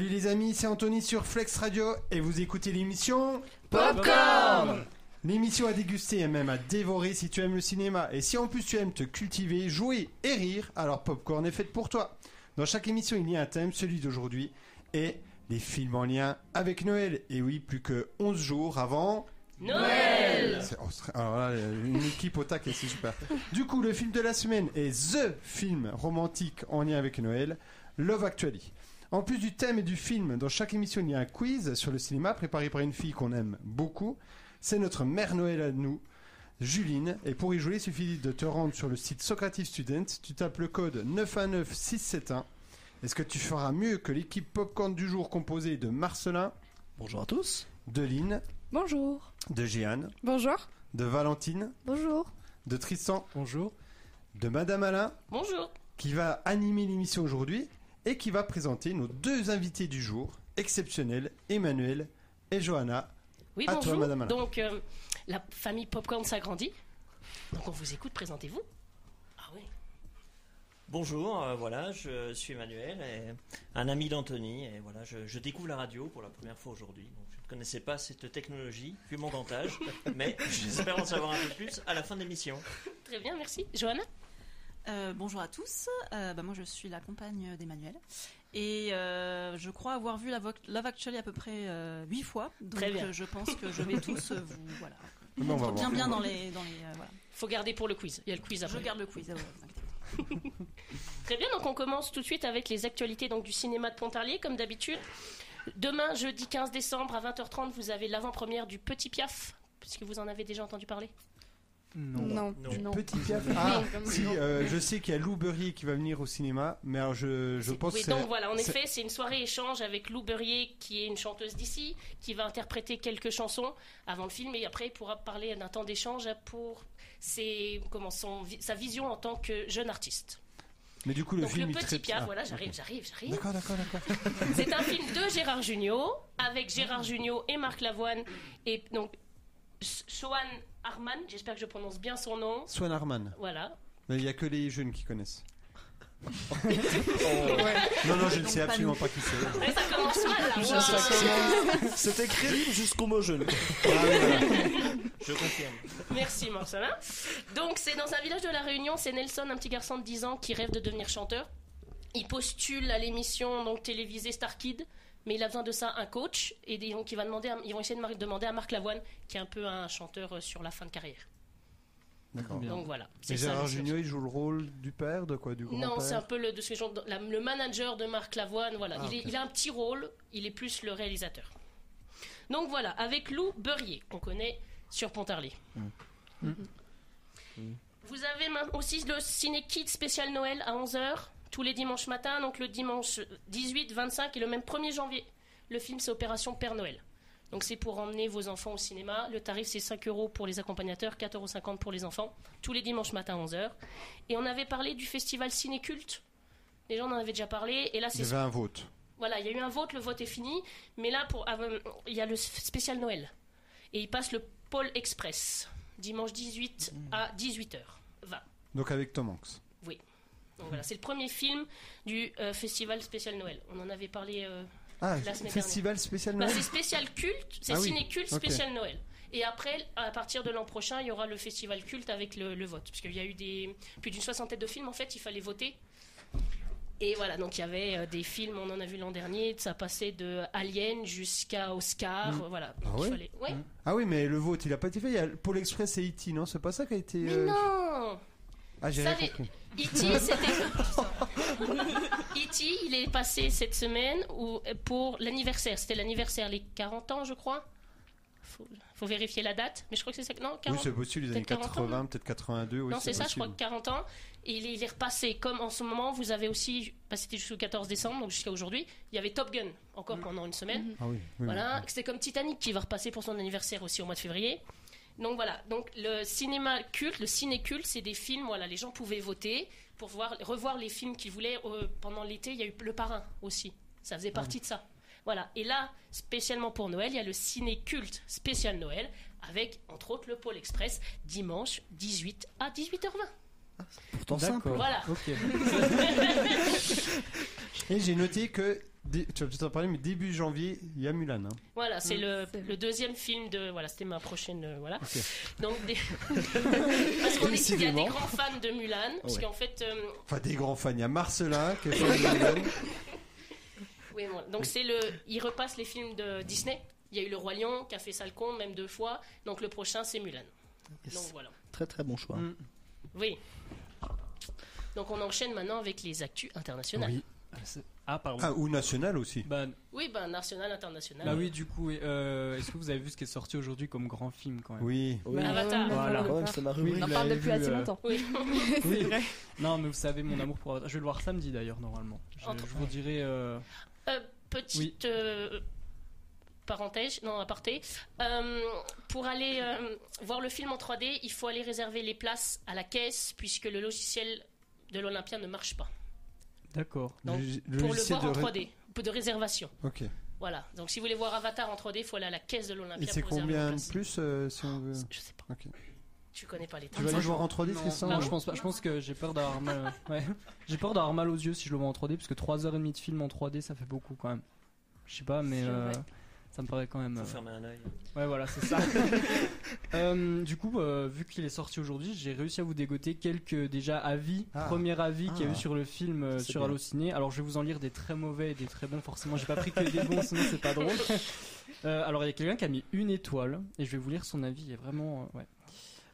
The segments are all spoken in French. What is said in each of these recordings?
les amis, c'est Anthony sur Flex Radio et vous écoutez l'émission Popcorn L'émission à déguster et même à dévorer si tu aimes le cinéma. Et si en plus tu aimes te cultiver, jouer et rire, alors Popcorn est faite pour toi. Dans chaque émission, il y a un thème, celui d'aujourd'hui est les films en lien avec Noël. Et oui, plus que 11 jours avant... Noël C'est- oh, c'est- Alors là, une équipe au taquet, c'est super. Du coup, le film de la semaine est The film romantique en lien avec Noël, Love Actually. En plus du thème et du film, dans chaque émission, il y a un quiz sur le cinéma préparé par une fille qu'on aime beaucoup. C'est notre mère Noël à nous, Juline. Et pour y jouer, il suffit de te rendre sur le site Socrative Student. Tu tapes le code 919671. Est-ce que tu feras mieux que l'équipe Popcorn du jour composée de Marcelin, Bonjour à tous. de Lynn, Bonjour. de Jeanne, Bonjour. de Valentine, Bonjour. de Tristan, Bonjour. de Madame Alain, Bonjour qui va animer l'émission aujourd'hui et qui va présenter nos deux invités du jour, exceptionnels, Emmanuel et Johanna. Oui, À toi, bonjour Madame Alain. Donc, euh, la famille Popcorn s'agrandit. Donc, on vous écoute, présentez-vous. Ah oui Bonjour, euh, voilà, je suis Emmanuel, et un ami d'Anthony, et voilà, je, je découvre la radio pour la première fois aujourd'hui. Donc, Je ne connaissais pas cette technologie, vu mon grand âge, mais j'espère en savoir un peu plus à la fin de l'émission. Très bien, merci. Johanna Euh, bonjour à tous, Euh, bah, moi je suis la compagne d'Emmanuel et euh, je crois avoir vu la vo- Love Actually à peu près euh, huit fois, donc Très bien. euh, je pense que je vais tous euh, vous voilà, Mais on va être bien voir. bien dans les, dans les euh, voilà. Faut garder pour le quiz. Il y a le quiz Je après. garde le quiz. ah ouais, vous inquiétez pas. Très bien, donc on commence tout de suite avec les actualités donc, du cinéma de Pontarlier, comme d'habitude. Demain, jeudi 15 décembre, à 20h30, vous avez l'avant-première du Petit Piaf, puisque vous en avez déjà entendu parler. Non. Non. Non. Petit piaf. Ah, comme si, non. euh, je sais qu'il y a Lou Berrier qui va venir au cinéma, mais alors je, je C'est- pense oui, que c'est- donc voilà, en c'est- effet, c'est une soirée échange avec Lou Berrier, qui est une chanteuse d'ici, qui va interpréter quelques chansons avant le film, et après, il pourra parler d'un temps d'échange pour ses, comment, son, vi- sa vision en tant que jeune artiste. Mais du coup, le donc film le il Petit traite- Piaf, Ah, voilà, ok. j'arrive, j'arrive, j'arrive. D'accord, d'accord, d'accord. C'est un film de Gérard Jugnot, avec Gérard Jugnot et Marc Lavoine, et donc Sohan Arman, j'espère que je prononce bien son nom. Swan Harman. Voilà. Mais il n'y a que les jeunes qui connaissent. Non, non, je ne Donc sais pas absolument pas qui c'est. Ouais, ça commence mal là. Ça, Ouah. ça commence. C'était crédible jusqu'au mot jeune. Ah, Je confirme. Merci Marcelin. Donc c'est dans un village de la Réunion, c'est Nelson, un petit garçon de 10 ans qui rêve de devenir chanteur. Il postule à l'émission donc télévisée Star Kid, mais il a besoin de ça un coach et donc il va demander, à- ils vont essayer de mar- demander à Marc Lavoine qui est un peu un chanteur euh, sur la fin de carrière. D'accord. Donc voilà. C'est Mais ça, Gérard le- Junior, il joue le rôle du père, de quoi Du grand-père Non, c'est un peu le, de ce genre de- la- le manager de Marc Lavoine. Voilà, Ah, il, est- ok. il a un petit rôle, il est plus le réalisateur. Donc voilà, avec Lou Beurrier, qu'on connaît sur Pontarlier. Mm. Vous avez main- aussi le Ciné Kids spécial Noël à 11h, tous les dimanches matin, donc le dimanche 18, 25 et le même 1er janvier. Le film, c'est Opération Père Noël. Donc c'est pour emmener vos enfants au cinéma. Le tarif, c'est 5 euros pour les accompagnateurs, 4,50 euros pour les enfants, tous les dimanches matin à 11h. Et on avait parlé du festival Cinéculte. Les gens en avaient déjà parlé. Et là, Il y c'est avait un vote. voilà, il y a eu un vote, le vote est fini, mais là, pour, euh, il y a le spécial Noël. Et il passe le Pôle Express, dimanche 18 à 18h20. Donc avec Tom Hanks. Donc voilà, c'est le premier film du euh, festival spécial Noël. On en avait parlé. euh, Ah, La semaine festival spécial bah, Noël c'est spécial culte, c'est Ah oui, ciné culte ok. spécial Noël. Et après, à partir de l'an prochain, il y aura le festival culte avec le, le vote. Parce qu'il y a eu des, plus d'une soixantaine de films, en fait, il fallait voter. Et voilà, donc il y avait euh, des films, on en a vu l'an dernier, ça passait de Alien jusqu'à Oscar, euh, voilà. Ah Donc, il ouais fallait- ouais. Ah oui, mais le vote, il a pas été fait. Il y a Pôle Express et E.T., non C'est pas ça qui a été. Mais euh, non Ah, j'ai Ça, rien les- compris. E.T. c'était... E.T., il est passé cette semaine où- pour l'anniversaire. C'était l'anniversaire, les 40 ans, je crois. Faut, faut vérifier la date, mais je crois que c'est ça. Non, 40 Oui, c'est possible, les peut-être années 40 ans, 80, peut-être 82. Oui, non, c'est ça, je possible. crois que 40 ans. Et il est, il est repassé. Comme en ce moment, vous avez aussi. bah, C'était jusqu'au 14 décembre, donc jusqu'à aujourd'hui. Il y avait Top Gun, encore pendant une semaine. Ah oui, oui, Voilà, c'est comme Titanic qui va repasser pour son anniversaire aussi au mois de février. Donc voilà, donc le cinéma culte, le ciné culte, c'est des films, voilà, les gens pouvaient voter pour voir, revoir les films qu'ils voulaient euh, pendant l'été. Il y a eu Le Parrain aussi, ça faisait partie de ça. Voilà, et là, spécialement pour Noël, il y a le ciné culte spécial Noël avec entre autres le Pôle Express dimanche 18 à 18h20. Pourtant D'accord. simple. Voilà. oui. Et j'ai noté que dé- tu vas peut-être en parler, mais début janvier, il y a Mulan. hein. Voilà, c'est Mm, le, c'est le deuxième film de. Voilà, c'était ma prochaine. euh, voilà. Ok. Donc, des- parce qu'on est, il y a Décidément. des grands fans de Mulan, parce Ouais. qu'en fait, euh, Enfin, des grands fans. Il y a Marcelin qui est fan de Mulan. oui, voilà. donc c'est le, ils repassent les films de Disney. Il y a eu le Roi Lion qui a fait ça le con, même deux fois. Donc le prochain, c'est Mulan. Donc Yes. voilà. Très très bon choix. Mm. Oui. Donc on enchaîne maintenant avec les actus internationales. Oui, Oui. Ah, c'est- Ah, pardon. Ah, ou national aussi. Bah, ben national, international. bah oui, du coup, oui, euh, est-ce que vous avez vu ce qui est sorti aujourd'hui comme grand film quand même Oui. Oui. Avatar. Voilà. Quand même, c'est ma rubrique. Bah, On en vous parle l'avez depuis vu, assez euh, longtemps. Oui. Oui. C'est vrai. Non, mais vous savez mon amour pour Avatar. Je vais le voir samedi d'ailleurs, normalement. Je, Entre- je vous dirai. euh, Euh, petite Oui. euh, parenthèse, non, aparté. Euh, pour aller euh, voir le film en 3D, il faut aller réserver les places à la caisse puisque le logiciel de l'Olympia ne marche pas. D'accord. Donc, log- pour le logiciel voir en de ré- 3D, de réservation. Ok. Voilà. Donc si vous voulez voir Avatar en 3D, il faut aller à la caisse de Et l'Olympia c'est pour réserver combien vos de places. plus euh, si on veut Je sais pas. Ok. Tu connais pas les Tu temps. vas ça, aller je- voir en 3D ce Non, qui sent non, je pense pas. Je pense que j'ai peur d'avoir mal. ouais. J'ai peur d'avoir mal aux yeux si je le vois en 3D, parce que 3h30 de film en 3D, ça fait beaucoup quand même. Je sais pas, mais C'est euh, vrai. ça me paraît quand même. Faut euh, fermer un œil. Ouais, voilà, c'est ça. Euh, du coup, euh, vu qu'il est sorti aujourd'hui, j'ai réussi à vous dégoter quelques déjà avis, Ah. premier avis qu'il y a Ah. eu sur le film euh, C'est sur bien. Allociné. Alors, je vais vous en lire des très mauvais et des très bons. Forcément, j'ai pas pris que des bons, sinon c'est pas drôle. Euh, alors, il y a quelqu'un qui a mis une étoile et je vais vous lire son avis. Il est vraiment euh, ouais.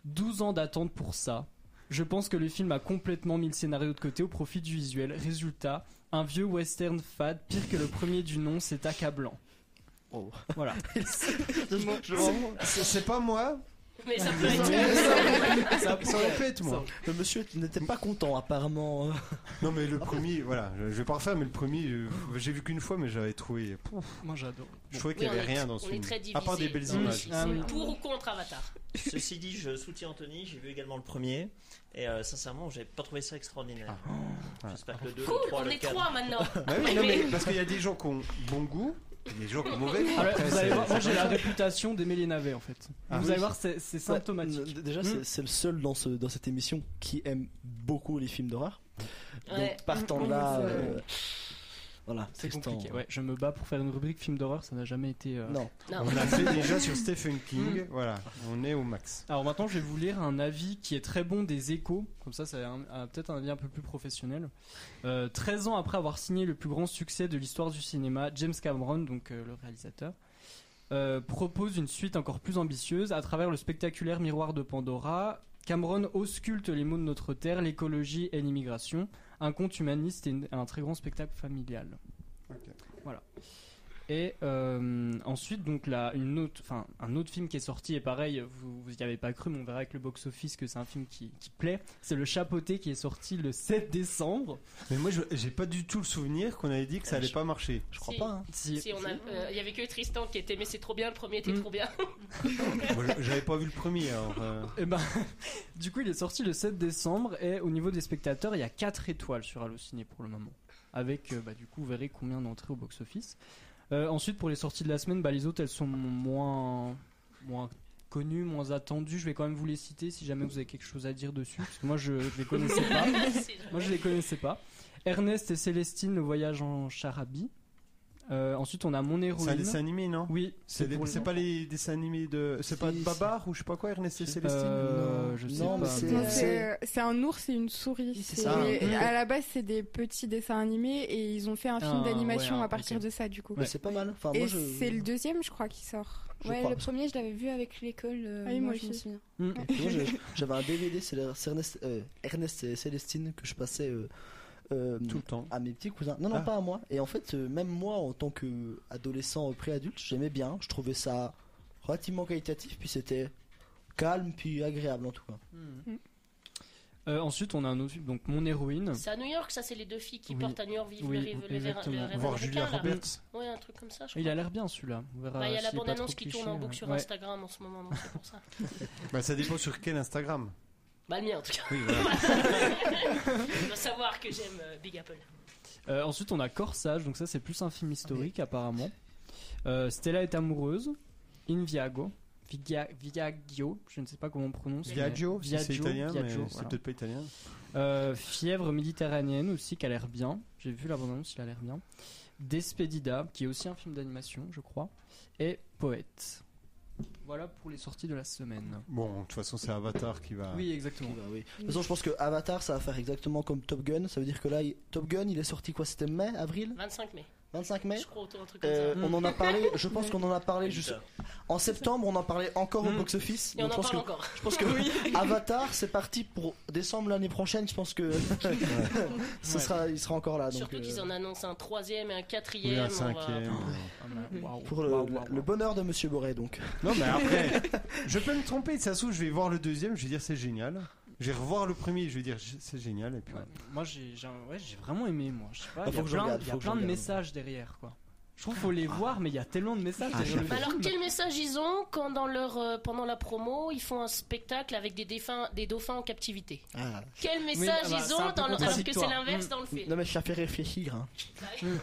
12 ans d'attente pour ça. Je pense que le film a complètement mis le scénario de côté au profit du visuel. Résultat, un vieux western fade, pire que le premier du nom, c'est accablant. Oh. Voilà. C'est c'est pas moi. Mais ça peut être. Ça aurait pu être moi. Le monsieur qui n'était pas content apparemment. Non mais le premier, voilà, je je vais pas refaire, mais le premier, euh, j'ai vu qu'une fois, mais j'avais trouvé. Moi, j'adore. Je trouvais Oui, qu'il y on avait est- rien dans ce on film. est très à part des divisé belles dans le images. film. Ah oui. Euh, Pour ou contre Avatar Ceci dit, je soutiens Anthony, j'ai vu également le premier. Et euh, sincèrement, j'ai pas trouvé ça extraordinaire. J'espère que le 2, Ah. Cool, le 3, on le est 4. trois maintenant. Bah oui, non, mais parce qu'il y a des gens qui ont bon goût, et des gens qui ont mauvais goût. Ah ouais, Après, vous allez c'est- voir, c'est moi j'ai comme la ça. réputation d'aimer les navets en fait. Ah vous oui. allez voir, c'est c'est symptomatique. Ouais, Déjà, Mm. c'est- c'est le seul dans, ce, dans cette émission qui aime beaucoup les films d'horreur. Ouais. Donc, partant de Mm, là. c'est- euh, voilà, C'est Tristan. compliqué. Ouais, je me bats pour faire une rubrique film d'horreur, ça n'a jamais été. euh, Non, Mm. Non. On a fait déjà sur Stephen Mm. King, voilà, on est au max. Alors maintenant, je vais vous lire un avis qui est très bon des échos, comme ça, ça a, un- a peut-être un avis un peu plus professionnel. Euh, 13 ans après avoir signé le plus grand succès de l'histoire du cinéma, James Cameron, donc euh, le réalisateur, euh, propose une suite encore plus ambitieuse à travers le spectaculaire Miroir de Pandora. Cameron ausculte les mots de notre terre, l'écologie et l'immigration, un conte humaniste et une- un très grand spectacle familial. Voilà. Et euh, ensuite, donc là, une autre, enfin, un autre film qui est sorti, et pareil, vous n'y avez pas cru, mais on verra avec le box-office que c'est un film qui, qui plaît. C'est Le Chapoté qui est sorti le 7 décembre. Mais moi, je- j'ai pas du tout le souvenir qu'on avait dit Ah, que ça allait pas marcher. je crois Si. pas. hein. Si- Si, on a- euh, Il y avait que Tristan qui était, mais c'est trop bien, le premier était Mm. trop bien. hein. Moi, je- J'avais pas vu le premier, alors. euh, Eh ben, du coup, il est sorti le 7 décembre, et au niveau des spectateurs, il y a 4 étoiles sur Allociné pour le moment. Avec, euh, bah, du coup, vous verrez combien d'entrées au box-office. Euh, ensuite, pour les sorties de la semaine, bah, les autres, elles sont moins, moins connues, moins attendues. Je vais quand même vous les citer si jamais vous avez quelque chose à dire dessus. Parce que moi, je je les connaissais pas. C'est- Moi, je les connaissais pas. Ernest et Célestine, le voyage en Charabie. Euh, ensuite, on a Mon C'est un héroïne. dessin animé, non Oui, C'est des- pour- c'est pas les dessins animés de. Euh, C'est pas Si, si. Babar ou je sais pas quoi, Ernest et Si. Célestine Euh, Non. je sais Non, pas. mais c'est- Non, Euh, c'est c'est un ours et une souris. Oui, c'est C'est- ça. Ah, et À la base, c'est des petits dessins animés et ils ont fait un Un- film d'animation ouais, un- à partir ok. de ça, du coup. Mais c'est pas mal. Enfin, moi, Et je... c'est le deuxième, je crois, qui sort. je ouais, crois. le premier, je l'avais vu avec l'école. euh, Ah oui, moi je me aussi. souviens. Mm. Et puis moi, j'ai- j'avais un DVD, c'est le- c'est Ernest, euh, Ernest et Célestine que je passais euh, euh, Tout le temps. à mes petits cousins. Non, non, Ah. pas à moi. Et en fait, euh, même moi, en tant qu'adolescent pré-adulte, j'aimais bien. Je trouvais ça relativement qualitatif, puis c'était calme, puis agréable en tout cas. Mm. Euh, ensuite, on a un autre film, donc Mon héroïne. C'est à New York, ça, c'est les deux filles qui Oui. portent à New York vivre Oui, le rêve, le verre- exactement. le rêve Voir américain, Julia là. Mm. Roberts. Ouais, un truc comme ça, je Il crois. a l'air bien celui-là. On verra. Bah, il y a la s'il est pas bande-annonce trop qui tourne cliché. en boucle sur Ouais. Instagram en ce moment, donc c'est pour ça. Bah, ça dépend sur quel Instagram. Bah, le mien, en tout cas. Oui, voilà. Tu dois savoir que j'aime euh, Big Apple. Euh, ensuite, on a Corsage, donc ça, c'est plus un Ah, film historique apparemment. Euh, Stella est amoureuse. Inviago. Viga- Viaggio, je ne sais pas comment on prononce. mais- Viaggio, si c'est italien, mais Viaggio, c'est voilà. peut-être pas italien. Euh, Fièvre méditerranéenne aussi, qui a l'air bien. J'ai vu la bande-annonce, il a l'air bien. Despedida, qui est aussi un film d'animation, je crois. Et Poète. Voilà pour les sorties de la semaine. Bon, de toute façon, c'est Avatar qui va. Oui, exactement. Bah oui. De toute façon, je pense que Avatar, ça va faire exactement comme Top Gun. Ça veut dire que là, il- Top Gun, il est sorti quoi C'était mai, avril 25 mai. 25 mai Je crois autour d'un truc comme Euh, ça. Mm. On en a parlé, je pense qu'on en a parlé juste. Putain. En septembre, on en parlait encore au Hmm. Mm. box-office. Et on donc en je pense parle que encore. Je pense que Avatar, c'est parti pour décembre l'année prochaine. Je pense que ce Ouais. sera, il sera encore là. Donc, Surtout euh, qu'ils en annoncent un troisième et un quatrième. Oui, on un va- cinquième. Ah, mais- waouh, pour le, waouh, waouh, le bonheur de Monsieur Boré, donc. Non, mais après, je peux me tromper. Ça se trouve, je vais voir le deuxième, je vais dire c'est génial. Je vais revoir le premier, je vais dire c'est génial. Et puis, Ouais. voilà. Moi j'ai j'ai un- ouais, j'ai vraiment aimé moi. Je sais Ah, pas, il y faut a que je plein, regarde, il y a faut que je plein de regarde. messages derrière quoi. Je trouve qu'il faut les voir mais il y a tellement de messages Ah, derrière le Bah alors film. quel message ils ont quand dans leur euh, pendant la promo ils font un spectacle avec des défunts des dauphins en captivité Quel message bah, c'est ils un ont peu dans le- alors que c'est contradictoire. Mm. l'inverse dans le film Ah. Hmm. Non mais ça fait réfléchir. Hein.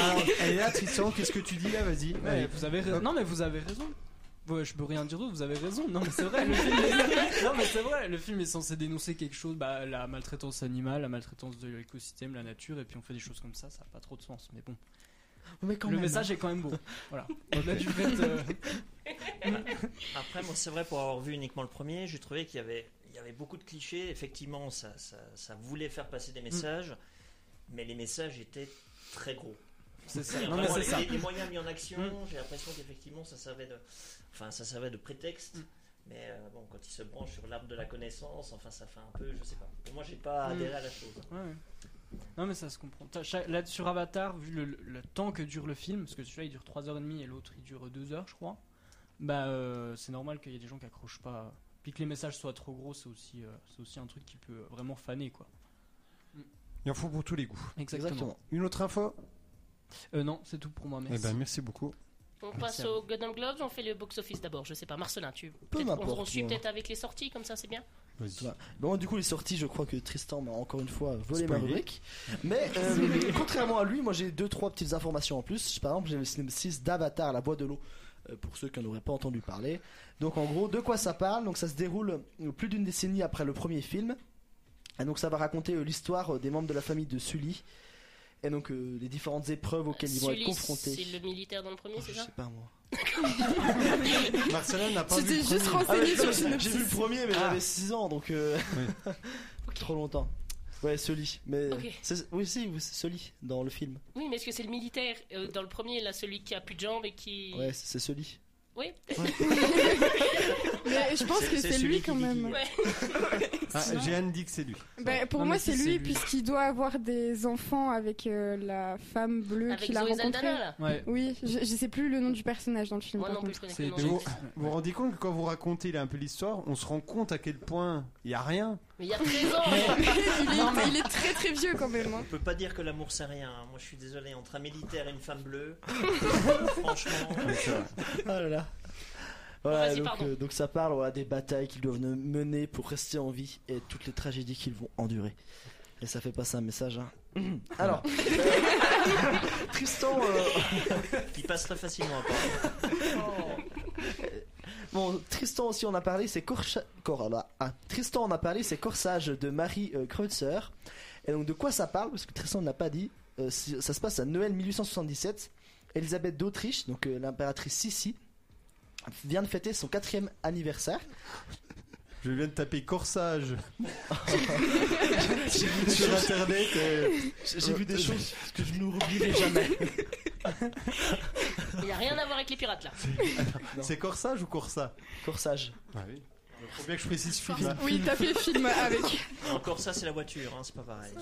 Ah, Alors, elle est là, Tristan, qu'est-ce que tu dis là Vas-y. Ouais, Allez. vous avez raison. Hop. Non mais vous avez raison. Ouais, je peux rien dire d'autre, vous avez raison. Non mais c'est vrai. Le film est... non mais c'est vrai, le film est censé dénoncer quelque chose, bah, la maltraitance animale, la maltraitance de l'écosystème, la nature, et puis on fait des choses comme ça, ça n'a pas trop de sens. Mais bon, Mais quand le même, hein. message est quand même beau. Voilà. Au-delà du fait, euh, Après, moi, c'est vrai, pour avoir vu uniquement le premier, j'ai trouvé qu'il y avait, il y avait beaucoup de clichés. Effectivement, ça, ça, ça voulait faire passer des Mm. messages, mais les messages étaient très gros. c'est ça. Il y a Non mais vraiment c'est les- ça. les- les moyens mis en action, Hmm. Mm. j'ai l'impression qu'effectivement, ça servait de, enfin, ça servait de prétexte. Mm. Mais euh, bon, quand il se branche sur l'arbre de la connaissance, enfin, ça fait un peu, je sais pas. Pour moi, j'ai pas Mm. adhéré à la chose. Ouais, ouais. Non mais ça se comprend. T'as- cha- Là sur Avatar, vu le, le- le temps que dure le film, parce que celui-là il dure 3h30 et l'autre il dure 2h je crois, bah euh, c'est normal qu'il y ait des gens qui accrochent pas. Puis que les messages soient trop gros, c'est aussi, euh, c'est aussi un truc qui peut euh, vraiment faner quoi. Il en faut pour tous les goûts. Exactement. Une autre info Euh, non, c'est tout pour moi, merci. Eh ben, merci beaucoup. On passe à au Golden Globes, on fait le box office d'abord, je sais pas Marcelin, tu peut-être- on, m'importe, on suit moi. peut-être avec les sorties comme ça, c'est bien. Vas-y. Ouais. Bon, du coup, les sorties, je crois que Tristan m'a encore une fois volé ma Spoilé. rubrique. Mais euh, contrairement à lui, moi j'ai deux trois petites informations en plus. Par exemple, j'ai le synopsis d'Avatar, la boîte de l'eau. euh, Pour ceux qui n'auraient pas entendu parler. Donc, en gros, de quoi ça parle Donc, ça se déroule euh, plus d'une décennie après le premier film. Et donc, ça va raconter euh, l'histoire euh, des membres de la famille de Sully. Et donc, euh, les différentes épreuves auxquelles ils vont Sully, être confrontés. C'est le militaire dans le premier, Oh, c'est je ça sais pas moi. Marcella n'a pas vu. J'étais le juste premier. Ah, mais je- renseignée sur le J'ai vu le synopsis. premier, mais Ah. j'avais 6 ans, donc euh, Oui. trop longtemps. Ouais, Sully. Mais Ok. c'est- oui, si, oui, c'est Sully dans le film. Oui, mais est-ce que c'est le militaire euh, dans le premier, là, celui qui a plus de jambes et qui... Ouais, c'est c'est Sully. Oui. Mais je pense C'est- que c'est c'est celui lui qui quand dit même. qu'il Ah, Jeanne dit que c'est lui. Ben, pour Non, moi, mais si, c'est c'est lui, lui. puisqu'il doit avoir des enfants avec euh, la femme bleue Avec qu'il a Zoé rencontrée. Saldana, là Ouais. Oui, je, je sais plus le nom du personnage dans le film. Moi par non plus, contre. je connais C'est plus le Mais James. nom. vous vous vous rendez compte que quand vous racontez là, un peu l'histoire, on se rend compte à quel point il n'y a rien. Mais il y a 13 ans il, est, il est très très vieux quand même. hein. On peut pas dire que l'amour c'est rien. hein. Moi, je suis désolé. Entre un militaire et une femme bleue, franchement, Oh là là. Voilà, Vas-y, donc, pardon. euh, donc ça parle voilà, des batailles qu'ils doivent ne- mener pour rester en vie et toutes les tragédies qu'ils vont endurer. Et ça fait passer un message. Hein. Alors, euh, Tristan, euh, il passerait facilement à part. Bon, Tristan aussi en a parlé, c'est corsa- cor- là, ah, Tristan en a parlé, c'est Corsage de Marie euh, Kreutzer. Et donc de quoi ça parle Parce que Tristan ne l'a pas dit. Euh, si- ça se passe à Noël 1877. Elisabeth d'Autriche, donc euh, l'impératrice Sissi, vient de fêter son quatrième anniversaire. Je viens de taper corsage sur internet. euh, J'ai vu des choses que je n'oublierai jamais. Il n'y a rien à voir avec les pirates, là. C'est corsage ou corsa Corsage. Ah oui. Faut bien que je précise film. là. Oui, t'as fait film avec. Et Encore ça, c'est la voiture, hein, c'est pas pareil.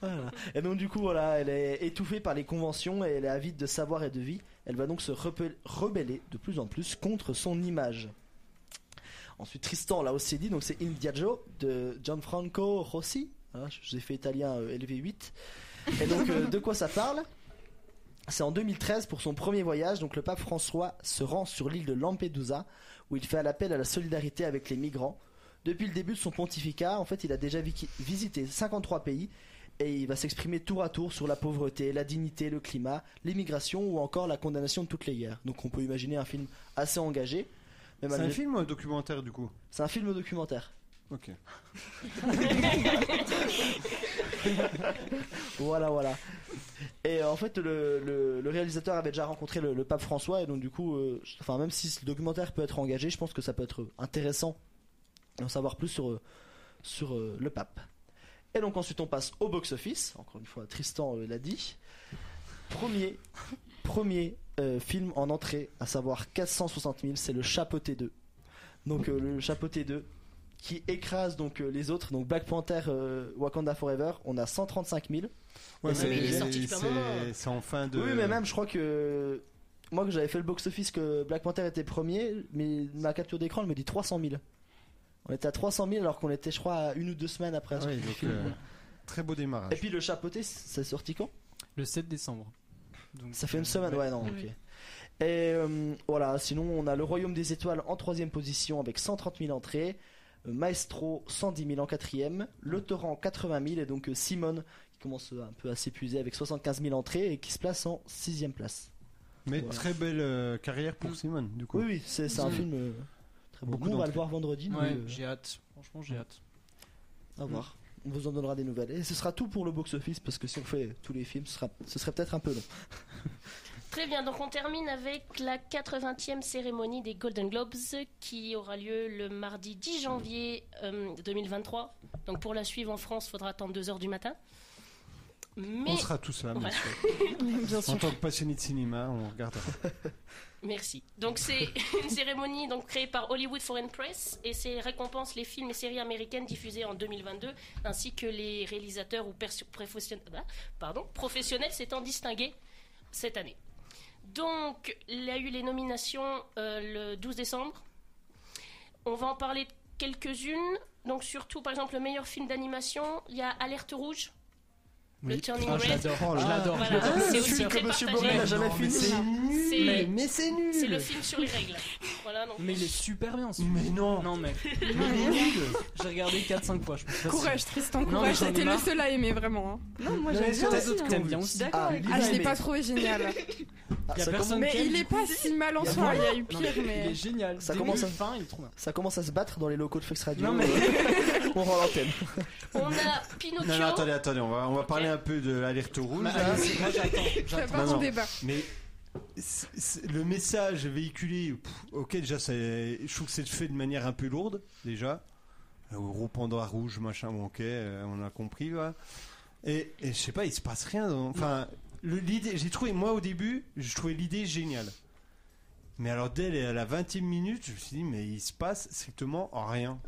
Voilà. Et donc du coup, voilà, elle est étouffée par les conventions et elle est avide de savoir et de vie. Elle va donc se repel- rebeller de plus en plus contre son image. Ensuite, Tristan l'a aussi dit, donc c'est Il Diageo de Gianfranco Rossi. Hein, j- J'ai fait italien euh, LV8. Et donc, euh, de quoi ça parle C'est en 2013, pour son premier voyage, donc le pape François se rend sur l'île de Lampedusa, où il fait l'appel à la solidarité avec les migrants. Depuis le début de son pontificat, en fait, il a déjà vi- visité 53 pays et il va s'exprimer tour à tour sur la pauvreté, la dignité, le climat, l'immigration ou encore la condamnation de toutes les guerres. Donc on peut imaginer un film assez engagé. mais C'est un malgré- film ou un documentaire du coup C'est un film documentaire. Ok. Voilà, voilà. Et euh, en fait, le, le- le réalisateur avait déjà rencontré le, le pape François, et donc du coup, euh, je- enfin, même si ce documentaire peut être engagé, je pense que ça peut être intéressant d'en savoir plus sur, euh, sur euh, le pape. Et donc ensuite, on passe au box-office. Encore une fois, Tristan euh, l'a dit. Premier, premier euh, film en entrée, à savoir 460 000, c'est le Chapeauté 2. Donc euh, le Chapeauté 2 qui écrase donc euh, les autres, donc Black Panther, euh, Wakanda Forever, on a 135 000. Ouais, Et c'est- mais il est sorti depuis un c'est moment. hein. c'est en fin de. Oui, mais même, je crois que. Moi, que j'avais fait le box-office, que Black Panther était premier, mais ma capture d'écran, elle me dit 300 000. On était à 300 000 alors qu'on était, je crois, à une ou deux semaines après. la Ouais, sortie du donc, film. euh, très beau Et démarrage. puis le chapeauté, c'est sorti quand Le 7 décembre. Donc, Ça fait euh, une semaine, ouais, non, ok. Et euh, voilà, sinon, on a le Royaume des Étoiles en troisième position avec 130 000 entrées. euh, Maestro 110 000 en quatrième, Le Torrent 80 000 et donc euh, Simone qui commence euh, un peu à s'épuiser avec 75 000 entrées et qui se place en sixième place. Mais Voilà. très belle euh, carrière pour Simone, du coup. Mm. Oui, oui, c'est c'est un Mm. film euh, très beau. Beaucoup Nous, on va d'entrées. le voir vendredi, nous, Ouais, Mm. euh, j'ai hâte. Franchement, j'ai hâte. à voir. On vous en donnera des nouvelles. Et ce sera tout pour le box-office, parce que si on fait tous les films, ce, sera, ce serait peut-être un peu long. Très bien, donc on termine avec la 80e cérémonie des Golden Globes qui aura lieu le mardi 10 janvier euh, 2023. Donc pour la suivre en France, faudra attendre 2h du matin. Mais On sera tous là, bien Voilà. sûr. Bien En sûr. tant que passionné de cinéma, on regardera. merci. Donc c'est une cérémonie donc créée par Hollywood Foreign Press et c'est récompense les films et séries américaines diffusées en 2022 ainsi que les réalisateurs ou perso- professionnels, ah, pardon, professionnels s'étant distingués cette année. Donc il y a eu les nominations euh, le 12 décembre. On va en parler de quelques-unes. Donc surtout par exemple le meilleur film d'animation, il y a Alerte rouge. Le Oui. Turning Ah, je Red. l'adore. je l'adore. voilà. Ah, je l'adore. C'est aussi film très que Monsieur partagé. Borel n'a jamais Non, fini. mais C'est- Mais c'est nul C'est le film sur les règles. Voilà, donc Mais il est super bien ce film. Mais non Non, mais Mais nul j'ai regardé 4-5 fois, je pense. facile. Courage, Tristan, mais courage. j'en ai C'était le marre. seul à aimer vraiment. hein. Non, moi Non, mais j'aime c'est bien un aussi, autre hein. T'aimes bien Je suis aussi. d'accord Ah, avec Lisa toi. Ah, je l'ai aimé. pas trouvé génial. Ah, Y a ça, personne commence- Mais qui aime, il du est coup. pas si mal en Il y a soi. Il y a eu Non, pire, mais Il mais. est génial. Ça Dès commence le à- fin, il est trop bien. ça commence à se battre dans les locaux de Fox Radio. Non, mais- euh, on rend l'antenne. on a Non, Pinocchio. non, attendez, attendez, on va, on va parler un peu de l'alerte rouge. Bah, là. allez, moi, j'attends. Ça j'attends. part Non, en non. débat. Mais c'est- c'est- le message véhiculé, pff, ok, déjà, c'est- je trouve que c'est fait de manière un peu lourde, déjà. Le gros panda rouge, machin, bon, ok, euh, on a compris, là. Et, et je sais pas, il se passe rien. dans- Enfin, le- l'idée, j'ai trouvé, moi au début, je trouvais l'idée géniale. Mais alors, dès la- la 20 e minute, je me suis dit, mais il se passe strictement rien.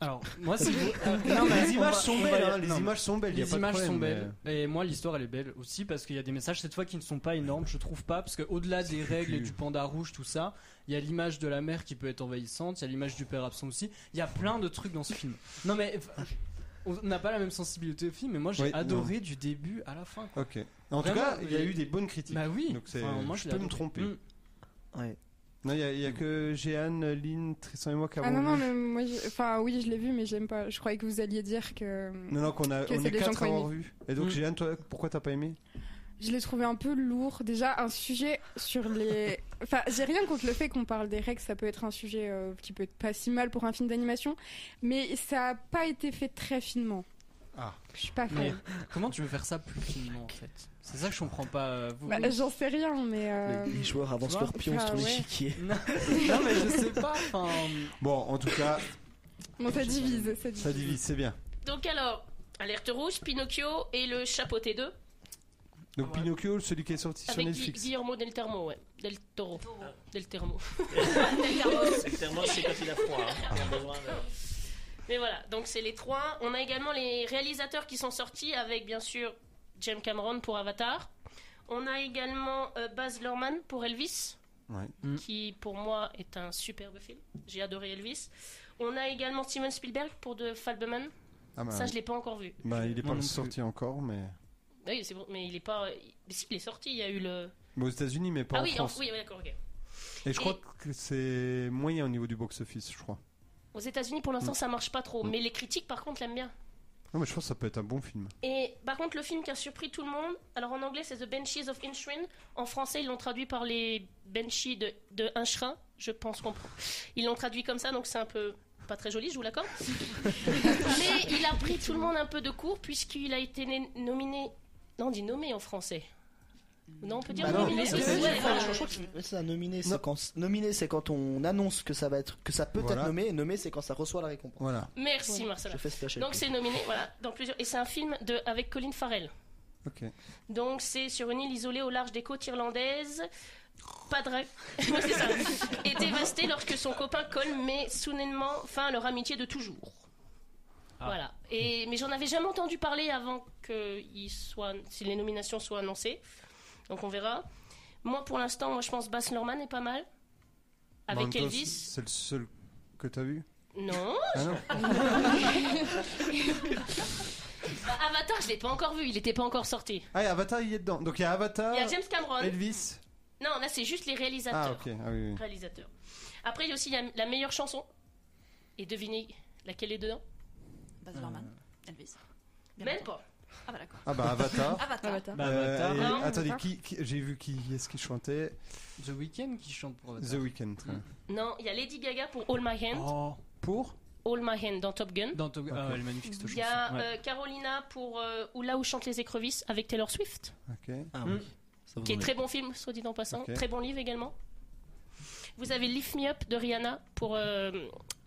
Alors, moi, c'est. Euh, non, mais les on va- images sont on va belles, y- hein, les non, mais- images sont belles, y a Les pas de images problème, sont mais- euh, belles. Et moi, l'histoire, elle est belle aussi parce qu'il y a des messages cette fois qui ne sont pas énormes, je trouve pas. Parce qu'au-delà des cucu. règles et du panda rouge, tout ça, il y a l'image de la mère qui peut être envahissante, il y a l'image du père absent aussi. Il y a plein de trucs dans ce film. Non, mais enfin, on n'a pas la même sensibilité au film, mais moi, j'ai Oui, adoré du début à la fin. quoi. Ok. En Vraiment, tout cas, il y a il- eu des bonnes critiques. Bah oui, Donc c'est- Enfin, moi, je l'ai peux me adoré. tromper. Mm. Ouais. Non, il y a, il y a que Jeanne, Lynn, Tristan et moi qui avons. Ah non, non, vu. mais moi, j'ai- enfin, oui, je l'ai vu, mais j'aime pas. Je croyais que vous alliez dire que. Non, non, qu'on a, Que on c'est est des gens quatre qui à ont avoir vu. Et donc, Mm. Jeanne, toi, pourquoi t'as pas aimé Je l'ai trouvé un peu lourd. Déjà, un sujet sur les. Enfin, j'ai rien contre le fait qu'on parle des règles, ça peut être un sujet euh, qui peut être pas si mal pour un film d'animation, mais ça a pas été fait très finement. Ah. Je suis pas Mais fan. comment tu veux faire ça plus finement en fait C'est ça que je comprends pas. euh, Vous... Bah, J'en sais rien, mais. euh, Les joueurs avancent vois, leurs pions enfin, sur les Ah ouais. chiquiers. non, non, mais je sais pas. Enfin, Bon, en tout cas, Bon, ça divise, ça divise. ça divise, c'est bien. Donc alors, Alerte Rouge, Pinocchio et le Chapeauté 2 Donc, Ouais. Pinocchio, celui qui est sorti sur avec Gui- Netflix. Guillermo del Toro, ouais. Del Toro. Del Toro. Clairement, c'est quand il a froid. hein. Il a besoin de- Mais voilà, donc c'est les trois. On a également les réalisateurs qui sont sortis avec bien sûr James Cameron pour Avatar. On a également euh, Baz Luhrmann pour Elvis, Ouais. Mm. qui pour moi est un superbe film. J'ai adoré Elvis. On a également Steven Spielberg pour The Fableman. Ah, bah, Ça, je l'ai pas encore vu. bah, il est Moi pas non plus. sorti encore, mais. Oui, c'est bon, mais il est pas. euh, il- si, il est sorti. Il y a eu le. mais aux États-Unis, mais pas ah en oui, en- France. oui, oui, d'accord, ok. Et je crois que c'est moyen au niveau du box-office, je crois. Aux États-Unis, pour l'instant, ça marche pas trop. Mm. Mais les critiques, par contre, l'aiment bien. Non, mais je pense que ça peut être un bon film. Et par contre, le film qui a surpris tout le monde, alors en anglais c'est The Banshees of Inisherin, en français ils l'ont traduit par les Banshees de, de Inchrin, je pense qu'on. Ils l'ont traduit comme ça, donc c'est un peu pas très joli, je vous l'accorde. Mais il a pris tout le monde un peu de court puisqu'il a été né- nominé. Non, on dit nommé en français. Non, on peut dire Bah non, nominé. c'est- ouais, c'est- voilà. je crois que c'est- ouais, c'est un nominé, Non. c'est quand nominé, c'est quand on annonce que ça va être, que ça peut Voilà. être nommé, et nommé, c'est quand ça reçoit la récompense. Voilà. Merci Marcella. Je fais ce Donc c'est nominé, voilà, dans plusieurs. Et c'est un film de avec Colin Farrell. Ok. Donc c'est sur une île isolée au large des côtes irlandaises. Pas de rêve. Ouais, c'est ça. Et dévastée lorsque son copain Cole met soudainement fin à leur amitié de toujours. Ah. Voilà. Et, mais j'en avais jamais entendu parler avant que il soit, si les nominations soient annoncées. Donc on verra. Moi pour l'instant, moi je pense Baz Luhrmann est pas mal. En même Avec temps, Elvis. C'est le seul que t'as vu Non. Ah non Bah, Avatar, je l'ai pas encore vu. Il était pas encore sorti. Ah, et Avatar, il est dedans. Donc il y a Avatar, Il y a James Cameron. Elvis. Non, là c'est juste les réalisateurs. Ah, ok. Ah, oui, oui. réalisateur. Après, il y a aussi la, la meilleure chanson. Et devinez laquelle est dedans Baz Luhrmann, Elvis. Bien Même entendu. pas. Ah bah d'accord. Euh. Ah, bah Avatar. Avatar. Avatar. Bah, Euh, Avatar, et- Non, attendez, Avatar. qui, qui- j'ai vu qui est-ce qui chantait The Weeknd qui chante pour Avatar. The Weeknd. très bien. Non, il y a Lady Gaga pour All My Hand. Oh, pour All My Hand dans Top Gun. Dans Top- Ah, elle est magnifique cette Il y a chanson. Ouais. euh, Carolina pour euh, Où là où chantent les écrevisses avec Taylor Swift, Ok. Ah oui. Mm. qui est très bon film, soit dit en passant. Ok. Très bon livre également. Vous avez Lift Me Up de Rihanna pour, euh,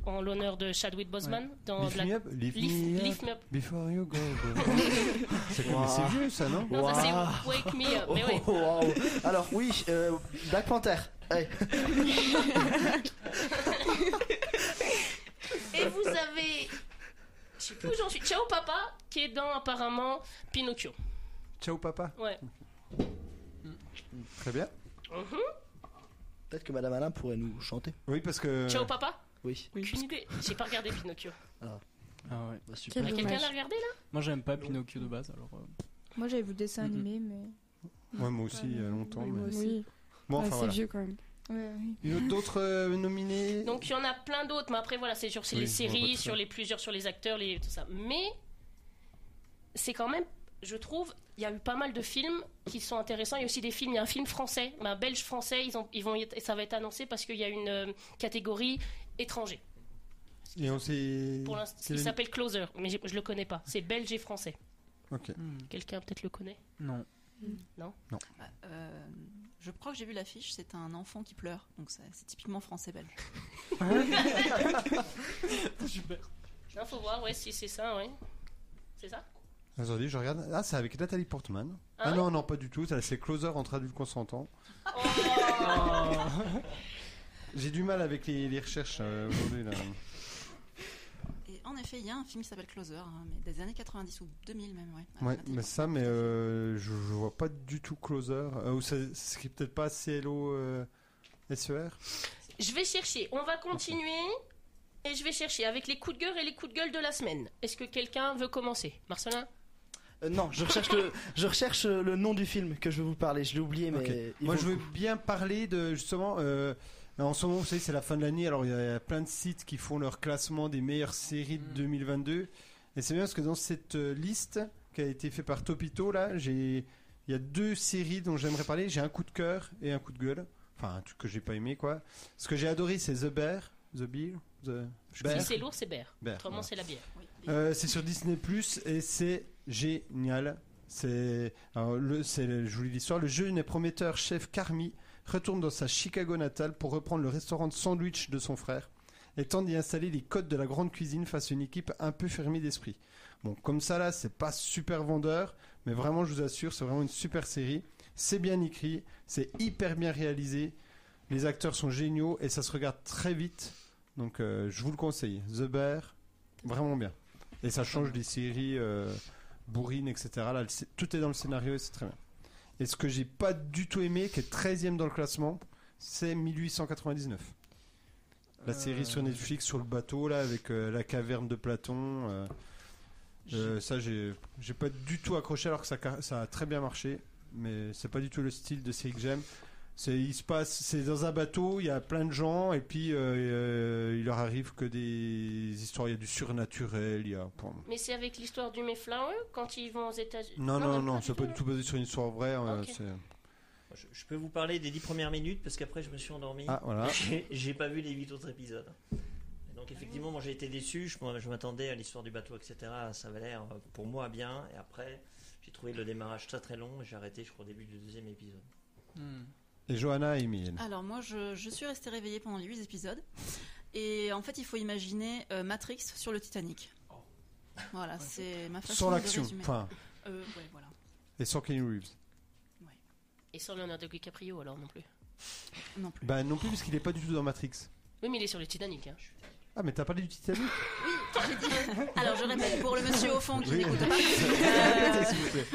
en l'honneur de Chadwick Boseman dans Lift Black. me up, lift Lift, me up Lift Me Up. before you go. c'est comme- Wow. c'est vieux ça, non Non, ça c'est Waouh. Wake Me Up. Mais ouais. Oh, Oh, Alors oui, euh, Black Panther. Hey. Et vous avez. Je sais plus où j'en suis. Ciao Papa, qui est dans apparemment Pinocchio. Ciao papa. Ouais. Très bien. Mhm. Peut-être que Madame Alain pourrait nous chanter. Oui, parce que. Ciao Papa Oui. Aucune idée. J'ai pas regardé Pinocchio. Ah ouais. Bah, super. Quel Quelqu'un dommage. l'a regardé là Moi j'aime pas Pinocchio de base alors. euh, Moi j'avais vu le dessin Mhm. animé, mais. Ouais, moi aussi, il y a longtemps. Oui, mais- moi aussi. Oui, Bon, Ah, enfin c'est voilà. vieux quand même. Ouais, oui. Une autre- D'autres euh, nominés Donc il y en a plein d'autres, mais après voilà, c'est sur c'est Oui, les on va pas séries, tout sur faire. les plusieurs, sur les acteurs, les, tout ça. Mais c'est quand même, je trouve, il y a eu pas mal de films qui sont intéressants. Il y a aussi des films, il y a un film français, mais un belge français, ils, ont, ils vont y être- ça va être annoncé parce qu'il y a une euh, catégorie étranger. Et on s'est. Pour l'instant, Quel- il s'appelle Closer, mais j'ai- je le connais pas. C'est belge et français. Ok. Quelqu'un peut-être le connaît Non. Ah, euh, je crois que j'ai vu l'affiche, c'est un enfant qui pleure, donc ça- c'est typiquement français-belge. Non, faut voir, ouais, si c'est ça, ouais. C'est ça Attendez, je regarde. Ah, c'est avec Nathalie Portman. Ah, Ah ouais Oh. non, non, pas du tout. Ça, C'est Closer entre adultes consentants. J'ai du mal avec les, les recherches euh, aujourd'hui. là. Et en effet, il y a un film qui s'appelle Closer, hein, mais des années 90 ou 2000 même, ouais. Ouais, Ah, mais ça, mais euh, je, je vois pas du tout Closer. Euh, ou ça- ce qui est peut-être pas CLO euh, SER. Je vais chercher. On va continuer. Et je vais chercher avec les coups de gueule et les coups de gueule de la semaine. Est-ce que quelqu'un veut commencer Marcelin Euh, non, je recherche, le, je recherche euh, le nom du film que je vais vous parler. Je l'ai oublié, mais. Ok. il Moi, vaut je le veux bien parler de justement. euh, en ce moment, vous savez, c'est la fin de l'année, alors il y, a, il y a plein de sites qui font leur classement des meilleures séries de Mm. 2022. Et c'est bien parce que dans cette euh, liste qui a été faite par Topito, là, j'ai, il y a deux séries dont j'aimerais parler. J'ai un coup de cœur et un coup de gueule. Enfin, un truc que j'ai pas aimé, quoi. Ce que j'ai adoré, c'est The Bear, The Bear, The Bear. Si c'est lourd, c'est Bear. Bear, Autrement, voilà. c'est la bière. oui. Euh, c'est sur Disney Plus et c'est génial. C'est alors, le, c'est le- je vous lis l'histoire. Le jeune et prometteur chef Carmi retourne dans sa Chicago natale pour reprendre le restaurant de sandwich de son frère et tente d'y installer les codes de la grande cuisine face à une équipe un peu fermée d'esprit. Bon, comme ça là, c'est pas super vendeur, mais vraiment, je vous assure, c'est vraiment une super série. C'est bien écrit, c'est hyper bien réalisé. Les acteurs sont géniaux et ça se regarde très vite. Donc, euh, je vous le conseille. The Bear, vraiment bien. Et ça change des séries euh, bourrines, etc. Là, le sc- tout est dans le scénario et c'est très bien. Et ce que j'ai pas du tout aimé, qui est 13ème dans le classement, c'est 1899. La série sur Netflix sur le bateau là avec euh, la caverne de Platon. euh, euh, ça j'ai j'ai pas du tout accroché alors que ça, ca- ça a très bien marché, mais c'est pas du tout le style de série que j'aime. C'est il se passe c'est dans un bateau, il y a plein de gens et puis euh, euh, il leur arrive que des histoires, il y a du surnaturel, il y a pour- Mais c'est avec l'histoire du Mayflower quand ils vont aux États-Unis. Non non non, c'est pas du là. tout basé sur une histoire vraie. euh, Ok. c'est- Je, je peux vous parler des dix premières minutes parce qu'après je me suis endormi. Ah voilà. J'ai- J'ai pas vu les huit autres épisodes. Et donc Donc effectivement, moi j'ai été déçu. Je, moi, je m'attendais à l'histoire du bateau, etc. Ça avait l'air euh, pour moi bien. Et après, j'ai trouvé le démarrage très très long. et J'ai arrêté, je crois, au début du deuxième épisode. Et Johanna et Emile. Alors moi, je, je suis restée réveillée pendant les 8 épisodes. Et en fait, il faut imaginer euh, Matrix sur le Titanic. Voilà, c'est ma façon Oh. Sans de l'action, résumer. enfin, Euh, ouais, voilà. et sans Keanu Reeves. Et sans Leonardo DiCaprio, alors non plus. Non plus. Bah non plus, parce qu'il est pas du tout dans Matrix. Oui, mais il est sur le Titanic. hein. Ah, mais t'as parlé du Titanic Alors, je répète pour le monsieur au fond qui Oui. n'écoute pas. Euh, S'il vous plaît.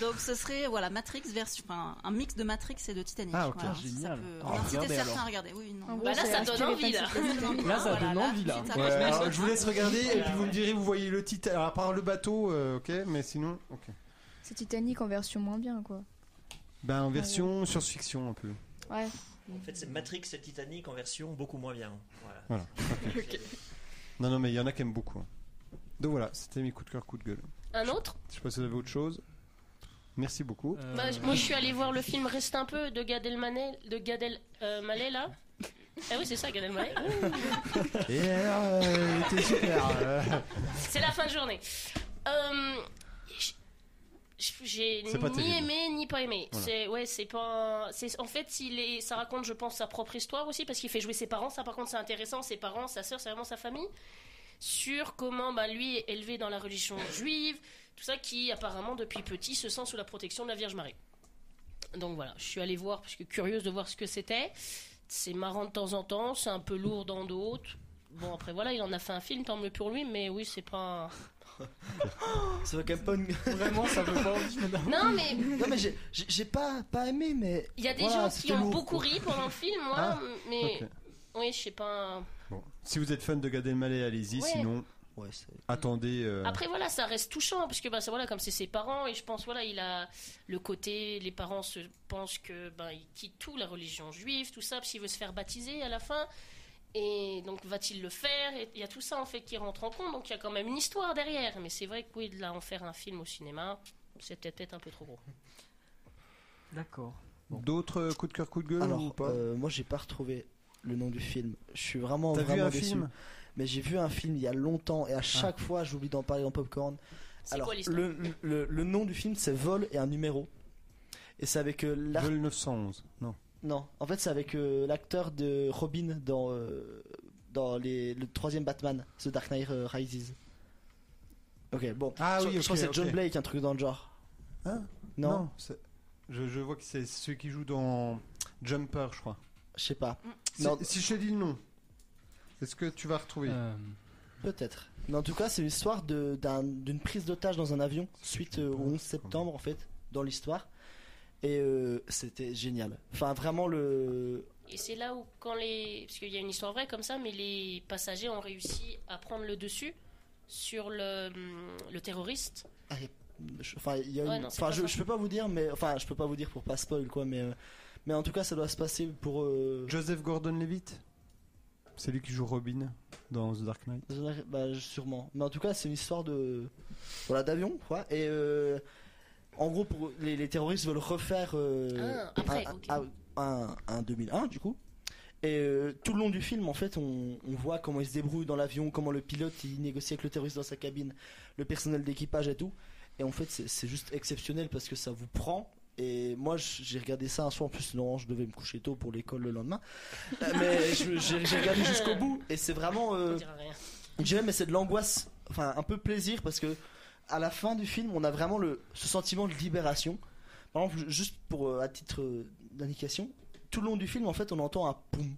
donc, ce serait voilà Matrix version, enfin, un mix de Matrix et de Titanic. Ah, ok. Voilà, Génial. Ça peut Oh, en inciter regardez, certains alors. à regarder. Oui, non. En gros, Bah là, c'est ça acheter donne les envie, là. taxis. Là, ça Oh donne envie, là. suite à- Ouais, alors, je vous laisse regarder et puis vous me direz, vous voyez le Titanic. À part le bateau, euh, ok, mais sinon, ok. C'est Titanic en version moins bien, quoi. Ben Ah en version science-fiction un peu. Ouais. En fait, c'est Matrix et Titanic en version beaucoup moins bien. Voilà. Voilà. Non, non, mais il y en a qui aiment beaucoup. hein. Donc voilà, c'était mes coups de cœur, coups de gueule. Un autre Je sais pas si vous avez autre chose. Merci beaucoup. Euh, Bah, Moi, je suis allée voir le film Reste un peu de Gad Elmaleh, de Gad El- euh, Mallet, là. Ah oui, c'est ça, Gad Elmaleh. Et alors, euh, il était super. euh. C'est la fin de journée. Euh, j- j'ai C'est pas ni terrible. aimé ni pas aimé. Voilà. C'est ouais, c'est pas. un- C'est en fait, il est, ça raconte, je pense, sa propre histoire aussi parce qu'il fait jouer ses parents. Ça, par contre, c'est intéressant. Ses parents, sa sœur, c'est vraiment sa famille. Sur comment, bah, lui est élevé dans la religion juive, tout ça, qui apparemment depuis petit se sent sous la protection de la Vierge Marie. Donc voilà, je suis allée voir parce que curieuse de voir ce que c'était. C'est marrant de temps en temps, c'est un peu lourd dans d'autres. Bon après voilà, il en a fait un film, tant mieux pour lui, mais oui c'est pas. un- Ça va quand même pas une- Vraiment, ça veut pas envie, madame. Non, mais Non, mais j'ai- j'ai j'ai pas, pas aimé, mais. il y a des Voilà, gens qui c'était ont lourd, beaucoup quoi. ri pendant le film, moi, Ah, mais. ok. Oui, je sais pas. Bon. Si vous êtes fan de Gad Elmaleh, allez-y. Ouais. Sinon, Ouais, c'est- attendez. euh, Après, voilà, ça reste touchant, parce que bah, ça, voilà, comme c'est ses parents, et je pense, voilà, il a le côté, les parents se pensent que ben il quitte tout, la religion juive, tout ça, parce qu'il veut se faire baptiser à la fin. Et donc, va-t-il le faire Et Il y a tout ça, en fait, qui rentre en compte, donc il y a quand même une histoire derrière. Mais c'est vrai que, oui, de là, en faire un film au cinéma, c'est peut-être peut-être un peu trop gros. D'accord. D'autres euh, coups de cœur, coups de gueule ou Alors, pas euh, moi, j'ai pas retrouvé le nom du film. Je suis vraiment, T'as vraiment vu un déçu. film Ah. Mais j'ai vu un film il y a longtemps et à chaque fois, j'oublie d'en parler dans Popcorn. C'est Alors, quoi l'histoire le, le- le nom du film, c'est Vol et un numéro. Et c'est avec euh, l'ar- Vol 911. Non. Non, en fait, c'est avec euh, l'acteur de Robin dans, euh, dans les, le troisième Batman, The Dark Knight euh, Rises. Ok, bon. Ah je, oui, je ok, crois que c'est ok. John Blake, un truc dans le genre. Hein Non, c'est- je, je vois que c'est celui qui joue dans Jumper, je crois. je sais pas. Si- Non. Si, je te dis le nom, est-ce que tu vas retrouver Euh, Peut-être. Mais en tout cas, c'est l'histoire de- d'un- d'une prise d'otage dans un avion suite euh, au 11 septembre, en fait, dans l'histoire. Et euh, c'était génial. Enfin, vraiment, le. Et c'est là où, quand les. Parce qu'il y a une histoire vraie comme ça, mais les passagers ont réussi à prendre le dessus sur le, hum, le terroriste. je- Enfin, il y a Ah, Ouais, une- non, c'est enfin pas je, ça. je peux pas vous dire, mais. Enfin, je peux pas vous dire pour pas spoil, quoi, mais. euh, Mais en tout cas, ça doit se passer pour. euh, Joseph Gordon-Levitt C'est lui qui joue Robin dans The Dark Knight. J'en ai- Bah, je- sûrement. Mais en tout cas, c'est une histoire de. Voilà, d'avion, quoi. Et. euh, En gros, pour... les, les terroristes veulent refaire. euh, Ah, après, un, ok. un- un- un 2001, du coup. Et euh, tout le long du film, en fait, on, on voit comment ils se débrouillent dans l'avion, comment le pilote il négocie avec le terroriste dans sa cabine, le personnel d'équipage et tout. Et en fait, c'est c'est juste exceptionnel parce que ça vous prend. Et moi, j- j'ai regardé ça un soir. En plus, non, je devais me coucher tôt pour l'école le lendemain. Euh, Mais je- j'ai j'ai regardé jusqu'au bout. Et c'est vraiment. On euh, dira rien. je dirais, mais c'est de l'angoisse, enfin un peu plaisir, parce que à la fin du film, on a vraiment le, ce sentiment de libération. Par exemple, juste pour euh, à titre euh, d'indication, tout le long du film, en fait, on entend un poum,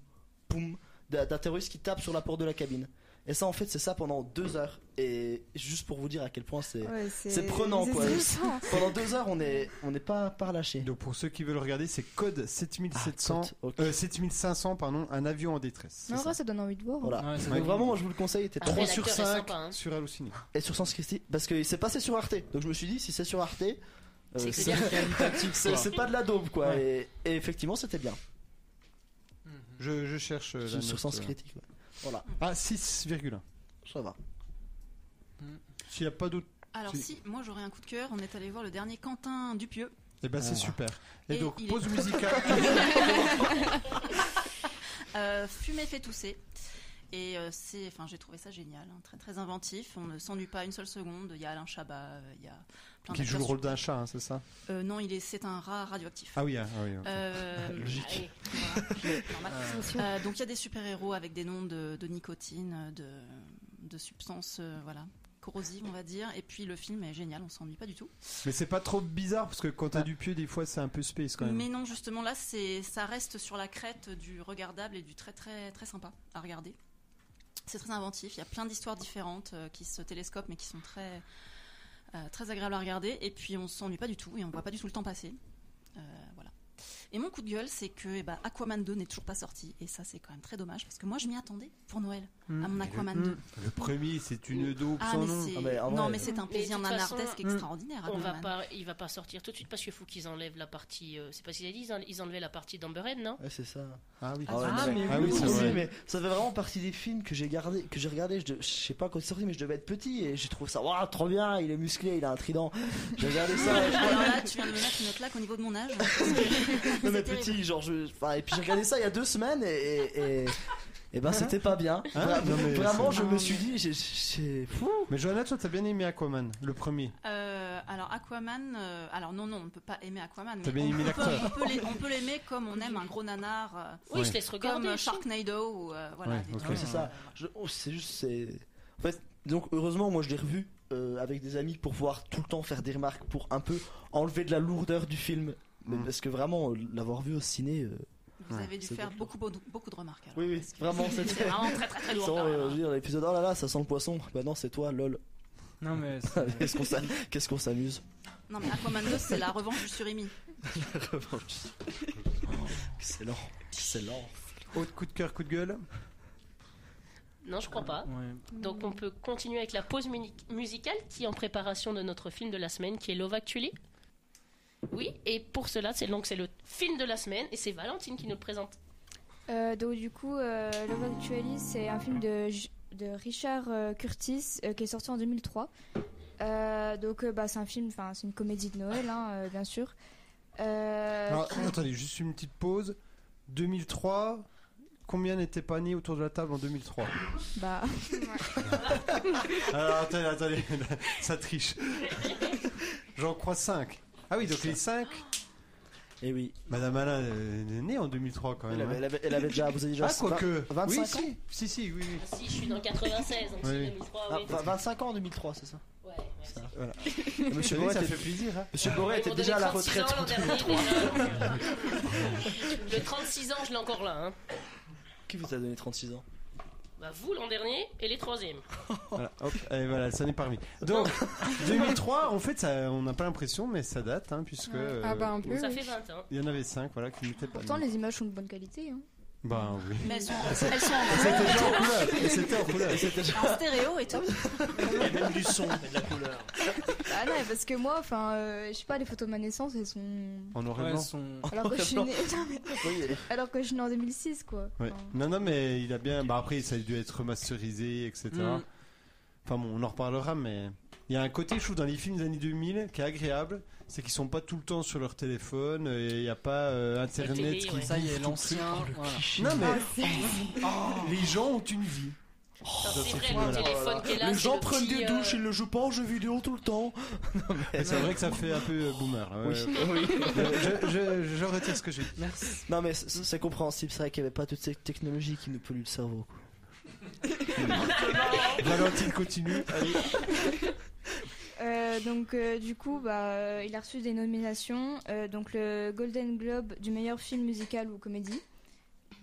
poum d'un d'un terroriste qui tape sur la porte de la cabine. Et ça, en fait, c'est ça pendant deux heures. Et juste pour vous dire à quel point c'est. Ouais, C'est prenant, quoi. c'est stressant. Pendant deux heures, on n'est on n'est pas, pas relâché. Donc pour ceux qui veulent regarder, c'est code 7700, Ah, écoute, ok. euh, 7500, pardon, un avion en détresse. Mais en vrai, ça donne envie de voir. hein. Voilà. ouais, ça Donc doit- vraiment, moi, je vous le conseille. T'es Ah, trop mais 3 l'acteur sur est 5 sympa, hein. sur Allociné. Et sur Sens Christi, parce que c'est passé sur Arte. Donc je me suis dit, si c'est sur Arte, euh, C'est que c'est c'est- bien. c'est c'est pas de la daube quoi. Et, et effectivement, c'était bien. Je, je cherche euh, la sur note, Sens euh. Critique. ouais. Voilà, Ah, 6,1. ça va. S'il n'y a pas d'autre, Alors, Si. si, moi j'aurais un coup de cœur, on est allé voir le dernier Quentin Dupieux. eh ben c'est Ah. super. Et, Et donc, il est pause musicale. Euh, Fumer fait tousser. Et euh, c'est, enfin, j'ai trouvé ça génial, hein, très très inventif. On ne s'ennuie pas une seule seconde. Il y a Alain Chabat, euh, il y a plein Qui joue le d'acteurs rôle d'un chat, hein, c'est ça sur- Euh, non, il est, c'est un rat radioactif. Ah oui, ah, ah oui. ok. Euh, Logique. Allez. voilà, normal. Attention. Euh, donc il y a des super héros avec des noms de, de nicotine, de, de substances, euh, voilà, corrosives, on va dire. Et puis le film est génial, on s'ennuie pas du tout. Mais c'est pas trop bizarre parce que quand t'as du pieu, des fois c'est un peu space quand même. Ah. Mais non, justement là, c'est ça reste sur la crête du regardable et du très très très sympa à regarder. C'est très inventif. Il y a plein d'histoires différentes euh, qui se télescopent, mais qui sont très euh, très agréables à regarder. Et puis on s'ennuie pas du tout et on voit pas du tout le temps passer. Euh, voilà. Et mon coup de gueule, c'est que eh ben, Aquaman 2 n'est toujours pas sorti. Et ça, c'est quand même très dommage parce que moi, je m'y attendais pour Noël Hmm. Hmm. à mon Aquaman 2. Le premier, c'est une daube Ah, sans mais nom. c'est Ah, mais en non, vrai, mais c'est un Mais de plaisir toute façon, nanardesque mm, extraordinaire. On va Aquaman. pas, il va pas sortir tout de suite parce qu'il faut qu'ils enlèvent la partie. euh, c'est pas ce qu'ils avaient dit, ils en- ils enlevaient la partie d'Amberhead, non Ouais, c'est ça. Ah oui, Ah, ouais, Ah, non, mais Ah oui, oui, c'est oui, vrai. mais ça fait vraiment partie des films que j'ai gardé, que j'ai regardé. Je, de- je sais pas quand c'est sorti, mais je devais être petit et j'ai trouvé ça waouh trop bien. Il est musclé, il a un trident. J'ai regardé ça. et je- Alors là, tu viens de me mettre une claque au niveau de mon âge. non, mais C'est terrible. petit, genre je. Enfin, et puis j'ai regardé ça il y a deux semaines et et, et- et ben c'était pas bien. Hein Vra- Non, mais vraiment, c'est- je me suis dit, j'ai- j'ai. fou. Mais Johanna, toi t'as bien aimé Aquaman, le premier. Euh, alors Aquaman, euh, alors non non, on ne peut pas aimer Aquaman. T'as mais bien on, aimé on peut, l'acteur. on peut l'ai- on peut l'aimer comme on aime un gros nanar, euh, Oui, Ouais. je te laisse regarder. comme euh, le film. Sharknado ou euh, voilà. Ouais, des ok. trucs, Ouais, c'est euh, ça. Je- oh, c'est juste, c'est. En fait, donc heureusement, moi je l'ai revu euh, avec des amis pour pouvoir tout le temps faire des remarques, pour un peu enlever de la lourdeur du film. Mais Mm. Parce que vraiment, euh, l'avoir vu au ciné. euh, Vous Ouais, avez dû c'est faire bon. beaucoup beaucoup beaucoup de remarques. alors, Oui, oui, parce que vraiment, c'est c'était- vraiment très très très lourd. sans, quand même, euh, hein. je veux dire, l'épisode, oh là là, ça sent le poisson. Bah non, c'est toi, lol. Non, mais. c'est- Qu'est-ce qu'on s'a- qu'est-ce qu'on s'amuse Non mais Aquaman 2, c'est la revanche du surimi. Excellent, excellent. Autre coup de cœur, coup de gueule. Euh, Non, je crois pas. Ouais. Donc on peut continuer avec la pause muni- musicale qui est en préparation de notre film de la semaine qui est Love Actually. Oui, et pour cela, c'est donc c'est le film de la semaine et c'est Valentine qui nous le présente. Euh, donc du coup, euh, Love Actually, c'est un film de, J- de Richard euh, Curtis euh, qui est sorti en 2003. Euh, donc euh, bah, c'est un film, enfin c'est une comédie de Noël, hein, euh, bien sûr. Euh, Alors, attendez, juste une petite pause. 2003, combien n'étaient pas nés autour de la table en 2003 bah, Alors, attendez, attendez, ça triche. J'en crois 5. Ah oui, donc les 5. Et oui, Madame Alain euh, est née en 2003 quand elle même. avait, hein. elle avait- elle avait déjà. Vous avez déjà Ah, quoique. 25 oui, ans si. si, si, oui, oui. Ah, Si, je suis dans 96, donc c'est Oui. 2003. Ah, oui. vingt- 25 ans en 2003, c'est ça Ouais, Ça. merci. Monsieur Vous savez, Bourret Eh ça était, fait plaisir. hein. Monsieur Bourret Ils était m'ont déjà à la donné 36 retraite. ans l'an dernier, déjà, donc, euh, le 36 ans, je l'ai encore là. hein. Qui vous a donné 36 ans Bah, vous l'an dernier et les troisièmes. Voilà, hop, et voilà, ça n'est pas remis. Donc, 2003, en fait, ça- on n'a pas l'impression, mais ça date, hein, puisque. euh, Ah bah un peu. Ça oui. fait hein. 20 ans. Il y en avait 5, voilà, qui n'étaient pas pourtant nés. les images sont de bonne qualité. hein. Ben oui. Mais elles sont, elles sont en- C'était déjà en couleur. C'était en couleur. en stéréo et tout. Il y a même du son et de la couleur. Ah non, parce que moi, enfin, euh, je sais pas, les photos de ma naissance, elles sont. En noir et Ouais, blanc. son- Alors que je suis Non. née, Oui, alors que je suis née en 2006, quoi. Ouais. Enfin, Non, non, mais il a bien. Bah après, ça a dû être remasterisé, etc. Mm. Enfin bon, on en reparlera, mais il y a un côté, je trouve, dans les films des années 2000 qui est agréable, c'est qu'ils sont pas tout le temps sur leur téléphone et il n'y a pas euh, internet télé, qui. ouais. Ça y est, l'ancien. voilà. Non, mais Oh, les gens ont une vie. Non, ça, Oh, c'est c'est vrai, fou, le alors. téléphone qui est là. les c'est gens le prennent petit, des euh, douches, ils ne jouent pas aux jeux vidéo tout le temps. C'est vrai que ça fait un peu euh, boomer. là, ouais. je, je, je retire ce que j'ai dit. Merci. Non, mais c'est c'est compréhensible, c'est vrai qu'il n'y avait pas toutes ces technologies qui nous polluent le cerveau. quoi. Valentine continue. Euh, donc euh, du coup, bah, euh, il a reçu des nominations, euh, donc le Golden Globe du meilleur film musical ou comédie.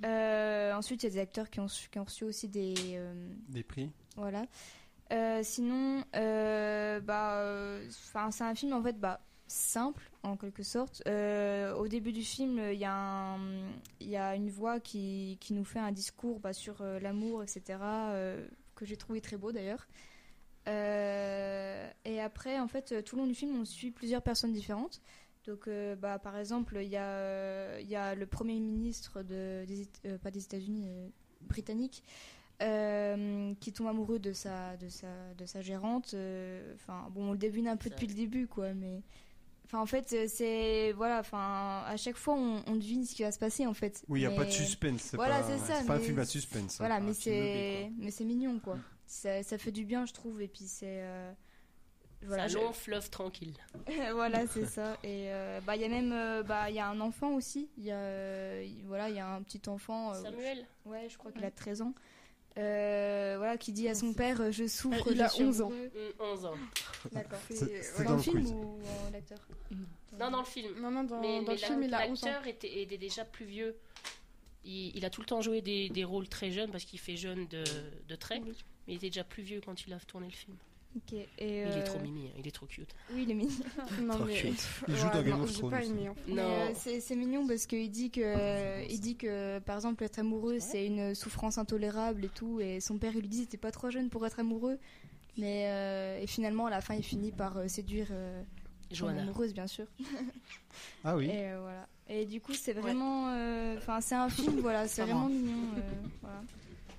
Euh, ensuite, il y a des acteurs qui ont, su- qui ont reçu aussi des euh, Des prix. voilà. Euh, sinon, euh, bah, euh, 'fin, c'est un film en fait bah, simple en quelque sorte. Euh, au début du film, il y, a un- il y a une voix qui, qui nous fait un discours bah, sur euh, l'amour, etc., euh, que j'ai trouvé très beau d'ailleurs. Euh, et après, en fait, euh, tout le long du film, on suit plusieurs personnes différentes. Donc, euh, bah, par exemple, il y, a, euh, il y a le premier ministre de, des, Éta- euh, pas des États-Unis, euh, britannique, euh, qui tombe amoureux de sa, de sa, de sa gérante. euh, Enfin, bon, on le devine un peu Ça- depuis le début, quoi, mais. Enfin, en fait, euh, c'est voilà. Enfin, à chaque fois, on, on devine ce qui va se passer, en fait. Oui, il n'y a Mais- pas de suspense. C'est Voilà, pas, c'est ça, c'est pas un mais- film à suspense. hein. Voilà, Un mais film B, c'est mais c'est mignon, Mm. quoi. Ça, ça fait du bien, je trouve. Et puis c'est euh, voilà. C'est je- un long fleuve tranquille. voilà, c'est ça. Et euh, bah il y a même euh, bah il y a un enfant aussi. Il y a euh, il- voilà, il y a un petit enfant. euh, Samuel Ouais, je crois qu'il a 13 ans. Euh, voilà, qui dit à son père euh, Je souffre. Il je a suis 11 ans. euh, heureux. Mm, 11 ans. D'accord. euh, C'est- c'est Dans, dans le le film quiz. ou en l'acteur Non, dans le film. Non, non, dans, mais dans mais le film, la- il a 11 ans. l'acteur était, était déjà plus vieux. Il, il a tout le temps joué des, des rôles très jeunes parce qu'il fait jeune de, de trait. Oui. Mais il était déjà plus vieux quand il a tourné le film. Ok. Et, Il euh, est trop mimi, hein, il est trop cute. Oui, il est mignon. Non, mais... Tranquille. pff, Il joue ouais, dans Game non, of j'ai Thrones pas aussi. aimé, en fait. Mais, Non. euh, c'est c'est mignon parce qu'il dit que, il dit que, par exemple, être amoureux, c'est une souffrance intolérable et tout. Et son père, il lui dit, t'es pas trop jeune pour être amoureux. Mais euh, et finalement, à la fin, il finit par euh, séduire euh, son Johanna. amoureuse, bien sûr. quoi. Ah oui. Et euh, voilà. Et du coup, c'est vraiment, euh, enfin, c'est un film, voilà, c'est Pas moi. vraiment mignon. euh, voilà.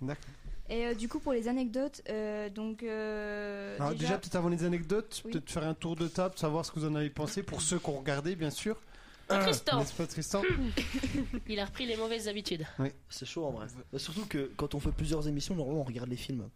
D'accord. Et euh, du coup, pour les anecdotes, euh, donc euh, Alors déjà, peut-être avant les anecdotes, Oui. peut-être faire un tour de table, savoir ce que vous en avez pensé pour ceux qui ont regardé, bien sûr. Euh, Tristan. Hum. N'est-ce pas, Tristan Il a repris les mauvaises habitudes. C'est chaud en vrai. Bah, surtout que quand on fait plusieurs émissions, normalement on regarde les films.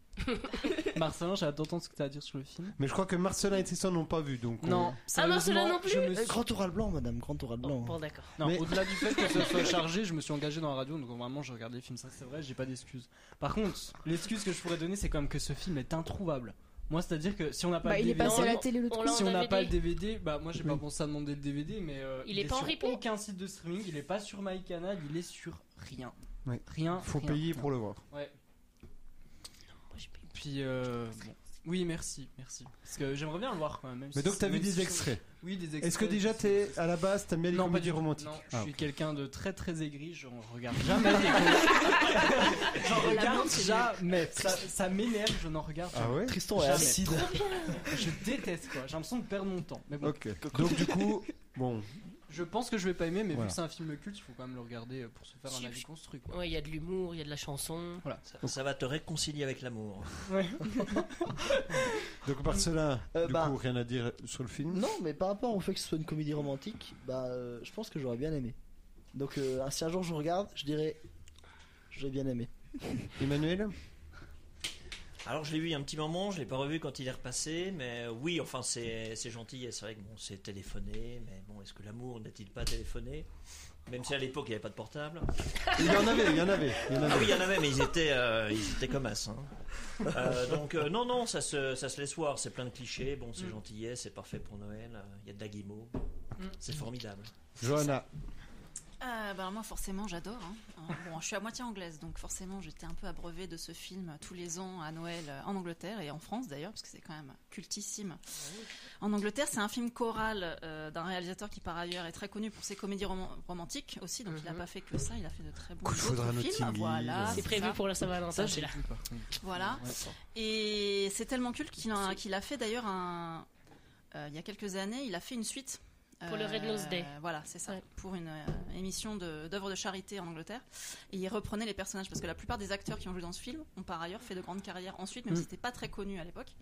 Marcelin, j'ai hâte d'entendre ce que t'as à dire sur le film. Mais je crois que Marcelin et Tristan n'ont pas vu, donc. on- Non, Ah, sérieusement, Marcelin non plus je me Eh, suis- grand oral blanc, madame, grand oral Oh, blanc. Bon, d'accord. Non, Mais- au-delà du fait que ce soit chargé, je me suis engagé dans la radio, donc vraiment je regardais les films. Ça, c'est vrai, j'ai pas d'excuses. Par contre, l'excuse que je pourrais donner, c'est quand même que ce film est introuvable. Moi, c'est-à-dire que si on n'a pas bah, le il est DVD, passé à la on- télé l'autre on coup. l'a- si on n'a DVD. pas le DVD, bah moi j'ai pas Oui. pensé à demander le DVD, mais euh, Il est pas en sur replay aucun site de streaming, il est pas sur MyCanal, il est sur rien. Oui. Rien. Faut rien, payer rien. pour le voir. Ouais. Moi, j'ai payé. Puis euh, bon. oui, merci, merci. Parce que j'aimerais bien le voir quand même. même Mais si donc, c'est- t'as vu même si des je- extraits. Oui, des extraits. Est-ce que déjà, t'es à la base, t'aimes bien les non, pas comédies du tout. romantiques Non, je Ah. suis quelqu'un de très très aigri, je regarde jamais. les J'en regarde jamais. Ça, ça m'énerve, je n'en regarde Ah ouais Tristan est Jamais. acide. jamais. Je déteste quoi, j'ai l'impression de perdre mon temps. Mais bon, Ok. Donc du coup, bon, je pense que je vais pas aimer, mais Voilà. vu que c'est un film culte, il faut quand même le regarder pour se faire un Si, avis je- construit. Quoi. Ouais, il y a de l'humour, il y a de la chanson. Ça, ça va te réconcilier avec l'amour. donc Marcelin, Euh, du bah. coup, rien à dire sur le film. Non, mais par rapport au fait que ce soit une comédie romantique, bah, euh, je pense que j'aurais bien aimé. Donc, euh, si un jour je regarde, je dirais, j'aurais bien aimé. Emmanuel Alors je l'ai vu il y a un petit moment, je l'ai pas revu quand il est repassé, mais oui, enfin c'est c'est gentil, et c'est vrai que bon, c'est téléphoné, mais bon, est-ce que l'amour n'a-t-il pas téléphoné Même si à l'époque il n'y avait pas de portable. Il y en avait, il y en avait, il y en Ah oui, avait. il y en avait, mais ils étaient, euh, ils étaient comme as. hein. Euh, donc euh, non, non, ça se, ça se laisse voir, c'est plein de clichés, bon, c'est Mm. gentillet, c'est parfait pour Noël, euh, il y a de la guimauve, c'est formidable. Johanna, Euh, bah, moi, forcément, j'adore. hein. Euh, Bon, je suis à moitié anglaise, donc forcément, j'étais un peu abreuvée de ce film euh, tous les ans à Noël euh, en Angleterre et en France d'ailleurs, parce que c'est quand même cultissime. Ah En Angleterre, c'est un film choral euh, d'un réalisateur qui, par ailleurs, est très connu pour ses comédies roman- romantiques aussi, donc il n'a Mhm. pas fait que ça, il a fait de très bons Coup de foudre à autres Notting films. Hill. euh, Voilà, C'est C'est prévu ça. pour la Saint-Valentin, Ça, j'ai celui-là. vu par contre. Voilà. Ouais. Et c'est tellement culte qu'il en- qu'il a, fait d'ailleurs un. euh, il y a quelques années, il a fait une suite. euh, Pour le Red Nose Day. Voilà, c'est ça. Ouais. Pour une euh, émission de- d'œuvres de, charité en Angleterre. Et il reprenait les personnages parce que la plupart des acteurs qui ont joué dans ce film ont par ailleurs fait de grandes carrières ensuite, même Mm. si c'était pas très connu à l'époque.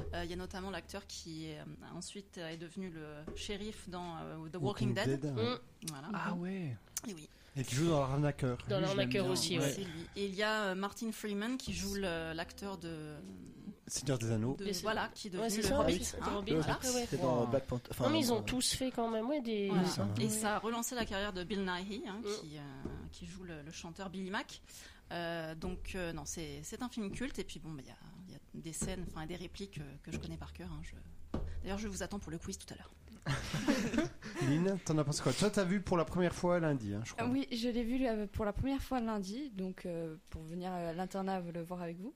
Euh, Il y a notamment l'acteur qui euh, ensuite est devenu le shérif dans euh, The Walking, Dead. Mm. Voilà. Ah ouais. Et oui, Et qui joue dans l'arnaqueur. Dans Oui, je l'arnaqueur l'aime bien. aussi, ouais. c'est lui. Et il y a euh, Martin Freeman qui joue le- l'acteur de, Seigneur des Anneaux. de- Bien sûr. voilà qui est devenu Ouais, c'est le ça, Hobbit. Hobbit, hein. Hobbit, Le Voilà. ouais, ouais. C'est dans Wow. Black Panther. enfin, Non, mais ils dans- euh, ont tous fait quand même, ouais, Mm. des. Voilà. ça Et ça a relancé la carrière de Bill Nighy, hein, qui, euh, qui joue le, le chanteur Billy Mack. Euh, donc, euh, non, c'est c'est un film culte. Et puis, bon, bah, il y, a- il y a des scènes, enfin, et des répliques euh, que je connais par cœur. hein, je- D'ailleurs, je vous attends pour le quiz tout à l'heure. Lynn, t'en as pensé quoi Toi, t'as vu pour la première fois lundi, hein, je crois. Ah oui, je l'ai vu euh, pour la première fois lundi, donc euh, pour venir à l'internat le voir avec vous.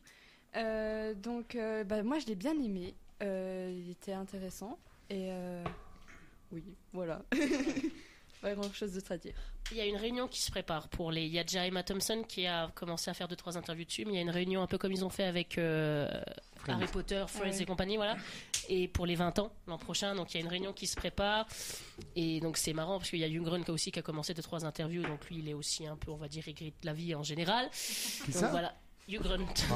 Euh, donc euh, bah, moi je l'ai bien aimé, Euh, il était intéressant et euh, oui, voilà. Pas grand chose d'autre à dire. Il y a une réunion qui se prépare pour les. Il y a déjà Emma Thompson qui a commencé à faire deux trois interviews dessus, mais il y a une réunion un peu comme ils ont fait avec euh, Friends. Harry Potter, Friends Ah oui. et compagnie, voilà. Et pour les 20 ans l'an prochain, donc il y a une réunion qui se prépare. Et donc c'est marrant parce qu'il y a Jungren qui a aussi qui a commencé deux trois interviews, donc lui il est aussi un peu, on va dire, aigri de la vie en général. Qui Donc ça voilà. Hugh Grunt.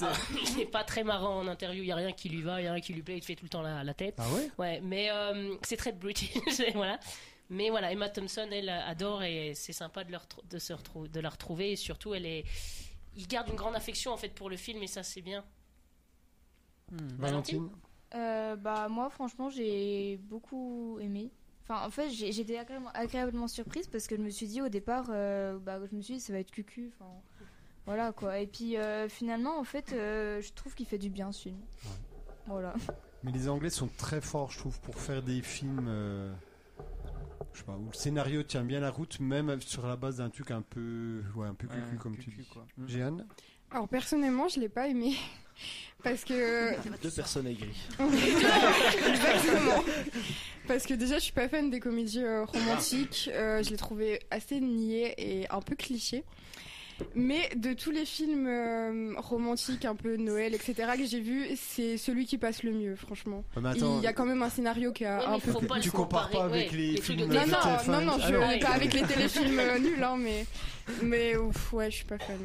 Ah, il n'est pas très marrant en interview, il n'y a rien qui lui va, il n'y a rien qui lui plaît, il te fait tout le temps la, la tête. Ah ouais Ouais, mais euh, c'est très british, et voilà. Mais voilà, Emma Thompson, elle euh, adore et c'est sympa de, leur, tr- de, se retrou- de la retrouver et surtout, elle est... Il garde une grande affection en fait pour le film et ça c'est bien. Hum. Valentine Euh, bah moi franchement j'ai beaucoup aimé. Enfin en fait j'ai- j'étais agréablement, agréablement surprise parce que je me suis dit au départ euh, bah je me suis dit ça va être cucu. Enfin voilà quoi. Et puis euh, finalement en fait euh, je trouve qu'il fait du bien ce film. Voilà. Mais les Anglais sont très forts, je trouve, pour faire des films. euh, je sais pas, où le scénario tient bien la route, même sur la base d'un truc un peu. Ouais, un peu cucu, comme tu dis. Mm. Jeanne Alors personnellement, je l'ai pas aimé parce que Deux personnes aigries. Exactement. Parce que déjà, je suis pas fan des comédies euh, romantiques. Euh, je les trouvais assez niais et un peu clichés. Mais de tous les films euh, romantiques, un peu Noël, etc., que j'ai vu, c'est celui qui passe le mieux, franchement. Ouais, Ah, mais attends. euh, Il y a quand même un scénario qui a Ouais, Ah, mais un il peu. faut pas Tu le compares pas comparer, avec ouais, les trucs films de Non, de non, TF1. non, non, je Ah non. pas avec les téléfilms euh, nuls, hein, mais. Mais ouf, ouais, je suis pas fan.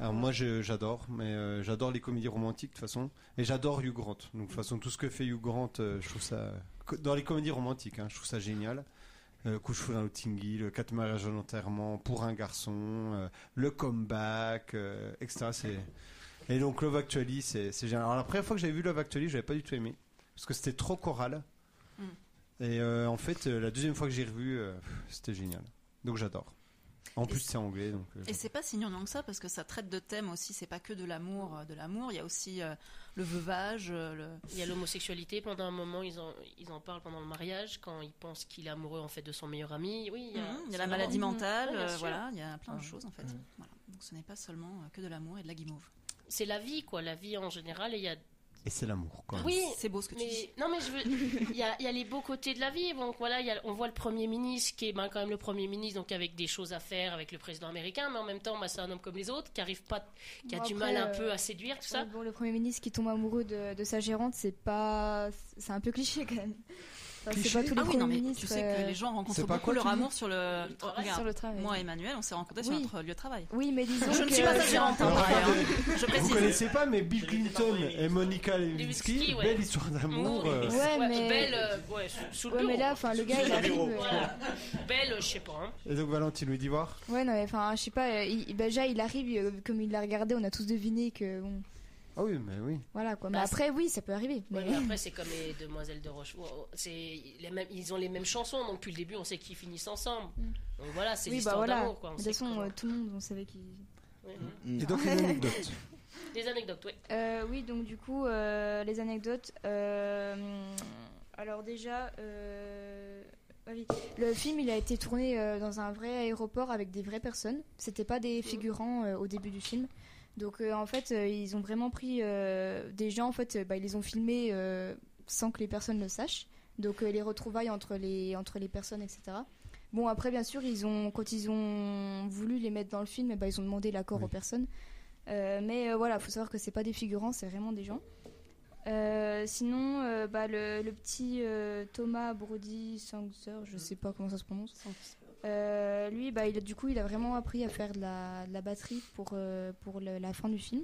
Alors moi je- j'adore, mais euh, j'adore les comédies romantiques de toute façon, et j'adore Hugh Grant. Donc de toute façon tout ce que fait Hugh Grant, euh, je trouve ça co- dans les comédies romantiques, hein, je trouve ça génial. Euh, Couche fou dans Notting Hill, Quatre mariages à l'enterrement, Pour un garçon, euh, Le comeback, euh, etc. C'est- Et donc Love Actually, c'est c'est génial. Alors la première fois que j'avais vu Love Actually, j'avais pas du tout aimé parce que c'était trop choral. Mm. Et euh, en fait, euh, la deuxième fois que j'ai revu, euh, pff, c'était génial. Donc j'adore. En Et plus c'est- c'est anglais, donc. euh, Et c'est pas si gnangnan que ça parce que ça traite de thèmes aussi. C'est pas que de l'amour, euh, de l'amour. Il y a aussi euh, le veuvage. euh, le- Il y a l'homosexualité. Pendant un moment, ils en, ils en parlent pendant le mariage, quand il pense qu'il est amoureux en fait de son meilleur ami. Oui, il y a, Mhm, Il y c'est a la marrant. maladie mentale. Ouais, bien euh, sûr. voilà, il y a plein de Ah. choses en fait. Voilà. Donc ce n'est pas seulement euh, que de l'amour et de la guimauve. C'est la vie, quoi. La vie en général. Et il y a. Et c'est l'amour quoi. Oui, C'est beau ce que tu dis. mais non, mais je veux. Il y a, il y a les beaux côtés de la vie. Donc voilà, il y a- on voit le premier ministre qui est ben, quand même le premier ministre, donc avec des choses à faire avec le président américain, mais en même temps, ben, c'est un homme comme les autres qui arrive pas, qui a Bon, du après, mal un euh, peu à séduire, tout ça. ouais, bon le premier ministre qui tombe amoureux de, de sa gérante c'est pas c'est un peu cliché quand même. Enfin, c'est Cliché pas tous les Ah oui, premiers non, mais tu ministres, sais que euh, les gens rencontrent c'est pas beaucoup quoi, leur tu dis amour sur le. Regarde, sur le travail. moi et Emmanuel, on s'est rencontrés sur Oui. notre lieu de travail. Oui mais disons Je ne que suis pas sa c'est gérante, hein, Alors, par ailleurs, regardez, hein. je Vous précise. connaissez pas, mais Bill Clinton et Monica Lewinsky, Lewinsky, ouais. belle histoire d'amour. Non, euh, Ouais, mais- Belle, euh, ouais, sous, sous le Ouais bureau, mais là quoi. enfin le gars il arrive euh, Voilà. Belle, euh, je sais pas. hein. Et donc Valentine lui dit voir. Ouais, non, mais enfin, je sais pas, euh, il- bah, déjà, il arrive, euh, comme il l'a regardé, on a tous deviné que, bon, Ah oui, mais oui. voilà, quoi. Mais Bah, après, oui, ça peut arriver. Ouais, mais- mais après, c'est comme les demoiselles de Rochefort. C'est les mêmes, ils ont les mêmes chansons, donc depuis le début, on sait qu'ils finissent ensemble. Mm. Donc voilà, c'est oui, bah l'histoire voilà. d'amour. quoi. On De toute sait façon, comment- euh, tout le monde, on savait qu'il... Ouais. Et donc une anecdote. Des anecdotes, ouais. Euh, oui, donc, du coup, euh, les anecdotes. euh, alors, déjà, euh, ah oui, le film, il a été tourné euh, dans un vrai aéroport avec des vraies personnes. C'était pas des figurants euh, au début du film. Donc, euh, en fait, euh, ils ont vraiment pris euh, des gens, en fait, euh, bah, ils les ont filmés euh, sans que les personnes le sachent. Donc euh, les retrouvailles entre les, entre les personnes, etc. Bon, après, bien sûr, ils ont, quand ils ont voulu les mettre dans le film, eh ben, ils ont demandé l'accord Oui. aux personnes. Euh, mais euh, voilà, faut savoir que c'est pas des figurants, c'est vraiment des gens. Euh, sinon, euh, bah, le, le petit euh, Thomas Brody Sangster, je sais pas comment ça se prononce. Euh, lui, bah, il a- du coup, il a vraiment appris à faire de la, de la batterie pour, euh, pour le- la fin du film.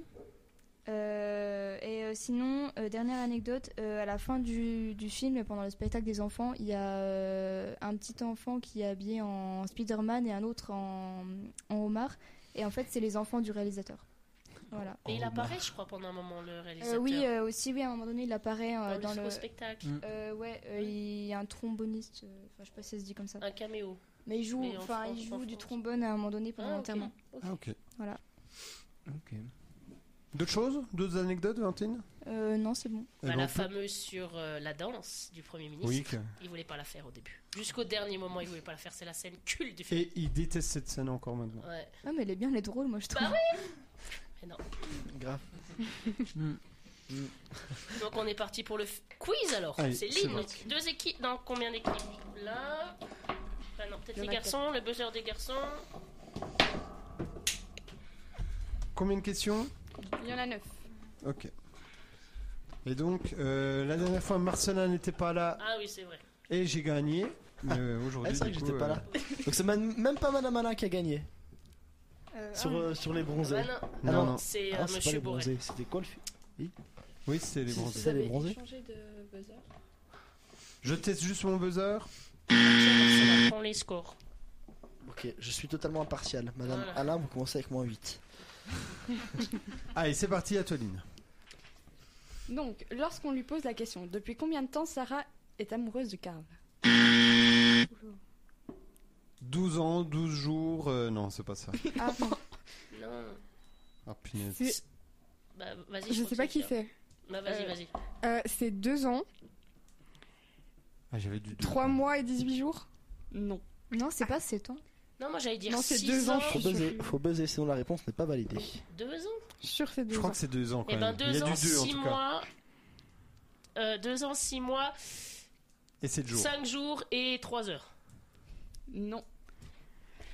Euh, et euh, sinon, euh, dernière anecdote, euh, à la fin du, du film, pendant le spectacle des enfants, il y a euh, un petit enfant qui est habillé en Spider-Man et un autre en, en homard. Et en fait, c'est les enfants du réalisateur. Voilà. Et Oh, bah. il apparaît, je crois, pendant un moment, le Euh, réalisateur. oui, euh, aussi, oui, à un moment donné, il apparaît euh, dans, dans le, le. au spectacle. Mm. Euh, ouais, euh, il y a un tromboniste, euh, enfin, je sais pas si ça se dit comme ça. Un caméo. Mais il joue, Mais en enfin, France- il en joue du France. trombone à un moment donné pendant Ah, ok. l'enterrement. Ah ok. Voilà. D'autres choses, d'autres anecdotes, Valentine. Euh, non, c'est bon. Eh Bah, ben, on la peut- fameuse sur euh, la danse du Premier ministre. Oui. que- Il voulait pas la faire au début. Jusqu'au dernier moment, il voulait pas la faire. C'est la scène culte du film. Et il déteste cette scène encore maintenant. Ouais. Ah, mais elle est bien, elle est drôle, moi je Bah trouve. Euh, Grave. Hmm. Donc on est parti pour le f- quiz alors. Allez, C'est c'est Lynn. parti. donc Deux équipes. Dans combien d'équipes Là. Ah non, peut-être Il y en les a garçons, le buzzer des garçons. Combien de questions Il y en a neuf. Ok. Et donc euh, la dernière fois Marcelin n'était pas là Ah oui, c'est vrai. et j'ai gagné. Mais, euh, Ah, Aujourd'hui, c'est vrai du que coup, j'étais pas euh, là. Donc c'est man- même pas Madame Alain qui a gagné. Euh, Sur, euh, sur les bronzés. Ah bah non. Ah Non, c'est, euh, Ah, pas Monsieur les Bourret. bronzés. C'était quoi le film Oui, Oui, c'est les Si, bronzés. c'est les bronzés. Changer de buzzer. Je teste juste mon buzzer. Tiens, on prend les scores. Ok, je suis totalement impartial. Madame Voilà. Alain, vous commencez avec moins 8. Allez, c'est parti, Atoline. Donc, lorsqu'on lui pose la question, depuis combien de temps Sarah est amoureuse de Karl 12 ans, 12 jours. euh, non, c'est pas ça. Ah, Non. Ah, punaise. C'est- Bah, vas-y. Je sais pas qui continue. c'est. Bah, vas-y, Euh, vas-y. Euh, c'est 2 ans, Ah, j'avais du doute. 3 mois et 18 jours. non. Non, c'est pas 7 ans. Non, moi j'allais dire Non, c'est 6 deux ans, ans. je Faut suis buzzer, sûre. faut buzzer, sinon la réponse n'est pas validée. 2 ans Je suis sûre que c'est 2 Je ans. crois que c'est 2 ans quand Eh ben, même. Il y 2 a ans, du 2 en 6 tout cas. mois. 2 ans, 6 mois, Et 7 jours. 5 jours et 3 heures. Non.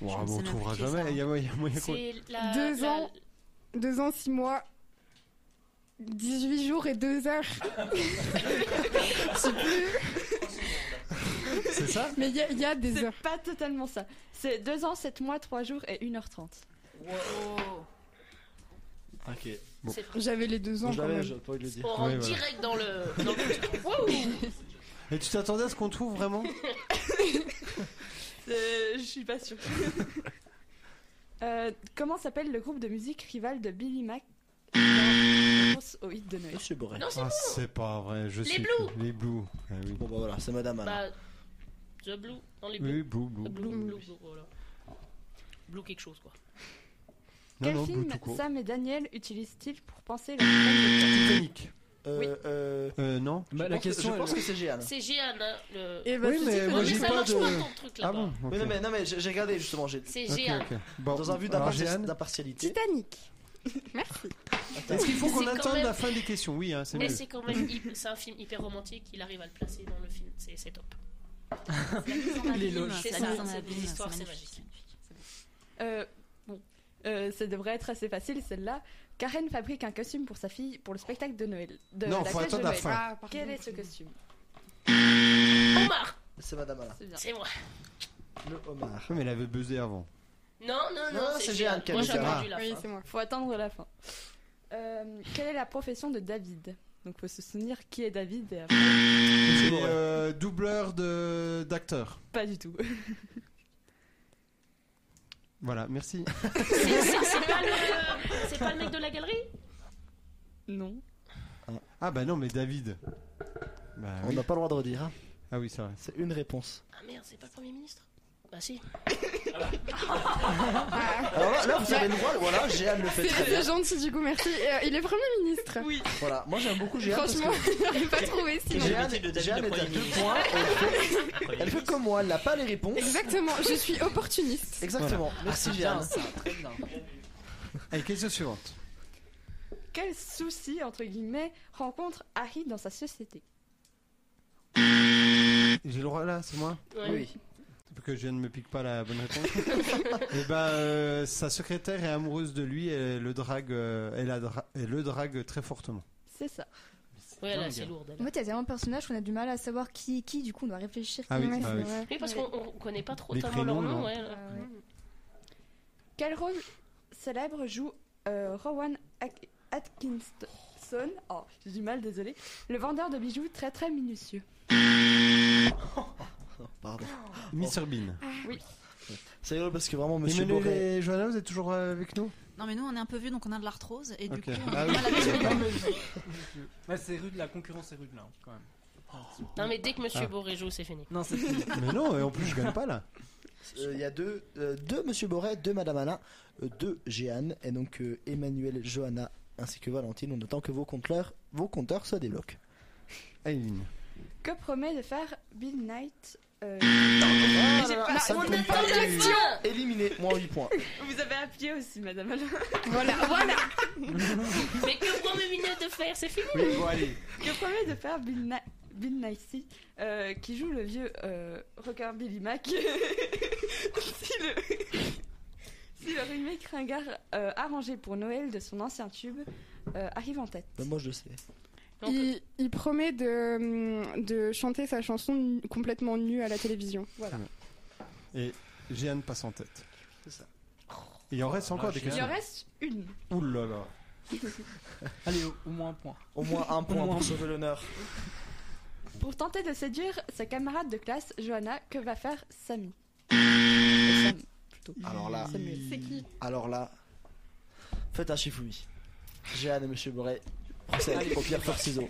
Ouah, Je ne bon, on sais même trouvera plus qui est jamais. ça. Il y a moyen moyen qu'on- C'est la. Deux la- ans. 2 ans, 6 mois, 18 jours et 2 heures. C'est ça Mais il y, a- il y a des C'est heures. pas totalement ça. C'est 2 ans, 7 mois, 3 jours et 1h30. Ok, c'est- J'avais les 2 ans je quand l'avais, même. j'avais pas envie de le dire. On rentre Oui, voilà. direct dans le. Dans le... Wouh Et tu t'attendais à ce qu'on trouve vraiment Euh, je suis pas sûre. Euh, comment s'appelle le groupe de musique rival de Billy Mac dans Réponse au hit de Noël Monsieur Boré. non, c'est. Ah, c'est pas vrai. Je Les sais Blues. plus. Les Blues. Ah, oui. Bon, bah voilà, c'est madame Alain. Bah, The Blue, dans les Blues. Oui, Blue, Blue. Blue, Blue, Blue, voilà. Blue quelque chose, quoi. Non, Quel non, Blue film tout court. Sam et Daniel utilisent-ils pour penser leur système de temps Titanic. Euh, oui. euh, Euh, non. Bah, je la pense que- question, je pense elle- que c'est Géane. C'est Géane, hein, le... Et bah, Oui, je mais sais moi, Non, pas. mais j'ai ça pas marche de- pas ton truc là-bas. Ah bon ok. Mais non, mais, non, mais j'ai j'ai regardé justement, j'ai C'est Ok, Géane. ok. Bon, dans un but alors, d'imparti- Jeanne, d'impartialité. Titanic. Est-ce qu'il faut C'est qu'on quand attende même- la fin des questions Oui, hein, c'est Mais mieux. c'est quand même hy- c'est un film hyper romantique, il arrive à le placer dans le film, c'est c'est top. Les loges. C'est C'est ça, la mise en c'est abîme, des histoires, c'est c'est magnifique. Euh, bon, Euh, ça devrait être assez facile celle-là. Karen fabrique un costume pour sa fille pour le spectacle de Noël. De Non, la faut fête de attendre la Noël. fin. Ah, pardon. Quel est ce costume Omar C'est madame Alain. C'est bien. C'est moi. Le homard. Oui, mais elle avait buzzé avant. Non, non, non, Non, c'est c'est Géane Géane. qui a Moi mis j'ai ça. entendu la Oui, fin. c'est moi. Faut attendre la fin. Euh, quelle est la profession de David Donc faut se souvenir qui est David et après- C'est Boré. euh, doubleur de- d'acteur. pas du tout. Voilà, merci. C'est- c'est- C'est pas le- c'est pas le mec de la galerie non. Ah bah non, mais David. Bah On oui. n'a pas le droit de redire, hein. Ah oui, c'est vrai. c'est une réponse. Ah merde, c'est pas le Premier ministre Bah si. Alors Ah, là, là, vous avez le droit, voilà, Géane le fait C'est très bien. c'est gentil du coup, merci. Et, euh, il est Premier ministre. Oui. Voilà, moi j'aime beaucoup Géane parce Franchement, que il n'aurait pas trouvé sinon. J'ai Géane, noté le David, Géane le est à Premier deux ministre. points, elle fait, Premier elle fait ministre. comme moi, elle n'a pas les réponses. Exactement, je suis opportuniste. Ah, Exactement, merci Géane. Allez, question suivante. Quel souci entre guillemets rencontre Harry dans sa société J'ai le droit là, c'est moi Ouais. Oui, Pour que je ne me pique pas la bonne réponse. et ben, euh, sa secrétaire est amoureuse de lui et le drague, euh, elle la dra- elle le drague très fortement. C'est ça. Ouais, là c'est lourd. En fait, il y a tellement de personnages qu'on a du mal à savoir qui est qui, du coup, on doit réfléchir. Ah oui, Ouais, ah c'est oui. vrai. Oui, parce qu'on on connaît pas trop Les tellement leur prénoms, nom, non ouais. Ah là. ouais. Quel rôle célèbre joue euh, Rowan Ak- Atkinson Oh, j'ai du mal, désolé. Le vendeur de bijoux très très minutieux. Oh, pardon. Oh, Mr Bean. C'est drôle parce que vraiment Monsieur Emmanuel Boré. et Johanna, vous êtes toujours euh, avec nous Non, mais nous, on est un peu vieux, donc on a de l'arthrose. Et du Ok. coup, on Ah a oui. mal à la Ouais, c'est rude, la concurrence est rude là, hein, quand même. Non, mais dès que Monsieur Ah. Boré joue, c'est fini. Non, c'est fini. Mais non, et en plus je gagne pas là. Euh, Il y a deux, euh, deux Monsieur Boré, deux Madame Alain, euh, deux Géane, et donc euh, Emmanuel, Johanna, ainsi que Valentine. On attend que vos compteurs, vos compteurs se débloquent. Aileen. Que promet de faire Bill Knight euh, Ah, j'ai là, là, pas- ça ne on compte attend pas. la Tiens Éliminé, moins 8 points. Vous avez appuyé aussi, madame. Voilà, voilà. Mais que promet minute de faire, c'est fini Oui, bon, allez. que promet de faire Bill, Na- Bill Nighy, euh, qui joue le vieux euh, requin Billy Mac si, le... si le remake ringard euh, arrangé pour Noël de son ancien tube euh, arrive en tête. Bah, moi je le sais. Donc, Il, il promet de, hum, de chanter sa chanson nu- complètement nue à la télévision. Voilà. Et Jeanne passe en tête. C'est ça. Et il en reste Ah, encore des Il questions. en reste une. Ouh là là. Allez, au, au moins un point. Au moins un point pour sauver l'honneur. Pour tenter de séduire sa camarade de classe, Johanna, que va faire Samy Alors là, Samuel. C'est qui alors là, faites un Shifumi. Jeanne et Monsieur Boré, procède au pierre feuille ciseaux.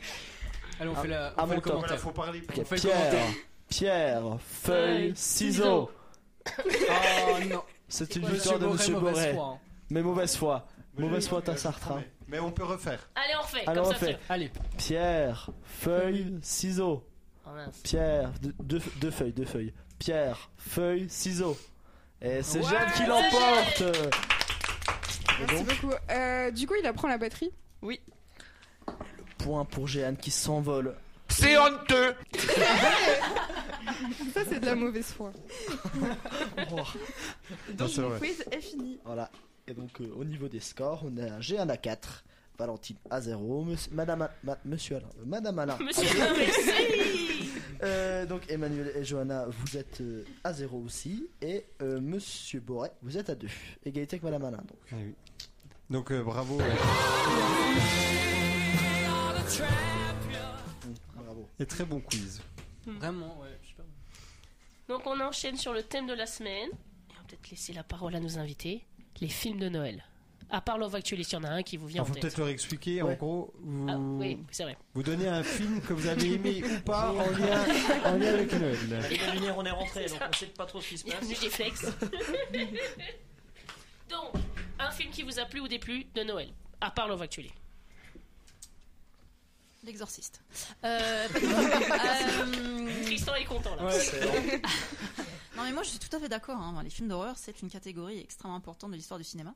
Allez, on Ah, fait, la, à on fait mon le temps. commentaire. Voilà, faut parler. Ok, Feuille pierre, commentaire. pierre, feuille, ciseaux. Oh non. C'est une Monsieur victoire de Boré, Monsieur mauvaise Boré. foi, hein. Mais mauvaise foi, Mais mauvaise je- foi, t'as je Sartre. hein. promets. Mais on peut refaire. Allez, on refait. Alors on comme ça, fait c'est- Allez, pierre, feuille, ciseaux. Oh, mince. Pierre, deux, deux- deux feuilles, deux feuilles. Pierre, feuille, ciseaux. Et c'est Jeanne qui Ouais. l'emporte. Et Merci Ah, donc, beaucoup. Euh, du coup, il apprend la batterie. point pour Jeanne qui s'envole. C'est honteux Ça, c'est de la mauvaise foi. Non, Donc c'est le vrai. quiz est fini. Voilà. Et donc, euh, au niveau des scores, on a Jeanne à 4, Valentine à 0, monsieur, Madame, A- Ma- Monsieur Alain, euh, Madame Alain. Monsieur, non, mais si Euh, donc, Emmanuel et Johanna, vous êtes euh, à 0 aussi. Et euh, Monsieur Boré, vous êtes à 2. Égalité avec Madame Alain. Donc. Ah oui. Donc euh, bravo. Bravo. Et très bon quiz. vraiment, ouais, je sais pas. Donc on enchaîne sur le thème de la semaine. Et on va peut-être laisser la parole à nos invités. Les films de Noël. À part Love Actually, s'il y en a un qui vous Il vient en faut tête. peut-être euh, leur expliquer. En Ouais. gros, vous, Ah, oui, c'est vrai. vous donnez un film que vous avez aimé ou pas en lien, en lien avec Noël. Avec la lumière, on est rentré, donc on sait pas trop ce qui se passe. Bienvenue chez Flex. Donc, un film qui vous a plu ou déplu de Noël. À part Love Actually. L'exorciste. Euh, euh, Tristan est content là. Non mais moi je suis tout à fait d'accord. hein. Les films d'horreur c'est une catégorie extrêmement importante de l'histoire du cinéma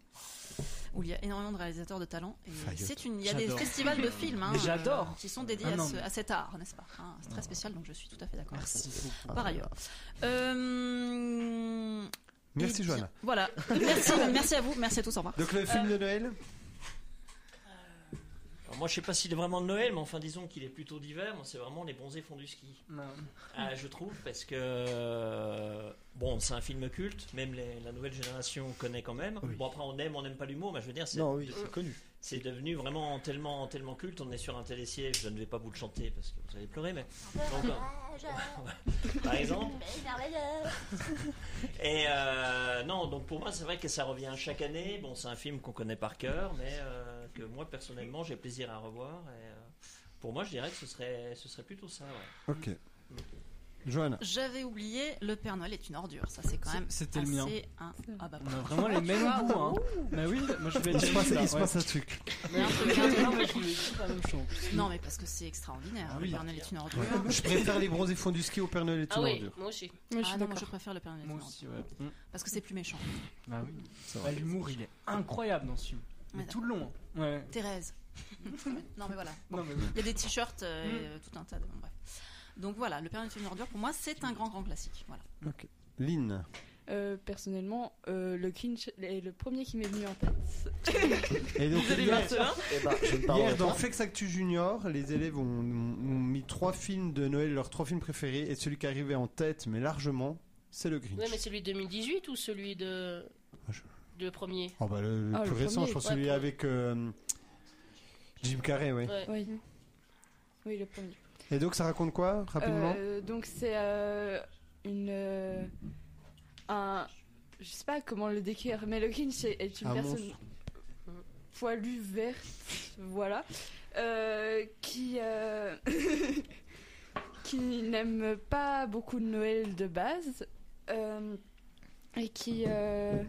où il y a énormément de réalisateurs de talent. Et c'est une, il y a des J'adore. festivals de films hein, Mais j'adore. euh, qui sont dédiés Ah à, non, ce- mais- Ah. à cet art, n'est-ce pas Hein, C'est très spécial donc je suis tout à fait d'accord. Merci. Par ailleurs. Euh, Merci et bien, Joanna. Voilà. Merci, merci à vous. Merci à tous. Au revoir. Euh, Donc le film de Noël. Alors, moi, je sais pas s'il est vraiment de Noël, mais enfin, disons qu'il est plutôt d'hiver. Moi, c'est vraiment les bronzés font du ski. Ah, je trouve, parce que. euh, Bon, c'est un film culte, même les- la nouvelle génération connaît quand même. Oui. Bon, après, on aime, on n'aime pas l'humour, mais je veux dire, c'est Euh, Non, oui, c'est connu. c'est devenu vraiment tellement, tellement culte. On est sur un télésiège, je ne vais pas vous le chanter parce que vous allez pleurer, mais. Donc, euh, Par exemple. Et euh, non, donc pour moi, c'est vrai que ça revient chaque année. Bon, c'est un film qu'on connaît par cœur, mais euh, que moi, personnellement, j'ai plaisir à revoir. Et, euh, pour moi, je dirais que ce serait, ce serait plutôt ça. ouais. Ok. Joanna. J'avais oublié. Le Père Noël est une ordure. Ça c'est quand C'est- même. c'était le mien. assez un- Ah bah. On a vraiment les mêmes goûts, hein. Bah oui, moi je vais Il être se passe, là, il se ouais. passe un truc. un truc, un truc. Non, mais je voulais dire la même chose. Non mais parce que c'est extraordinaire. Ah oui. Le Père Noël est une ordure. Je préfère les bronzés fonds du ski au Père Noël et Ah tout oui, moi aussi. Moi, je Ah suis non, moi je d'accord. préfère le Père Noël est une Moi ordure. aussi, ouais. Mm. Parce que c'est plus méchant. Bah oui. C'est Bah, vrai. l'humour, il est incroyable dans ce film. Mais Ouais, tout le long. hein. Ouais. Thérèse. non mais voilà. Non, mais Mm. oui. Il y a des t-shirts euh, et euh, tout un tas de. bon, bref. Donc voilà, le Père Noël est une ordure. Pour moi, c'est un grand grand classique. Voilà. Lynn. Euh, personnellement, euh, le cringe est le premier qui m'est venu en tête. Et donc hier, Eh ben, je ne parlerai hier, pas. dans Flex Actu Junior, les élèves ont, ont mis trois films de Noël, leurs trois films préférés, et celui qui arrivait en tête, mais largement, c'est le Grinch. Ouais, mais celui de 2018 ou celui de. Ah, je- de premier Oh bah le, le Ah, plus le récent, premier, je pense ouais, celui pour- avec euh, Jim Carrey, oui. Ouais. Oui. Oui, le premier. Et donc ça raconte quoi rapidement Euh, donc c'est euh, une euh, un je sais pas comment le décrire mais le Grinch est, est une Un personne monstre. poilue verte voilà euh, qui euh, qui n'aime pas beaucoup de Noël de base euh, et qui euh,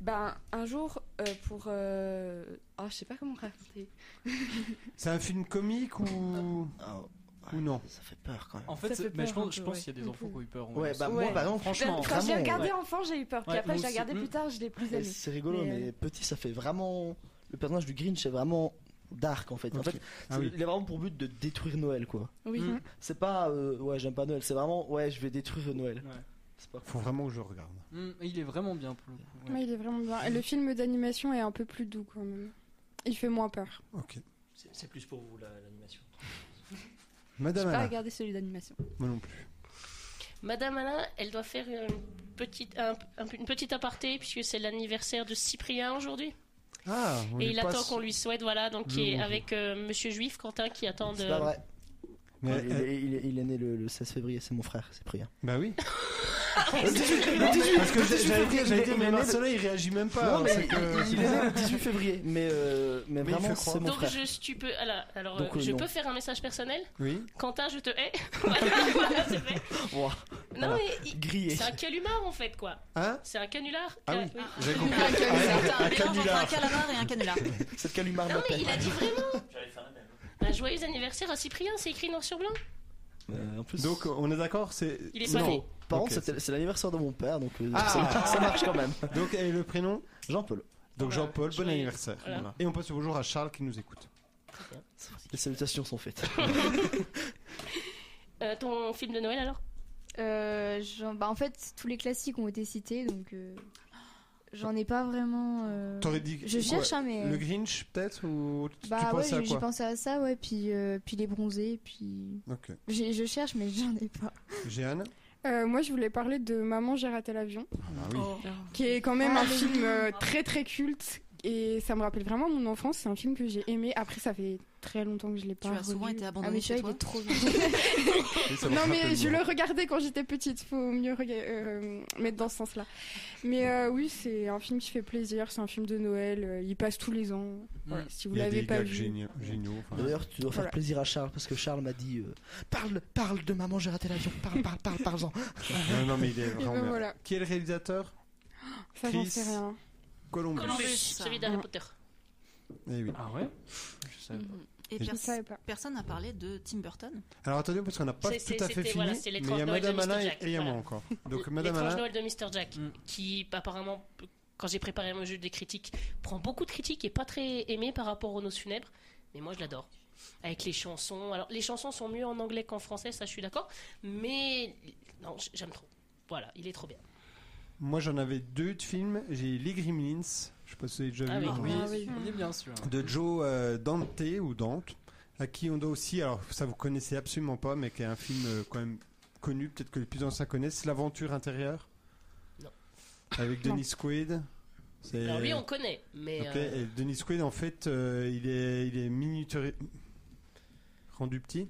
ben un jour euh, pour euh, oh, je sais pas comment raconter C'est un film comique ou Ah, ou non ça fait peur quand même. En fait, Ça fait mais je peur un pense, je peu, pense ouais. Mm, qu'il y a des enfants qui ont eu peur. en Ouais, vrai. bah moi, Ouais. par exemple, franchement, quand je l'ai vraiment, regardé ouais. enfant j'ai eu peur puis Ouais, après moi je l'ai aussi. regardé Mm. plus tard je l'ai plus Et aimé C'est rigolo, Mais, euh, euh, mais, petit, ça fait vraiment. Le personnage du Grinch est vraiment dark en fait. En Ok. fait, Ah c'est- oui. il a vraiment pour but de détruire Noël quoi. oui Mm. C'est pas euh, ouais, j'aime pas Noël, c'est vraiment ouais, je vais détruire Noël. Ouais. C'est pas Faut vraiment que je regarde. Mm, il est vraiment bien pour le coup. ouais. Ouais, il est vraiment bien. Et le film d'animation est un peu plus doux quand même. Il fait moins peur. Ok. C'est c'est plus pour vous, la- l'animation. j'ai Madame pas Anna, regardé celui d'animation moi non plus. Madame Alain, elle doit faire une petite, un- un- une petite aparté, puisque c'est l'anniversaire de Cyprien aujourd'hui. Ah, on Et lui il attend passe qu'on lui souhaite, voilà, donc qui est le bonjour. avec euh, Monsieur Juif, Quentin, qui attend de... C'est pas vrai. Mais, il, euh, est, il est- il est né le, le 16 février, c'est mon frère, c'est Priya. Bah oui. Le 18, le 18, Parce que le 18 j'allais février, dire, j'allais il dire, est- il est mais né le- Marcelin, il réagit même pas. Non, hein, mais c'est que- il, il est né le 18 février, mais, euh, mais Mais il vraiment, fait croire. c'est mon Donc frère. je, tu peux, alors, alors, Donc, euh, euh, je non. peux faire un message personnel Oui. Quentin, je te hais. voilà, voilà, c'est fait. Ouah, Non Voilà. mais il- grillé. c'est un canular en fait quoi. Hein C'est un canular. Euh, Ah Ca- oui. J'ai compris. Ah T'as un Un mélange entre un canular. calamar et un canular. C'est le calumar de Non la mais paix. il a dit vraiment. J'allais faire la même. Un joyeux anniversaire à Cyprien, c'est écrit noir sur blanc. Euh, en plus, Donc, on est d'accord, c'est. Il est pas Non. né. par Ok, contre, c'était- c'est l'anniversaire de mon père, donc euh, Ah. ça, ça marche quand même. Donc, et le prénom Jean-Paul. Donc, Voilà, Jean-Paul, bon joyeux- anniversaire. voilà. Voilà. Et on passe le bonjour à Charles qui nous écoute. Les salutations sont faites. Euh, ton film de Noël alors Euh, j'en- bah, en fait, tous les classiques ont été cités, donc euh, j'en ai pas vraiment. euh, T'aurais dit. Je quoi cherche, hein, mais. Le Grinch, peut-être Ou tu tu Bah ouais, pensais j'ai à j'ai quoi pensé à ça, ouais, puis, euh, puis les bronzés, puis. Ok. j'ai- Je cherche, mais j'en ai pas. Jeanne Euh, moi, je voulais parler de Maman, j'ai raté l'avion, Ah, bah oui. Oh. qui est quand même Ah, un mais film oui. euh, très très culte. Et ça me rappelle vraiment mon enfance. C'est un film que j'ai aimé. Après, ça fait très longtemps que je l'ai Tu pas as souvent revu. été Ah, abandonné mais chez celui-là, toi. il est trop bien. Oui, ça me Non, rappelle mais je moi. le regardais quand j'étais petite. Faut mieux rega- euh, mettre dans ce sens-là. Mais euh, oui, c'est un film qui fait plaisir. C'est un film de Noël. euh, Il passe tous les ans. Mm. Voilà, si vous Il y a l'avez des pas gags vu. géniaux. géniaux, enfin. D'ailleurs, tu dois faire Voilà. plaisir à Charles parce que Charles m'a dit euh, parle, parle de maman, j'ai raté l'avion. Parle, parle, parle, parle-en. Non, non, mais il est vraiment. ben bien. voilà. Qui est le réalisateur Ça, j'en Chris. sais rien. Columbus. Columbus, ça. celui d'Harry Ouais. Potter. Eh oui. Ah ouais Je savais pas. Mhm. Et Je pers- savais pas. personne n'a parlé de Tim Burton. Alors attendez, parce qu'on n'a pas C'est- tout c'est- à fait c'était- fini. voilà, c'est les mais il y a 39 de Madame Mr. Alain et Jack, et il y a moi voilà. encore. Donc Madame L'étrange Alain. Noël de Mr. Jack, Mm. qui apparemment, quand j'ai préparé mon jeu des critiques, prend beaucoup de critiques et pas très aimé par rapport aux Noces funèbres. Mais moi, je l'adore. Avec les chansons. Alors, les chansons sont mieux en anglais qu'en français, ça, je suis d'accord. Mais non, j- j'aime trop. Voilà, il est trop bien. Moi j'en avais deux de films. J'ai Les Gremlins. Je sais pas si vous avez déjà Ah vu. oui. Oui, Ah oui. il est bien celui-là. De Joe euh, Dante ou Dante, à qui on doit aussi, alors ça vous connaissez absolument pas, mais qui est un film euh, quand même connu, peut-être que les plus anciens connaissent, L'aventure intérieure. Non. Avec Non. Denis Quaid. C'est- Alors, lui, on connaît, mais. Ok, euh, et Denis Quaid, en fait, euh, il est, il est miniaturé- rendu petit.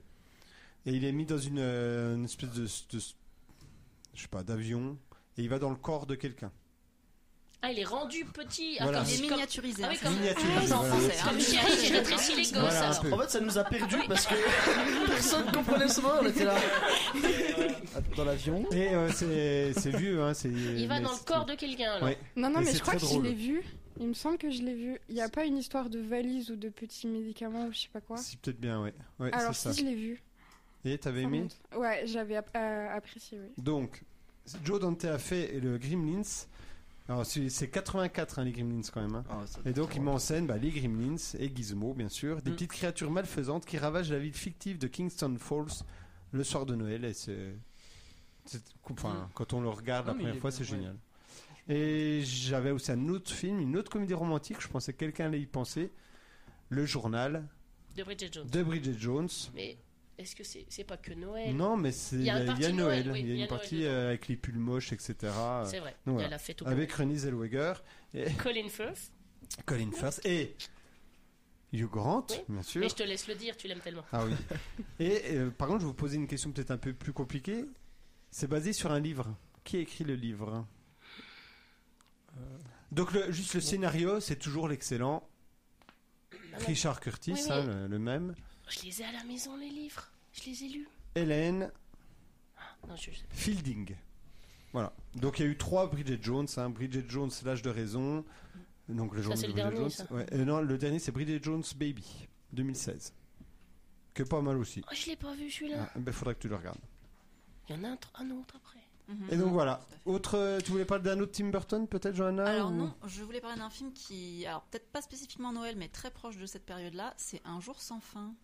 Et il est mis dans une, euh, une espèce de, de- je sais pas, d'avion. Et il va dans le corps de quelqu'un. Ah, il est rendu petit. Ah, Voilà. comme- Il est comme- miniaturisé. Ah hein, oui, c'est comme- Miniaturisé, comme ça, en voilà. français, hein. Comme Thierry qui rétrécit les gosses. Voilà, un alors. peu. En fait, ça nous a perdu parce que personne comprenait ce mot. On était là dans l'avion. Et euh, c'est c'est vieux, hein. c'est- Il va mais dans le c'est- corps de quelqu'un. alors. Ouais. Non, non, Et mais, c'est je crois très que drôle. je l'ai vu. Il me semble que je l'ai vu. Il n'y a pas une histoire de valise ou de petits médicaments ou je sais pas quoi. C'est peut-être bien, ouais. Ouais, Alors, c'est si, ça. je l'ai vu. Et t'avais par aimé contre. Ouais, j'avais ap- euh, apprécié, oui. Donc, Joe Dante a fait le Gremlins. Alors, c'est c'est 84, hein, les Gremlins, quand même. hein. Et donc, il met en scène bah, les Gremlins et Gizmo, bien sûr, des Mm. petites créatures malfaisantes qui ravagent la ville fictive de Kingston Falls le soir de Noël. Et c'est. c'est- Enfin, Mm. quand on le regarde Non, la mais il première est fois, bien, c'est ouais. génial. Et j'avais aussi un autre film, une autre comédie romantique, je pensais que quelqu'un allait y penser. Le journal De Bridget Jones. de Bridget Jones. Mais est-ce que c'est c'est pas que Noël Non, mais c'est- il y a, une il y a partie Noël. Noël, oui, il y a une partie dedans. euh, avec les pulls moches, etc. euh, C'est vrai. donc voilà. Elle a fait tout pour Avec Renée Zellweger, Colin Firth. Colin Firth et Hugh Grant, Oui. bien sûr. Mais je te laisse le dire, tu l'aimes tellement. Ah oui. et euh, par contre, je vais vous poser une question peut-être un peu plus compliquée. C'est basé sur un livre. Qui a écrit le livre Euh, Donc le- juste le scénario, c'est toujours l'excellent mais- Richard Curtis, Ah Oui, oui. hein, le, le même. Je les ai à la maison, les livres. Je les ai lus. Ah, Hélène Non, je sais pas. Fielding. Voilà. Donc il y a eu trois Bridget Jones. hein. Bridget Jones, l'âge de raison. Donc le journal c'est de le Bridget dernier, Jones. ça. Ouais. Et non, le dernier c'est Bridget Jones Baby, 2016. Que pas mal aussi. Oh, je l'ai pas vu Il celui-là. faudrait que tu le regardes. Il y en a un, tr- un autre après. Mhm. Et donc voilà. Tout à fait. Autre, euh, tu voulais parler d'un autre Tim Burton peut-être, Johanna Alors Oh. ou- non, je voulais parler d'un film qui, alors peut-être pas spécifiquement Noël, mais très proche de cette période-là, c'est Un jour sans fin.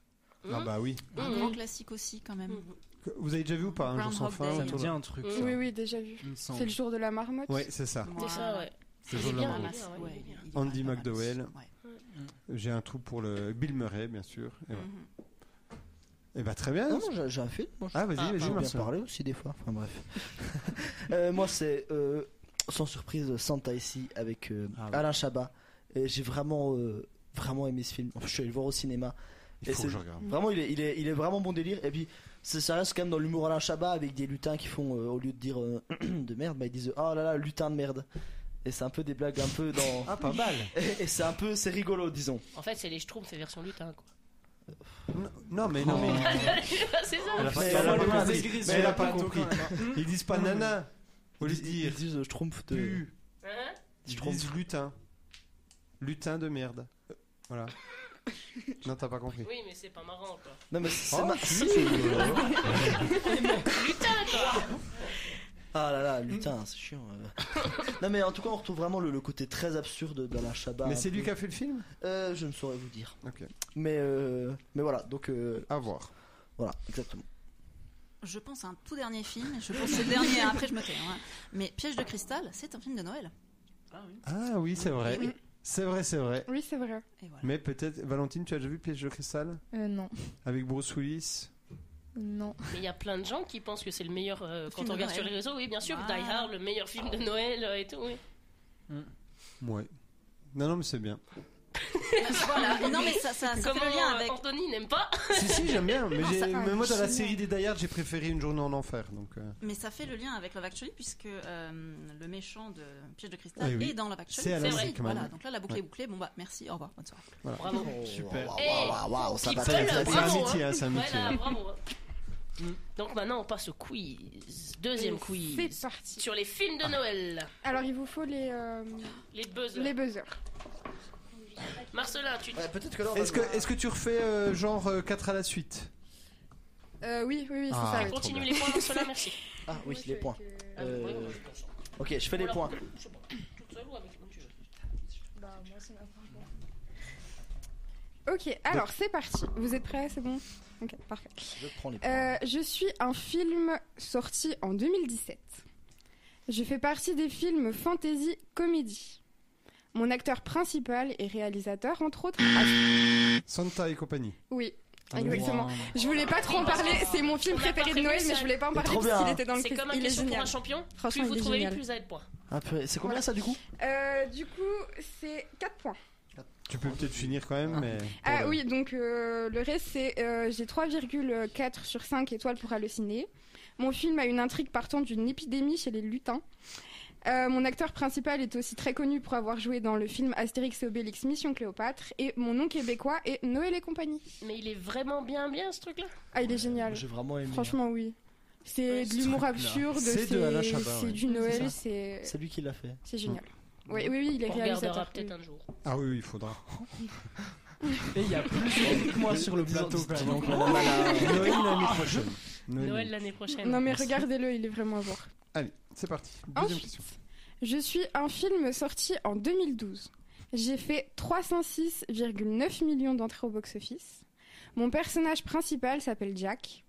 Ah Hum, bah oui. Un Mhm. grand classique aussi quand même. Mhm. hum. Que- Vous avez déjà vu ou pas Un jour sans Groundhog fin Day. Ça ou me tout dit un truc. Oui, ça, Oui, oui, déjà vu. il me C'est semble. le jour de la marmotte. Ouais, c'est ça. C'est Voilà. ça, ouais. C'est Le jour de la bien, marmotte. Mass- Ouais, ouais, il est il est Andy pas mal aussi. McDowell. Ouais. J'ai un trou pour le Bill Murray, bien sûr. Et voilà. Mhm. Eh ben très bien. Non, non, j'ai- j'ai un film. moi, je- Ah, vas-y, vas-y, J'aime bien Marcel. parler aussi des fois. Enfin bref. Euh, moi, c'est euh, sans surprise Santa ici avec euh, Ah ouais. Alain Chabat. Et J'ai vraiment, euh, vraiment aimé ce film. Enfin, je suis allé le voir au cinéma. Il Et faut c'est- que je regarde. Vraiment, il est, il, est, il est vraiment bon délire. Et puis, ça, ça reste quand même dans l'humour Alain Chabat avec des lutins qui font, euh, au lieu de dire euh, de merde, bah, ils disent oh là là, lutin de merde. Et c'est un peu des blagues un peu dans. Ah, pas mal. Et, et c'est un peu, c'est rigolo, disons. En fait, c'est les Schtroumpfs version lutin, quoi. Non, non, mais non, Oh. mais. c'est ça. Elle a pas- Mais elle a elle pas a pas compris. compris. Mais elle a pas Elle a pas compris. Ils disent pas nana. Au lieu de Ils dire disent euh, schtroumpf de. pu, Hein ils Schtroumpf. disent lutin. Lutin de merde. Euh, Voilà. Non, t'as pas compris. oui, mais c'est pas marrant, quoi. Non, mais c'est Oh, ma- si, c'est rigolo. Lutin, quoi Ah là là, lutin, c'est chiant. euh. non mais en tout cas, on retrouve vraiment le, le côté très absurde d'Alain Chabat. Mais un c'est peu. lui qui a fait le film Euh, je ne saurais vous dire. Ok. Mais euh, mais voilà, donc euh, À voir. voilà, exactement. Je pense à un tout dernier film, et je pense au dernier, après je me tais. hein. Mais Piège de cristal, c'est un film de Noël. Ah oui, c'est vrai. Oui. C'est vrai, c'est vrai. Oui, c'est vrai. Et voilà. Mais peut-être, Valentine, tu as déjà vu Piège de cristal Euh, non, Avec Bruce Willis non. Mais il y a plein de gens qui pensent que c'est le meilleur euh, quand de on regarde sur Noël. les réseaux. Oui, bien sûr, Ah. Die Hard, le meilleur film de Oh. Noël euh, et tout. Oui. Ouais. Non, non, mais c'est bien. Voilà. Non mais ça, ça, ça fait Comment le lien euh, avec. Anthony n'aime pas si, si, j'aime bien. Mais, Ah, Non, j'ai- ça va, mais moi, dans la génial. série des Die Hard, j'ai préféré Une journée en enfer. Donc, euh, Mais ça fait le lien avec Love Actually puisque euh, le méchant de Piège de cristal Eh oui. est dans Love Actually. C'est Alain vrai. Rickman. Voilà, donc là la boucle Ouais. est bouclée. Bon bah merci, au revoir, bonne soirée. Bravo. Super. Waouh, Eh, waouh, waouh, waouh, ça va people, très très C'est bravo, bien. un métier, hein. hein, c'est un métier. Voilà, bravo. Mm. Donc maintenant, on passe au quiz. Deuxième C'est quiz. parti. Sur les films de Ah. Noël. Alors, il vous faut les, euh, Les buzzers. les buzzers. Marcelin, Euh, tu. Ouais, Peut-être que là. on va Est-ce que, jouer. est-ce que tu refais euh, genre 4 à la suite Euh, oui, oui, oui, c'est Ah, ça. oui. trop Continue bien. les points, Marcelin, merci. Ah oui, les points. Euh, Ouais, ouais, Ok, je fais les Voilà. points. Je sais pas. Toute seule ou avec- comme tu veux. Bah, moi, c'est ma Ok, alors c'est parti. Vous êtes prêts C'est bon Ok, parfait. Je prends les points. Euh, je suis un film sorti en 2017. Je fais partie des films fantasy comédie. Mon acteur principal et réalisateur, entre autres. a- Santa et compagnie. Oui, Ah oui. exactement. Je voulais pas trop en parler, c'est mon film On a préféré de parlé Noël, de ça. mais je voulais pas en parler trop parce qu'il bien. était dans le C'est quiz. comme un Il est question pour un génial. champion. Plus Franchement, vous il est trouvez, génial. plus vous avez de points. Ah, purée, c'est combien ça du coup Euh, du coup, c'est 4 points. Tu peux peut-être finir quand même, mais. Ah oui, donc euh, le reste, c'est euh, j'ai 3,4 sur 5 étoiles pour halluciner. Mon film a une intrigue partant d'une épidémie chez les lutins. Euh, mon acteur principal est aussi très connu pour avoir joué dans le film Astérix et Obélix Mission Cléopâtre. Et mon nom québécois est Noël et compagnie. Mais il est vraiment bien, bien ce truc-là. Ah, il est génial. J'ai vraiment aimé. hein. Franchement, oui. C'est de l'humour absurde, C'est de c'est Alain Chabat, c'est ouais. du C'est Noël, ça. c'est C'est lui qui l'a fait. c'est génial. Oui, oui, oui, il est On regardera réalisateur. peut-être oui. un jour. Ah oui, oui, il faudra. Et il y a plus de que moi sur le plateau quand même. Oh là là. Noël l'année prochaine. Noël l'année prochaine. Non mais regardez-le, il est vraiment à voir. Allez, c'est parti. Deuxième question. Ensuite, je suis un film sorti en 2012. J'ai fait 306,9 millions d'entrées au box-office. Mon personnage principal s'appelle Jack.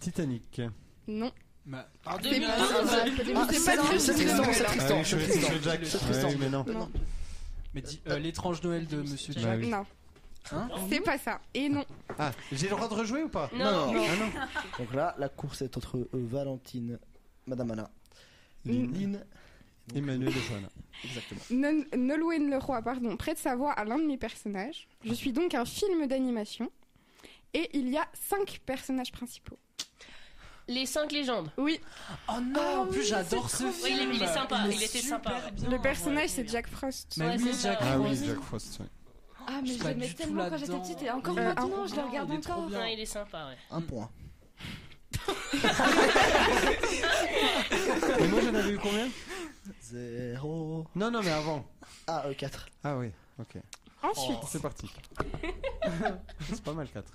Titanic. Non, Bah, En c'est pas, c'est pas Ah, non, très c'est film de Tristan, Noël, c'est hein. Tristan, c'est Tristan. Jack. C'est Tristan. Ouais, mais non. Non, mais dis, euh, l'étrange Noël de Monsieur Bah Jack. oui. non, Hein c'est pas ça. Et non. Ah, j'ai le droit de rejouer ou pas Non, Non, non. Ah non. Donc là, la course est entre euh, Valentine, Madame Anna, Mm. Lynn. Lynn, Emmanuel et Johanna. exactement. Non- Nolwenn Leroy, pardon, prête sa voix à l'un de mes personnages. Je suis donc un film d'animation. Et il y a cinq personnages principaux. Les cinq légendes. Oui, Ah Oh non, en plus j'adore ce Oui, il est- film. il est sympa, il est était super sympa, ouais. bien. le personnage ouais, c'est bien. Jack Frost. Mais Ouais, oui, c'est Jack ça. Ah oui, Frost. Jack Frost. ouais. Ah, Je mais suis je pas l'aimais du tout tellement quand là-dedans. j'étais petite et encore Euh, maintenant, je Non, le regarde il est trop encore. bien. Non, il est sympa, ouais. Un point. Mais moi j'en avais eu combien Zéro. Non, non, mais avant. Ah, euh, 4. Ah oui, ok. Ensuite, C'est parti. Oh. c'est pas mal 4.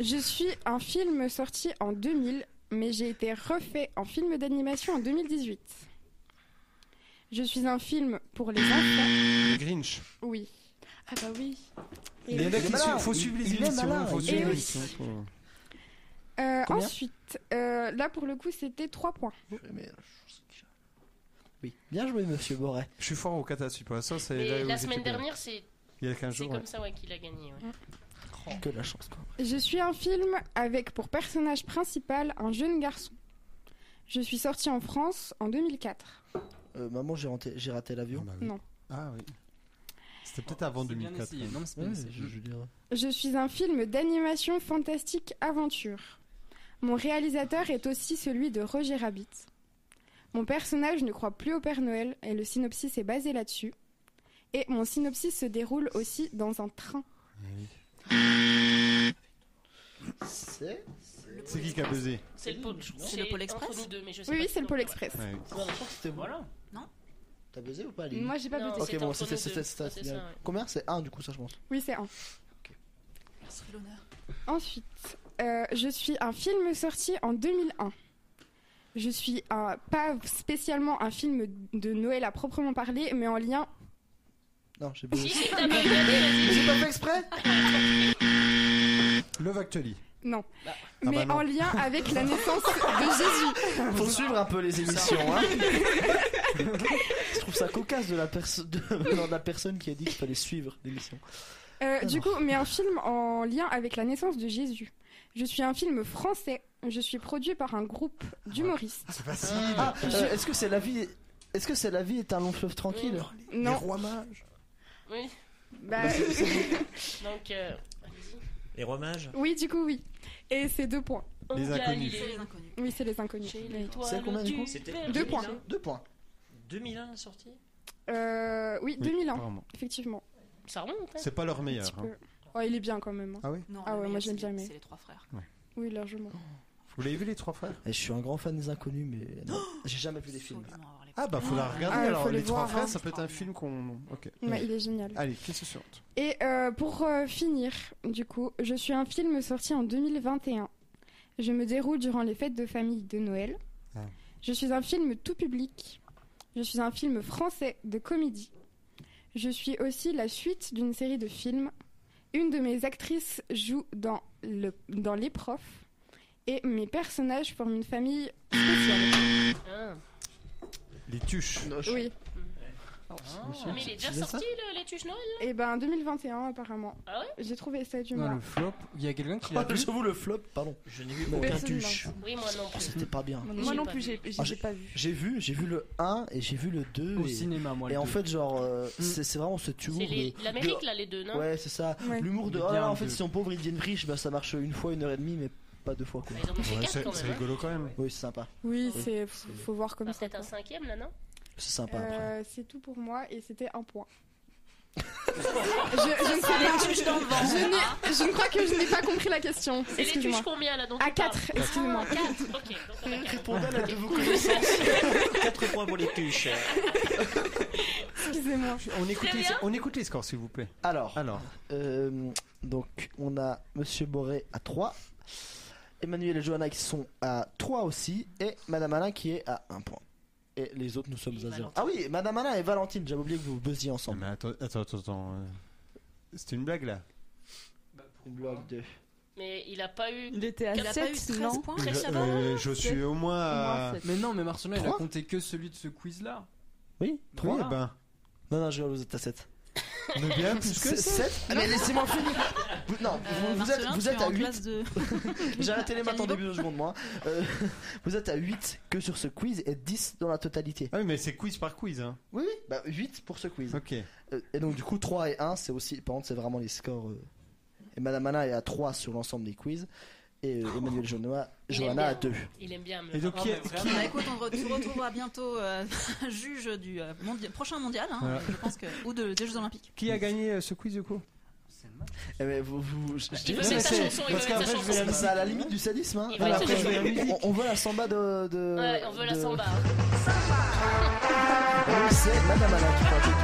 Je suis un film sorti en 2000, mais j'ai été refait en film d'animation en 2018. Je suis un film pour les enfants. Le Grinch. Oui. Ah bah oui. Il y en a qui est malin. suivent. Faut suivre les Il est émissions. malin. faut Il suivre est- les émissions, faut- Euh, Combien ensuite, euh, là pour le coup, c'était 3 points. Oh, Oui, bien joué, monsieur Boré. Je suis fort au catastrophe. Ça, c'est Et là où la j'étais semaine bien. dernière, c'est Il y a 15 c'est jours. comme ouais. ça ouais, qu'il a gagné. ouais. Que de la chance, quoi. Je suis un film avec pour personnage principal un jeune garçon. Je suis sorti en France en 2004. Euh, maman, j'ai raté, j'ai raté l'avion. Non. Ah oui. C'était peut-être avant c'est bien 2004. essayé. Non, mais c'est bien Ouais, essayé. je, je dirais. Je suis un film d'animation fantastique aventure. Mon réalisateur est aussi celui de Roger Rabbit. Mon personnage ne croit plus au Père Noël et le synopsis est basé là-dessus. Et mon synopsis se déroule aussi dans un train. C'est. C'est qui qui a buzzé C'est le pôle, Non. C'est le Pôle Express entre nous deux, mais je sais Oui, pas oui, si c'est le donc, Pôle ouais. Express. Ouais. Je crois que c'était vous. Voilà. T'as buzzé ou pas, Aline Moi, j'ai pas Non, buté. Ok, c'était bon, entre nous c'était deux. c'était- c'était- C'est ça, ouais. Combien C'est 1 du coup, ça, je pense. Oui, c'est un. Ce serait l'honneur. Ensuite, euh, je suis un film sorti en 2001. Je suis un- pas spécialement un film de Noël à proprement parler, mais en lien. Non, j'ai buzzé. Si, si, t'as bien regardé, vas-y. J'ai pas fait exprès Love Actually. Non. Ah mais bah non. en lien avec la naissance de Jésus. Faut suivre un peu les émissions, hein. Je trouve ça cocasse de la, perso- de... non, de la personne qui a dit qu'il fallait suivre l'émission. Euh, du coup, mais un film en lien avec la naissance de Jésus. Je suis un film français. Je suis produit par un groupe d'humoristes. C'est facile. Ah, euh, est-ce que c'est la vie Est-ce que c'est la vie est un long fleuve tranquille Non, Oh, rois mages. Oui, bah, donc. euh, allez-y. Les romages oui, du coup, oui. Et c'est deux points. Les Au inconnus. Galilée. C'est les inconnus. Oui, c'est les inconnus. J'ai Oui. l'étoile C'est combien, du coup C'était Père Deux Jésus. points. Deux points. 2001 la sortie Euh, oui, 2001, apparemment. effectivement. Ça remonte, hein. C'est pas leur Un meilleur. petit hein. peu. Oh, il est bien quand même. hein. Non, Ah le ouais, moi, meilleur, c'est- j'aime bien aimé. C'est les trois frères. Oui, largement. Vous l'avez vu les trois frères Et Eh, je suis un grand fan des inconnus, mais non, j'ai jamais vu les films. Absolument, avoir les- Ah bah faut la regarder Ah, il alors. faut Les, les trois voir, frères, hein. ça peut être un film qu'on. Ok. Ouais, il est génial. Allez, question suivante. Et euh, pour euh, finir, du coup, je suis un film sorti en 2021. Je me déroule durant les fêtes de famille de Noël. Ah. Je suis un film tout public. Je suis un film français de comédie. Je suis aussi la suite d'une série de films. Une de mes actrices joue dans, le, dans Les Profs. Et mes personnages forment une famille spéciale. Ah. Les tuches. Oui. Ah, Mais il est déjà C'est ça sorti, le, les tuches Noël Et ben 2021 apparemment. Ah J'ai trouvé ça du Non, moins. le flop. Il y a quelqu'un qui Ah, l'a Oh, vu. J'avoue le flop, pardon. Je n'ai vu Non. aucun Personne tuche. Oui, moi Oh, non plus. C'était pas bien. Moi J'ai non pas plus, vu. j'ai Ah, j'ai j'ai- pas vu. J'ai vu, j'ai vu le 1 et j'ai vu le 2 Au et, cinéma, moi. et le en deux. Mm. fait genre euh, c'est c'est vraiment ce tueur C'est les- de- l'Amérique, de- là, les deux, non Ouais, c'est ça. Ouais. L'humour de Il est oh là, bien, en fait le ils sont pauvres, ils deviennent riches, bah ça marche une fois, une heure et demie mais pas deux fois quoi. Bah, Ils en ont fait Ouais, quatre c'est quand c'est même. hein. rigolo quand même. Oui, c'est sympa. Oui, Oui. c'est faut, faut voir comme Bah, ça. Peut-être un quoi. cinquième, là, non C'est sympa après. Euh, c'est tout pour moi et c'était un point. Oh. je, je ne sais pas. Je, n'ai- je ne crois que je n'ai pas compris la question. C'est Ah. les Excuse-moi. tuches combien, là dont À tu parles 4, excuse-moi. Ah, quatre. Ok, donc on a quatre. Répondez à la de vos 4 points pour les tuches. Excusez-moi. On écoute, Très les, bien. on écoute les scores s'il vous plaît. Alors, Alors, euh, donc on a Monsieur Boré à 3, Emmanuel et Johanna qui sont à 3 aussi, et Madame Alain qui est à 1 point. Et les autres, nous sommes Et à 0. Valentine. Ah oui, Madame Alain et Valentine, j'avais oublié que vous buzziez non, ensemble. mais attends, attends, attends. attends, euh, C'était une blague là. Une blague de- Mais il a pas eu. Il était Il a à pas eu 7, 13 non points Je, Très euh, je suis au moins. Euh, euh, à- Au moins sept. Mais non, mais Marcelin, il a Trois compté que celui de ce quiz-là. Oui, Oui, Voilà. ben. Non, non, je rigole, vous êtes à 7. On est bien plus que 7 Mais laissez-moi finir Vous- Non, Euh, vous, vous êtes, Marcelin, vous tu êtes es à en 8. classe de. J'ai arrêté les Quel maths en niveau début de seconde, moi. Euh, vous êtes à 8 que sur ce quiz et 10 dans la totalité. Ah oui, mais c'est quiz par quiz. Hein. Oui, oui, bah 8 pour ce quiz. Ok. Euh, Et donc, du coup, 3 et 1, c'est aussi. Par contre, c'est vraiment les scores. euh, Et Madame Anna est à 3 sur l'ensemble des quiz. Et euh, Emmanuel Johanna, Johanna à 2. Il aime bien me. Et donc, Ah, qui, mais vraiment. qui- Bah, écoute, on re- tu retrouveras bientôt euh, juge du euh, mondia- prochain mondial, hein, Voilà. je pense que, ou de- des Jeux Olympiques. qui a gagné euh, ce quiz du coup Eh mais vous. vous- je- je- Il veut Non, mais mettre sa chanson, il veut c'est- parce mettre sa qu'après, je vais chanson. la- C'est à la limite du sadisme, hein. Il Voilà, va après, toujours- on, on veut la samba de. de- Ouais, on veut la de- samba. Donc, c'est Madame Alain qui pratique.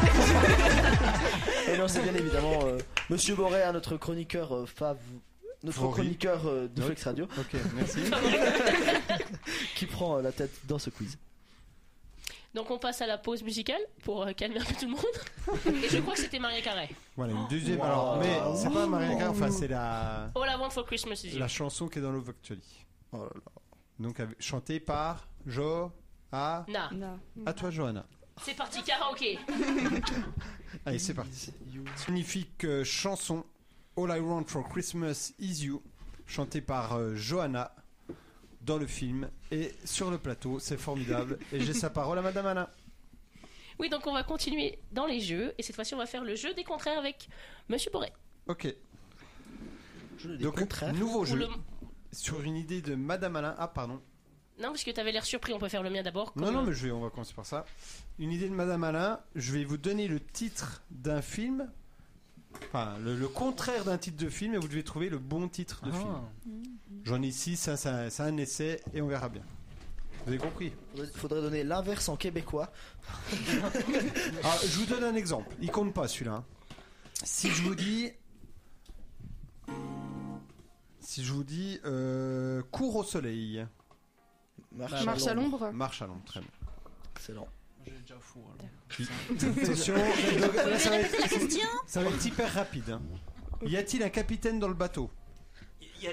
Et non, c'est bien évidemment euh, Monsieur Boré, hein, notre chroniqueur euh, fav- Notre Favori. chroniqueur euh, de Note. Flex Radio Ok, merci. qui prend euh, la tête dans ce quiz. Donc on passe à la pause musicale pour euh, calmer un peu tout le monde. Et je crois que c'était Maria Carré. Voilà, une deuxième. Wow. Alors, mais c'est pas Maria Carré, enfin, c'est la, All I Want for Christmas is You. la chanson qui est dans Love Actually. Oh là Donc, avec- chantée par Jo. À, Nah. Non. à toi, Johanna. C'est parti karaoké. Allez, c'est parti. You. Magnifique euh, chanson All I Want for Christmas Is You, chanté par euh, Johanna dans le film et sur le plateau. C'est formidable. et j'ai sa parole à Madame Anna. Oui, donc on va continuer dans les jeux. Et cette fois-ci, on va faire le jeu des contraires avec Monsieur Boré. Ok. Donc, nouveau Ou jeu. le- Sur une idée de Madame Alain. Ah, pardon. Non, parce que tu avais l'air surpris, on peut faire le mien d'abord. Non, comme- euh, non, mais je vais, on va commencer par ça. Une idée de Madame Alain. Je vais vous donner le titre d'un film. Enfin, le, le contraire d'un titre de film et vous devez trouver le bon titre de Ah. film. J'en ai six, ça, ça- c'est un essai et on verra bien. Vous avez compris Il faudrait donner l'inverse en québécois. Ah, je vous donne un exemple. Il compte pas celui-là. hein. Si je vous dis. Si je vous dis. euh, cours au soleil. Marche, à Marche à l'ombre. l'ombre. Marche à l'ombre, très bien. Excellent. J'ai déjà fou alors. Attention, donc, là, ça, va être, la question ça va être hyper rapide. hein. Y a-t-il un capitaine dans le bateau Y a-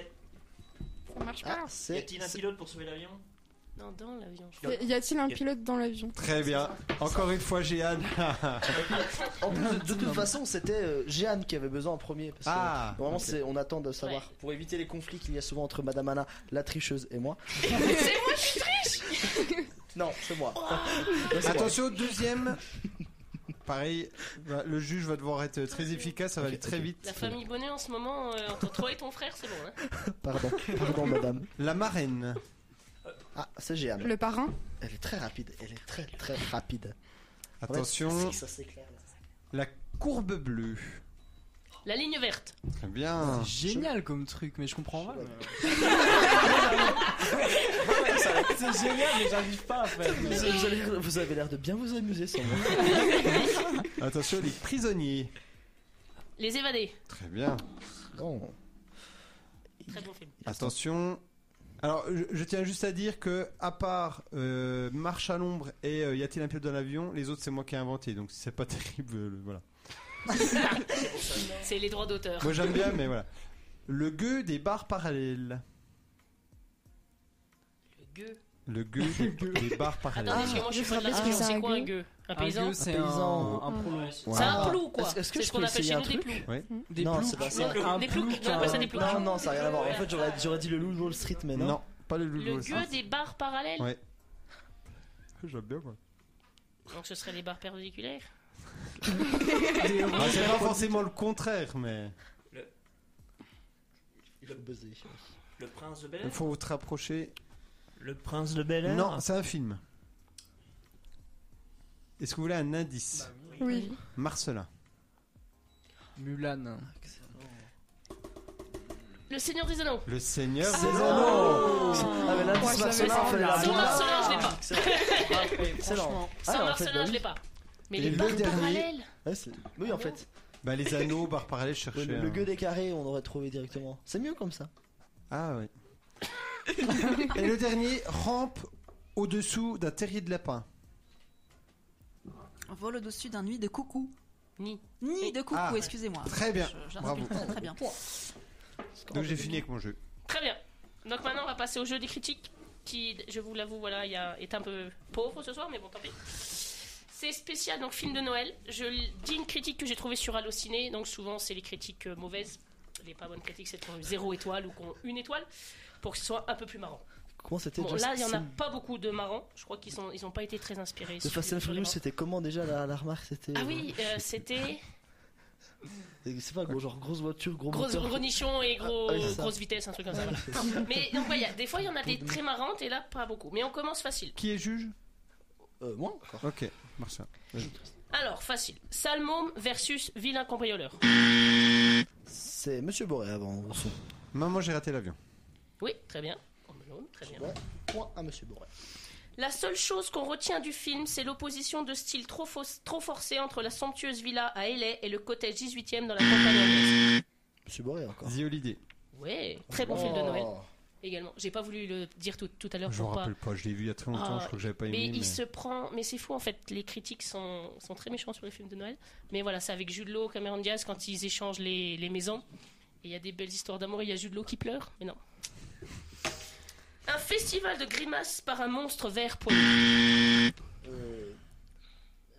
Ça marche pas. y Ah, C'est a-t-il un pilote pour sauver l'avion Non, dans l'avion. je crois. Y a-t-il un Y a- pilote dans l'avion Très bien. Encore une fois, j'ai Anne. En plus, de, de toute façon, c'était euh, Jeanne qui avait besoin en premier. Parce que Ah, euh, normalement, ok. c'est- on attend de savoir. Pour éviter les conflits qu'il y a souvent entre Madame Anna, la tricheuse, et moi. c'est moi, je suis triche Non, c'est moi. Ah. Non, c'est moi. Attention, deuxième. Pareil, bah, le juge va devoir être très efficace, ça va aller très vite. La famille Bonnet en ce moment, euh, entre toi et ton frère, c'est bon. hein. Pardon, pardon, madame. La marraine. Ah, c'est Jeanne. Le parrain Elle est très rapide, elle est très très rapide. Ouais, Attention, si, ça s'éclaire, la là. courbe bleue. La ligne verte. Très bien. C'est génial comme truc, mais je comprends pas. C'est génial, mais j'arrive pas à faire. Vous, vous avez l'air- vous avez l'air de bien vous amuser sans moi. Attention, les prisonniers. Les évadés. Très bien. Non. Très bon film. Attention. Alors, je, je tiens juste à dire que, à part euh, Marche à l'ombre et euh, Y a-t-il un pilote dans l'avion, les autres, c'est moi qui ai inventé, donc c'est pas terrible. euh, le- voilà. C'est les droits d'auteur. Moi j'aime bien, mais voilà. Le gueux des barres parallèles. Le gueux. Le gueux des, des barres parallèles. Attendez, parce que moi je suis pas de la rappelle ce science. que C'est c'est quoi un un gueux Un Un paysan gueux, c'est Un un, paysan. un plouc. C'est un Wow. plou quoi. Est-ce- est-ce que C'est je ce qu'on peux appelle chez essayer un nous des Hum. truc ploucs. Des Non, ploucs. c'est pas Des ça. ploucs. Un Des ploucs. plouc, On appelle ça un- des ploucs. Non, non, ça n'a rien à voir. En fait, j'aurais j'aurais dit le loup de Wall Street, mais non. non. pas le loulou. Le gueux des barres parallèles. Ouais. J'aime bien quoi. Donc ce serait les barres perpendiculaires. Ah, c'est pas forcément le contraire, mais Il a buzzé. Le prince de Bel il Air faut te rapprocher. Le prince de Bel Air Non, c'est un film. Est-ce que vous voulez un Bah indice Oui. Marcelin. Mulan. Le Seigneur des Anneaux. Le Seigneur Ah, C'est des non Ah, mais Moi, l'indice je Marcelin, l'avais on fait pas. la Sans Ah. Marcelin, je l'ai pas. Excellent. Sans en fait, bah Marcelin, je oui. l'ai pas. Mais Ah, Et les le barres dernier. parallèles. Ah Ouais, c'est- Oui, en fait. Bah les anneaux, barres parallèles, Oui, chercher. mais le un- gueux des carrés, on aurait trouvé directement. C'est mieux comme ça. Ah oui. Et le dernier, rampe au-dessous d'un terrier de lapin. Vole au-dessus d'un nuit de coucou. Ni. Nid de coucou, Ah, ouais. excusez-moi. Très bien. Je- je Bravo. rappelle pas, Très bien. Donc j'ai fini avec mon jeu. Très bien. Donc maintenant, on va passer au jeu des critiques, qui, je vous l'avoue, voilà, il y a- est un peu pauvre ce soir, mais bon, tant pis. C'est spécial, donc film de Noël. Je l- dis une critique que j'ai trouvée sur Allociné, donc souvent c'est les critiques euh, mauvaises. Les pas bonnes critiques, c'est pour zéro étoile ou qu'on une étoile, pour que ce soit un peu plus marrant. Comment c'était Bon, Just là, il y en a Sin- pas beaucoup de marrants. Je crois qu'ils sont, ils ont pas été très inspirés. Le sur- Fast and sur les Furious, marrants. c'était comment déjà la, la remarque C'était. Ah oui, euh, c'était euh, C'est pas gros, genre grosse voiture, gros gros, moteur. gros nichon et gros, Ah, oui, c'est ça. grosse vitesse, un truc comme ça. voilà. Mais donc, ouais, il y a- des fois, il y en a des très marrantes et là, pas beaucoup. Mais on commence facile. Qui est juge Euh, moi encore. Ok, Marcelin. Alors, facile. Salmôme versus vilain cambrioleur. C'est Monsieur Boré avant. au son. Maman, j'ai raté l'avion. Oui, très bien. On me l'aune, très bien. Ouais, Point à Monsieur Boré. La seule chose qu'on retient du film, c'est l'opposition de style trop, fausse- trop forcée entre la somptueuse villa à L.A. et le cottage 18e dans la campagne anglaise. Monsieur Boré hein, encore. The Holiday. Ouais, très bon film de Oh. Noël également. J'ai pas voulu le dire tout, tout à l'heure Je me pour pas. rappelle pas, je l'ai vu il y a très longtemps, Ah, je crois que j'avais pas Mais aimé. il mais- se prend. Mais c'est fou en fait. Les critiques sont, sont très méchants sur les films de Noël. Mais voilà, c'est avec Jude Law, Cameron Diaz quand ils échangent les, les maisons. Et il y a des belles histoires d'amour. Il y a Jude Law qui pleure. Mais non. Un festival de grimaces par un monstre vert poilu. Euh,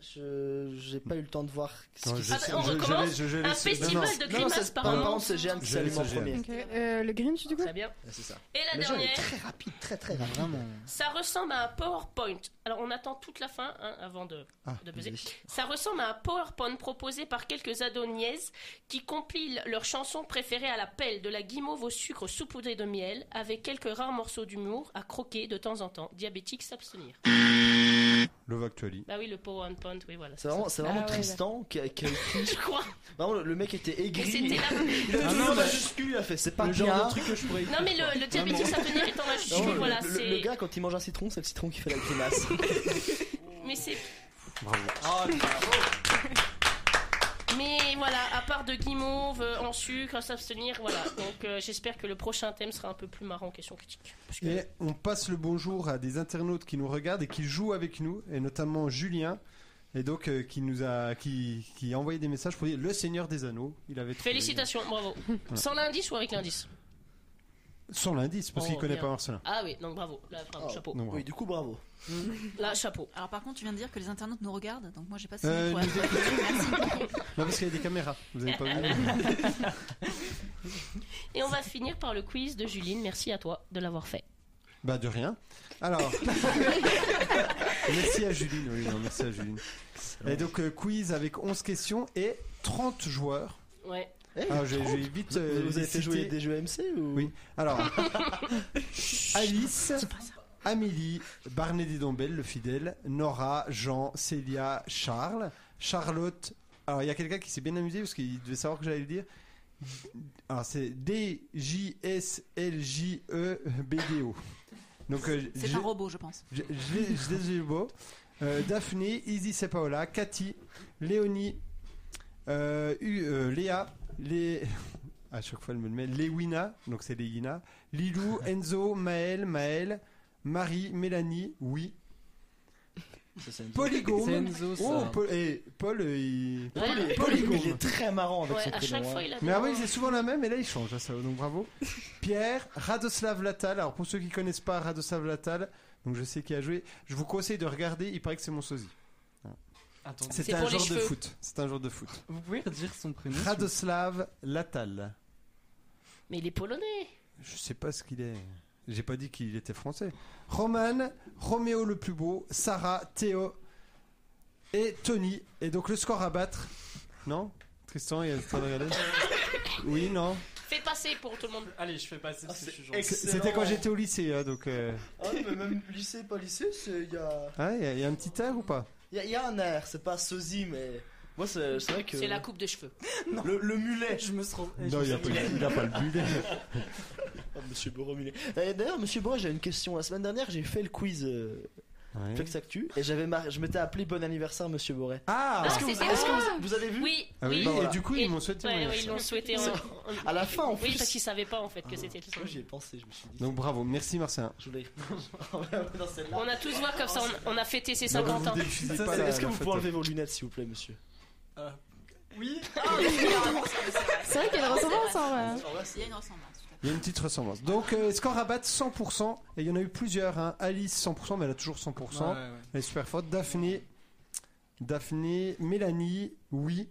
je- je- j'ai pas eu le temps de voir. ce Non, qui je- s'est Ah, passé. on Je- je recommence l'ai- je- je un l'ai- non, festival non. de Non, non, grimaces c'est- par Pardon, moment. c'est GM qui Je l'ai- s'allume en c'est premier. GM. Ok, euh, le Grinch, du coup Très bien. Ouais, C'est ça. Et la Le jeu est dernière, Très rapide, très très rapide. ça ressemble à un PowerPoint. Alors on attend toute la fin hein, avant de, Ah, de buzzer. Ça ressemble à un PowerPoint proposé par quelques adoniaises qui compilent leurs chansons préférées à la pelle, de la guimauve au sucre saupoudré de miel, avec quelques rares morceaux d'humour à croquer de temps en temps. Diabétique s'abstenir. Love Actually. Bah oui, le PowerPoint, oui, voilà. C'est vraiment, c'est vraiment Ah ouais. Tristan qui a, qui a écrit. Je crois. Vraiment, le- le mec était Mais aigri. c'était la- Il a Ah toujours non, mais- majuscule, il a fait. C'est pas le bien. genre de truc que je pourrais Non, mais le, le diabétique s'abstenir est en Non, majuscule, le, voilà. le- c'est- le gars, quand il mange un citron, c'est le citron qui fait la grimace. Ah, Mais c'est. Bravo. Mais voilà, à part de guimauve, euh, en sucre, à s'abstenir, voilà. Donc euh, j'espère que le prochain thème sera un peu plus marrant, question critique. Parce que- Et on passe le bonjour à des internautes qui nous regardent et qui jouent avec nous, et notamment Julien, et donc euh, qui nous a, qui, qui a envoyé des messages pour dire Le Seigneur des Anneaux. Il avait trouvé- Félicitations, bravo. Sans l'indice ou avec l'indice Sans l'indice, parce Oh, qu'il connaît merde. pas Marcelin. Ah oui, donc bravo. Là, bravo, Oh. chapeau. Non, bravo. oui, du coup, bravo. Là, chapeau. Alors par contre, tu viens de dire que les internautes nous regardent, donc moi j'ai pas signé Euh, pour nous- être. Merci. Non, parce qu'il y a des caméras. Vous avez pas vu Ah. Et on va finir par le quiz de Juline. Merci à toi de l'avoir fait. Bah de rien. Alors, merci à Juline. Oui, non, merci à Juline. Et donc euh, quiz avec 11 questions et 30 joueurs. Ouais. Eh, Alors, je, je vais Ah, vite. vous, euh, vous avez fait citer- jouer des jeux MC ou Oui. Alors, Alice, Amélie, Barney Didombel, le fidèle, Nora, Jean, Célia, Charles, Charlotte. Alors, il y a quelqu'un qui s'est bien amusé parce qu'il devait savoir que j'allais le dire. Alors, c'est E, D-J-S-L-J-E-B-D-O. Donc, euh, C'est je- un robot, je pense. je- je l'ai- je les ai eu beau. Euh, Daphné, Izzy Sepaola, Cathy, Léonie, euh, U- euh, Léa, les... à chaque fois elle me le met, Léwina, donc c'est Léina, Lilou, Enzo, Maël, Maël, Marie, Mélanie, oui, Ça, c'est une- Polygone. Senzo, ça. Oh, Paul, eh, Paul, euh, il- Ouais, Paul est- Polygone. il est très marrant avec ouais, son à prénom. chaque fois, hein. il a. Mais ah oui, des- c'est souvent la même et là il change, hein, ça, donc bravo. Pierre, Radoslav Latal. Alors pour ceux qui connaissent pas Radoslav Latal, donc je sais qui a joué, je vous conseille de regarder, il paraît que c'est mon sosie. Attendez, C'est C'est un pour les joueur de cheveux. foot. C'est un joueur de foot. vous pouvez redire son prénom s'il vous plaît Radoslav Latal. Mais il est polonais. Je sais pas ce qu'il est. J'ai pas dit qu'il était français. Roman, Roméo le plus beau, Sarah, Théo et Tony. Et donc le score à battre. Non Tristan, il est en train de regarder. Oui, non. Fais passer pour tout le monde. Allez, je fais passer Ah, ce c'est sujet. C- C'était quand j'étais au lycée, hein, donc. euh, Ah, mais même lycée, pas lycée, c'est- il y a... hein, il y, a- il y a un petit air ou pas il y, a- il y a un air, c'est pas sosie, mais. Moi, c'est c'est vrai que. C'est la coupe de cheveux. Le, le mulet. Je me suis rendu- Non, il a pas, il a pas le but. Oh, monsieur Boré, mulet. Et D'ailleurs, monsieur Boré, j'ai une question. La semaine dernière, j'ai fait le quiz euh, Ouais. Flex Actu et j'avais mar- je m'étais appelé Bon anniversaire, monsieur Boré. Ah, Ah, Est-ce que, vous, c'était- est-ce que vous- vous avez vu Oui, Ah oui, oui. bah voilà. et du coup, Et- ils m'ont souhaité. Ouais, mon ouais, ils l'ont anniversaire. souhaité. en- en- À la fin, en Oui, plus. parce qu'ils savaient pas en fait Ah. que c'était tout ça. Moi, j'y ai pensé, je me suis dit. Donc bravo, merci Marcin. Je voulais. Dans celle-là. On a tous voir comme ça, on, on a fêté ses Donc, 50 vous ans. défilez Ça, pas c'est- la- Est-ce que la vous fête. pouvez enlever vos lunettes, s'il vous plaît, monsieur Oui. Ah, C'est vrai qu'il y a une ressemblance, hein, ouais. Il y a une ressemblance. tout à fait. Il y a une petite ressemblance. Donc, euh, score à battre 100%. Et il y en a eu plusieurs. hein. Alice 100%, mais elle a toujours 100%. Ouais, ouais, ouais. Elle est super forte. Daphné, Daphné, Mélanie, oui.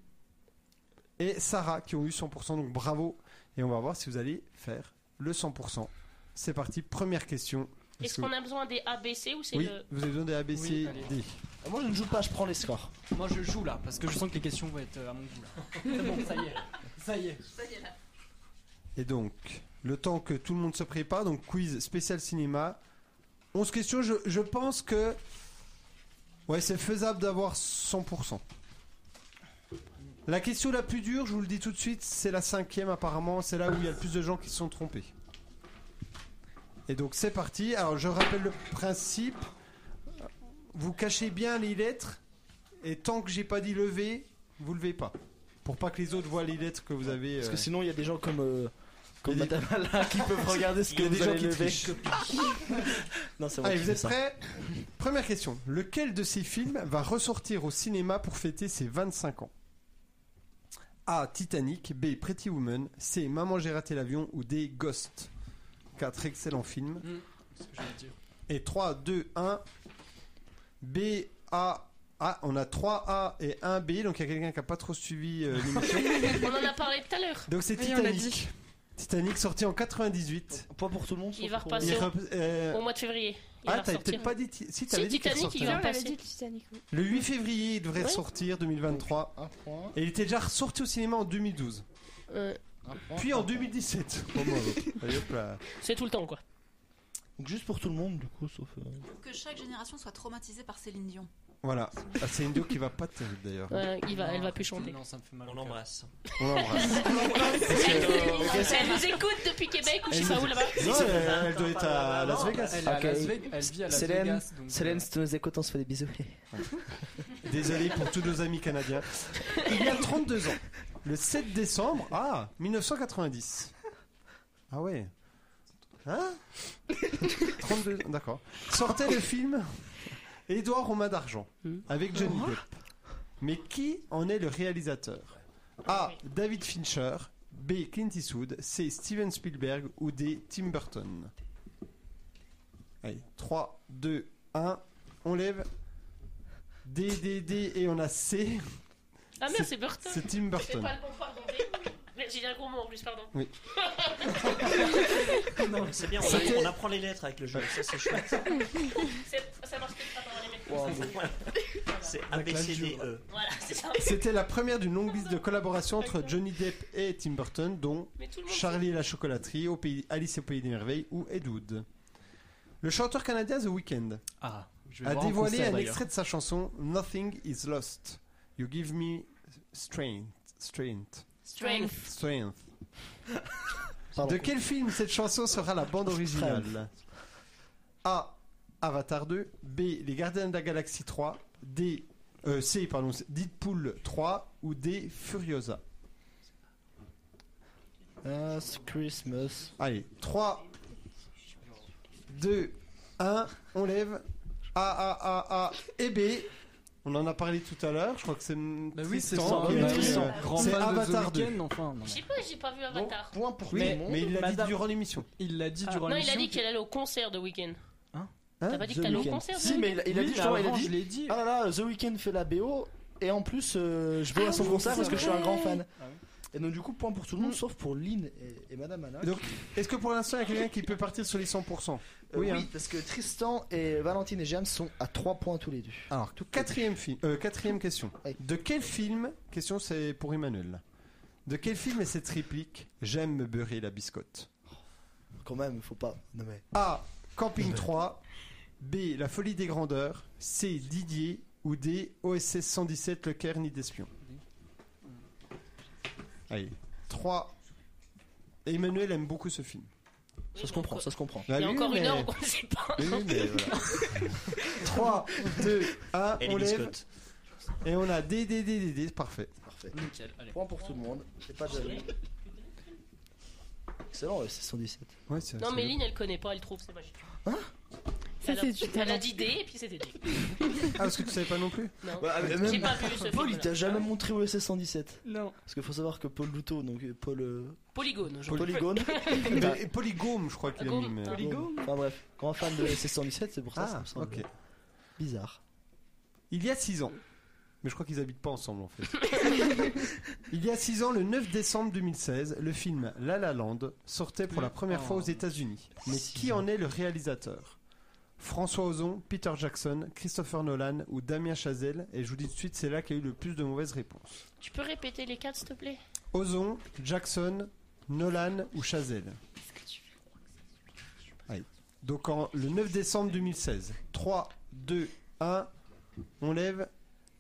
Et Sarah qui ont eu 100%. Donc, bravo. Et on va voir si vous allez faire le 100%. C'est parti. Première question. Est-ce Est-ce que- qu'on a besoin des ABC ou c'est Oui, le. vous avez besoin des Oui, ABCD. allez. Ah, Moi, je ne joue pas, je prends les scores. Moi je joue là parce que je sens que les questions vont être euh, à mon goût. là. C'est bon, ça y est. Ça y est. Et donc, le temps que tout le monde se prépare, donc quiz spécial cinéma. 11 questions, je, je pense que. Ouais, c'est faisable d'avoir 100%. La question la plus dure, je vous le dis tout de suite, c'est la cinquième apparemment. C'est là où il y a le plus de gens qui se sont trompés. Et donc c'est parti. Alors je rappelle le principe. Vous cachez bien les lettres et tant que j'ai pas dit lever, vous levez pas. Pour pas que les autres voient les lettres que vous avez. Parce euh, que sinon, il y a des gens comme. euh, Comme Il y a Madame Alla qui peuvent regarder ce Il y que a des vous gens allez qui lever. trichent. Non, c'est moi Allez, vous qui fais êtes ça. prêts Première question. Lequel de ces films va ressortir au cinéma pour fêter ses 25 ans A. Titanic. B. Pretty Woman. C. Maman, j'ai raté l'avion. Ou D. Ghost. Quatre excellents films. C'est ce que j'allais dire. Et 3, 2, 1. B, A, Ah, on a 3A et 1B, donc il y a quelqu'un qui n'a pas trop suivi euh, l'émission. On en a parlé tout à l'heure. Donc c'est Oui, on l'a Titanic. Titanic sorti en 98. Pas pour tout le monde. Il va repasser au, euh, au mois de février. Il Ah, va t'avais ressortir. peut-être pas dit. Ti- Si, t'avais dit qu'il Titanic, il ressortait. va Non, on avait passer. dit oui. Le 8 février, il devrait Ouais. sortir 2023. Et il était déjà ressorti au cinéma en 2012. Euh. Puis en 2017. Allez, hop là. C'est tout le temps, quoi. Donc juste pour tout le monde, du coup, sauf. euh, Que chaque génération soit traumatisée par Céline Dion. Voilà. Ah, c'est une duo qui va pas terrible d'ailleurs. Ouais, il va, elle va plus arrête, chanter. Non, ça me fait mal. On l'embrasse. On l'embrasse. euh, Elle nous écoute depuis Québec ou je sais pas où là-bas. Non, elle, elle doit être à Las Vegas. Elle, est à Ok. Las Vegas- euh, elle vit à Las Célène, Vegas. donc, Célène, euh, si tu nous écoutes, on se fait des bisous. Désolé pour tous nos amis canadiens. Il y a 32 ans, le 7 décembre, ah, 1990. Ah ouais. Hein 32 d'accord. Sortait le film Édouard Romain d'Argent avec Johnny Depp. Mais qui en est le réalisateur A. David Fincher. B. Clint Eastwood. C. Steven Spielberg. Ou D. Tim Burton. Allez, 3, 2, 1. On lève. D, D, D et on a C. Ah merde, c'est Burton. C'est Tim C'est Burton. pas le bon pardon. Merde, J'ai dit un gros mot en plus, pardon. Non, c'est bien, on, C'était- on apprend les lettres avec le jeu, ça c'est chouette. C'est- Ça marche peut-être pas par les mecs. Voilà. C'est ABCDE. Voilà, c'est ça. C'était la première d'une longue liste de collaborations entre Johnny Depp et Tim Burton, dont Mais tout le monde. Charlie et la chocolaterie, au pays, Alice au pays des merveilles ou Ed Wood. Le chanteur canadien The Weeknd Ah, je vais a voir en dévoilé concert, un d'ailleurs. extrait de sa chanson Nothing is Lost. You give me strength. Strength. Strength. Strength. Pardon. De quel film cette chanson sera la bande originale A. Avatar 2. B. Les Gardiens de la Galaxie 3. D. euh, C. Pardon. Deadpool 3 ou D. Furiosa. Last Christmas. Allez, 3, 2, 1, on lève. A, A, A, A et B. On en a parlé tout à l'heure, je crois que c'est. Bah oui, c'est Tristan ça. qui bah a oui, dit, Tristan, euh, grand c'est fan de The Avatar 2. Weeknd, enfin, non, Je mais sais pas, j'ai pas vu Avatar. Point pour Oui, tout le monde. Mais il l'a dit Madame- durant l'émission. Il l'a dit Ah, durant non, il a l'émission dit qu'elle allait au concert de week-end. Hein T'as pas dit The que t'allais au Weeknd. concert Si, de mais il a, il a dit Oui, justement, il a avant, dit Je l'ai dit. Ah là là, The Weeknd fait la BO et en plus euh, je vais Ah à son oui, concert c'est parce que je suis un vrai. grand fan. Ah oui. Et donc du coup point pour tout le monde sauf pour Lynn et, et Madame Anna. Donc, est-ce que pour l'instant, il y a quelqu'un qui peut partir sur les 100% Euh, oui, oui, hein. parce que Tristan et Valentine et Jeanne sont à 3 points tous les deux. Alors, tout quatrième, film, euh, quatrième question. Oui. De quel film, question c'est pour Emmanuel, de quel film est cette réplique J'aime me beurrer la biscotte Quand même, faut pas. Non mais A. Camping 3. B. La folie des grandeurs. C. Didier. Ou D. OSS 117, le Caire, ni d'espion. Allez. 3. Emmanuel aime beaucoup ce film. Oui, ça se mais comprend, encore- ça se comprend. Il y Bah a oui, encore une mais- heure qu'on ne sait pas. Oui, oui, mais voilà. 3, 2, 1, Et on les lève. biscottes. Et on a D, D, D, D, D, parfait. Parfait. Nickel, allez. Point pour tout le monde. C'est pas de jaloux. Excellent, euh, c'est 117. Ouais, c'est- Non, c'est mais bien. Lynn, elle connaît pas, elle trouve, c'est magique. Hein Ça, elle, a, c'est du elle a talent. dit D et puis c'était D. Ah, parce que tu savais pas non plus Non. J'ai Bah, même pas vu ce Paul, film. il t'a jamais montré OSS 117. Non. Parce qu'il faut savoir que Paul Luto, donc euh, Paul euh, Polygone. je- Polygone, Mais- et Polygome, je crois qu'il a mis. Polygome, mais- hein. Polygone. Enfin bref, grand fan de OSS 117, c'est pour ça. ça Ah, me semble ok. Bizarre. Il y a 6 ans. Mais je crois qu'ils habitent pas ensemble en fait. Il y a 6 ans, le 9 décembre 2016, le film La La Land sortait pour la première fois aux États-Unis. Mais Six qui ans. en est le réalisateur François Ozon, Peter Jackson, Christopher Nolan ou Damien Chazelle Et je vous dis tout de suite, c'est là qu'il y a eu le plus de mauvaises réponses. Tu peux répéter les quatre, s'il te plaît Ozon, Jackson, Nolan ou Chazelle Allez. Donc en, le 9 décembre 2016, 3, 2, 1, on lève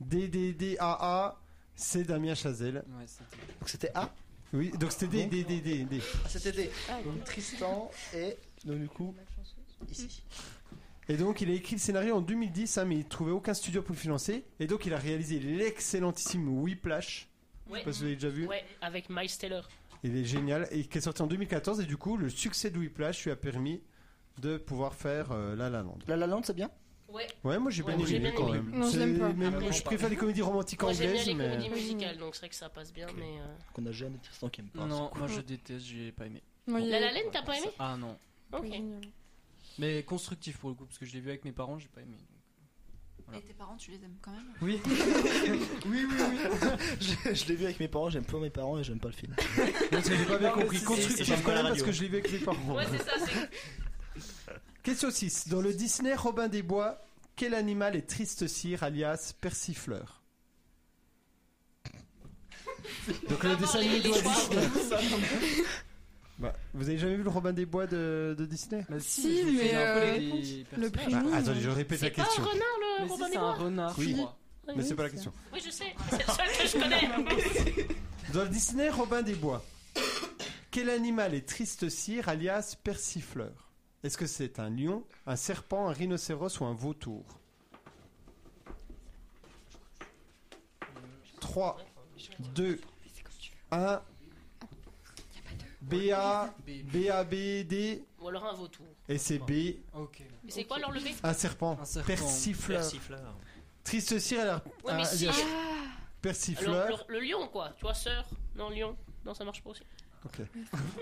DDDAA, c'est Damien Chazelle. Ouais, c'était- Donc c'était A. Oui, donc c'était D, D, D, D, D. Ah, c'était D. Ah, Donc Tristan et donc du coup ici. Et donc il a écrit le scénario en 2010, hein, mais il trouvait aucun studio pour le financer. Et donc il a réalisé l'excellentissime Whiplash. Je Ouais. sais pas si vous l'avez déjà vu. Ouais, avec Miles Taylor. Il est génial. Et qui est sorti en 2014. Et du coup, le succès de Whiplash lui a permis de pouvoir faire euh, La La Land. La La Land, c'est bien Ouais, Ouais, moi j'ai Ouais, bien j'ai aimé bien quand aimé. même. Non, je l'aime C'est- pas. mais Après, je on préfère les comédies romantiques moi j'aime bien anglaises, les mais. comédies musicales, donc c'est vrai que ça passe bien, mais. euh, Qu'on a jamais Tristan qui aime pas. Non, moi je déteste, j'ai pas aimé. Non, il La est La Land, t'as pas aimé Ah non. pas Ok. génial. Mais constructif pour le coup, parce que je l'ai vu avec mes parents, j'ai pas aimé. Voilà. Et tes parents, tu les aimes quand même Oui. oui, oui, oui. je je l'ai vu avec mes parents, j'aime pas mes parents et j'aime pas le film. J'ai pas bien Non, mais c'est- compris. c'est- c'est Constructif pas quand la même parce radio. que je l'ai vu avec les parents. Ouais, c'est ça. c'est- Question 6. Dans le Disney Robin des Bois, quel animal est triste cire alias persifleur Donc On va avoir les- les choix. Bah, vous avez jamais vu le Robin des Bois de, de Disney Bah, Si, je fais mais, un peu euh, les Le euh, personnages. prix. Bah, Attendez, je répète la C'est pas un question. renard le euh, Mais si, Robin des c'est un Bois renard, Oui. je crois. Mais c'est pas la question. Oui, je sais. C'est le seul que je connais. Dans le Disney Robin des Bois, quel animal est triste cire alias persifleur Est-ce que c'est un lion, un serpent, un rhinocéros ou un vautour 3, 2, 1. BA, BABD, Ou alors un vautour. et c'est B, Ok. Mais c'est quoi alors le B un serpent. Un serpent. Persifleur. Persifleur. Triste cire alias Ouais, Ah, mais si. Ah. alias Alors, persifleur. le, le lion, quoi. Tu vois, sœur. Non, lion. Non, ça marche pas aussi.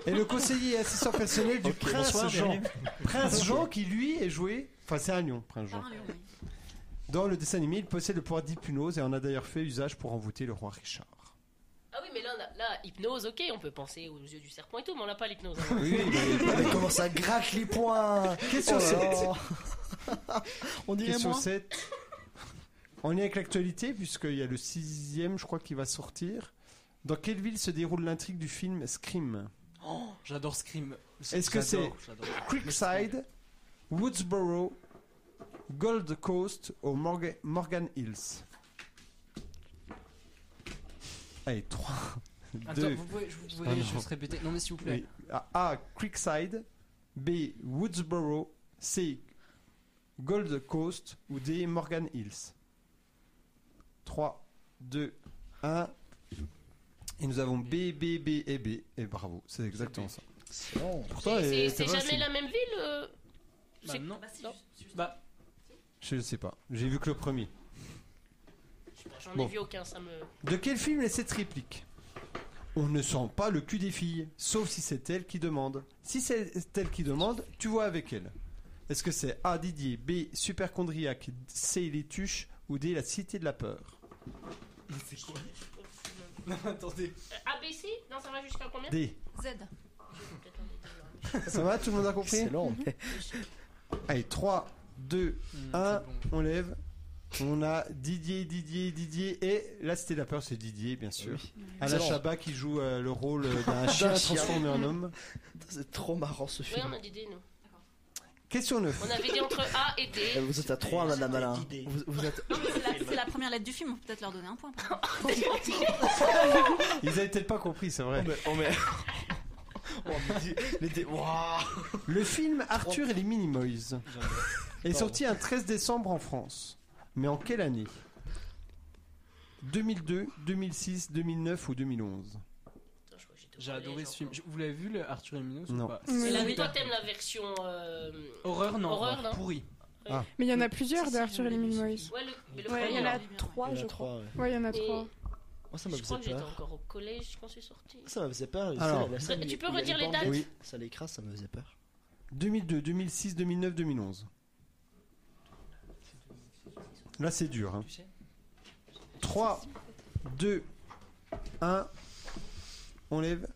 Et le conseiller et assistant personnel du Ok, prince bonsoir, Jean. bienvenue. Prince Jean qui lui est joué. Enfin, c'est un lion, Prince Par Jean. un lion, oui. Dans le dessin animé, il possède le pouvoir d'hypnose et en a d'ailleurs fait usage pour envoûter le roi Richard. Ah oui, mais là, là, là, hypnose, ok, on peut penser aux yeux du serpent et tout, mais on n'a pas l'hypnose. hein. Oui, Mais comment ça gratte les points Question Oh là 7. là. On dirait Question moi. 7. En lien avec l'actualité, puisqu'il y a le sixième, je crois, qui va sortir. Dans quelle ville se déroule l'intrigue du film Scream Oh, j'adore Scream. Est-ce que c'est- Ah, J'adore, j'adore. Creekside, Woodsboro, Gold Coast ou Morgan, Morgan Hills Allez, 3, Attends, 2, vous pouvez, je vous Ah non. pouvez juste répéter. Non, mais s'il vous plaît. Oui. A, A, Creekside. B. Woodsboro. C. Gold Coast. Ou D. Morgan Hills. 3, 2, 1. Et nous avons B, B, B et B. Et bravo, c'est exactement ça. Non. Pourtant, elle- C'est elle c'est était jamais facile. la même ville euh, Bah, c'est- Ah, non. si, Non. Bah, Je ne sais pas. J'ai vu que le premier. je sais pas, J'en Bon. ai vu aucun, ça me. De quel film est cette réplique On ne sent pas le cul des filles, sauf si c'est elle qui demande. Si c'est elle qui demande, tu vois avec elle. Est-ce que c'est A. Didier, B. Superchondriaque, C. Les Tuches ou D. La Cité de la Peur c'est quoi Non, attendez. Euh, ABC Non, ça va jusqu'à combien D. Z. Peut-être un des deux, là. Ça va, tout le monde a compris Excellent. Allez, 3, 2, Hmm, Un. c'est bon. on lève. On a Didier, Didier, Didier et La Cité de la Peur, c'est Didier, bien sûr. Alain Excellent. Chabat qui joue euh, le rôle d'un chien chien. transformé en homme. C'est trop marrant ce Oui, on film. a dit D, nous. Question 9. On avait dit entre A et Eh, D. Vous êtes à 3, madame J'ai Alain. d'idées. Vous, vous êtes... Non, mais c'est la, c'est la première lettre du film, on peut peut-être leur donner un point. par exemple. Ils avaient peut-être pas compris, c'est vrai. Oh, mais... Oh, mais dis- les dé- Wouah. Le film Arthur et les Minimoys J'adore. est Pardon. sorti un 13 décembre en France. Mais en quelle année 2002, 2006, 2009 ou 2011 Putain, je crois que j'étais au J'ai adoré collège, ce film. encore. Je- Vous l'avez vu, le Arthur et les Minos ou Non. pas Mais Mais la là, mais vie- toi, t'aimes la version. euh, Horreur, non. Horreur, non. pourri. Ah. Mais il y en a plusieurs Si, de si, Arthur et les je l'ai vu, Minimoys. si. Ouais, le, mais le Ouais, il y en premier, a hein. trois, Il y en je a crois. trois, ouais. Ouais, il y en a Et trois. Oh, ça me je crois faisait que j'étais peur. encore au collège quand c'est sorti. Ça me faisait peur. Alors. Ça, la scène, Tu il- peux il a redire les bandé. dates Oui. Ça l'écrase, ça me faisait peur. 2002, 2006, 2009, 2011. Là, c'est dur. Hein. 3, 2, 1. On lève.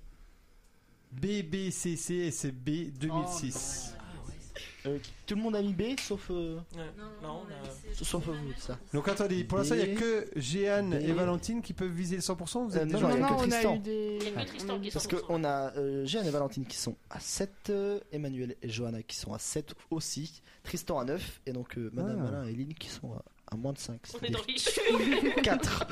BBCC et c'est B Oh, 2006. Ah Euh, tout le monde a mis B sauf. euh, Ouais. Non, on a- sauf vous, ça. Donc attendez, pour l'instant, il n'y a que Jeanne B. et Valentine qui peuvent viser le 100%. Vous Euh, êtes non, déjà non, à il y a Maintenant, que on a Tristan. eu Il y a des. que on a eu- Tristan qui est Parce sorti. qu'on a euh, Jeanne et Valentine qui sont à 7, euh, Emmanuel et Johanna qui sont à 7 aussi, Tristan à 9, et donc euh, Madame Ah. Alain et Lynn qui sont à, à moins de 5. On est dans C'est-à-dire les cheveux. 4.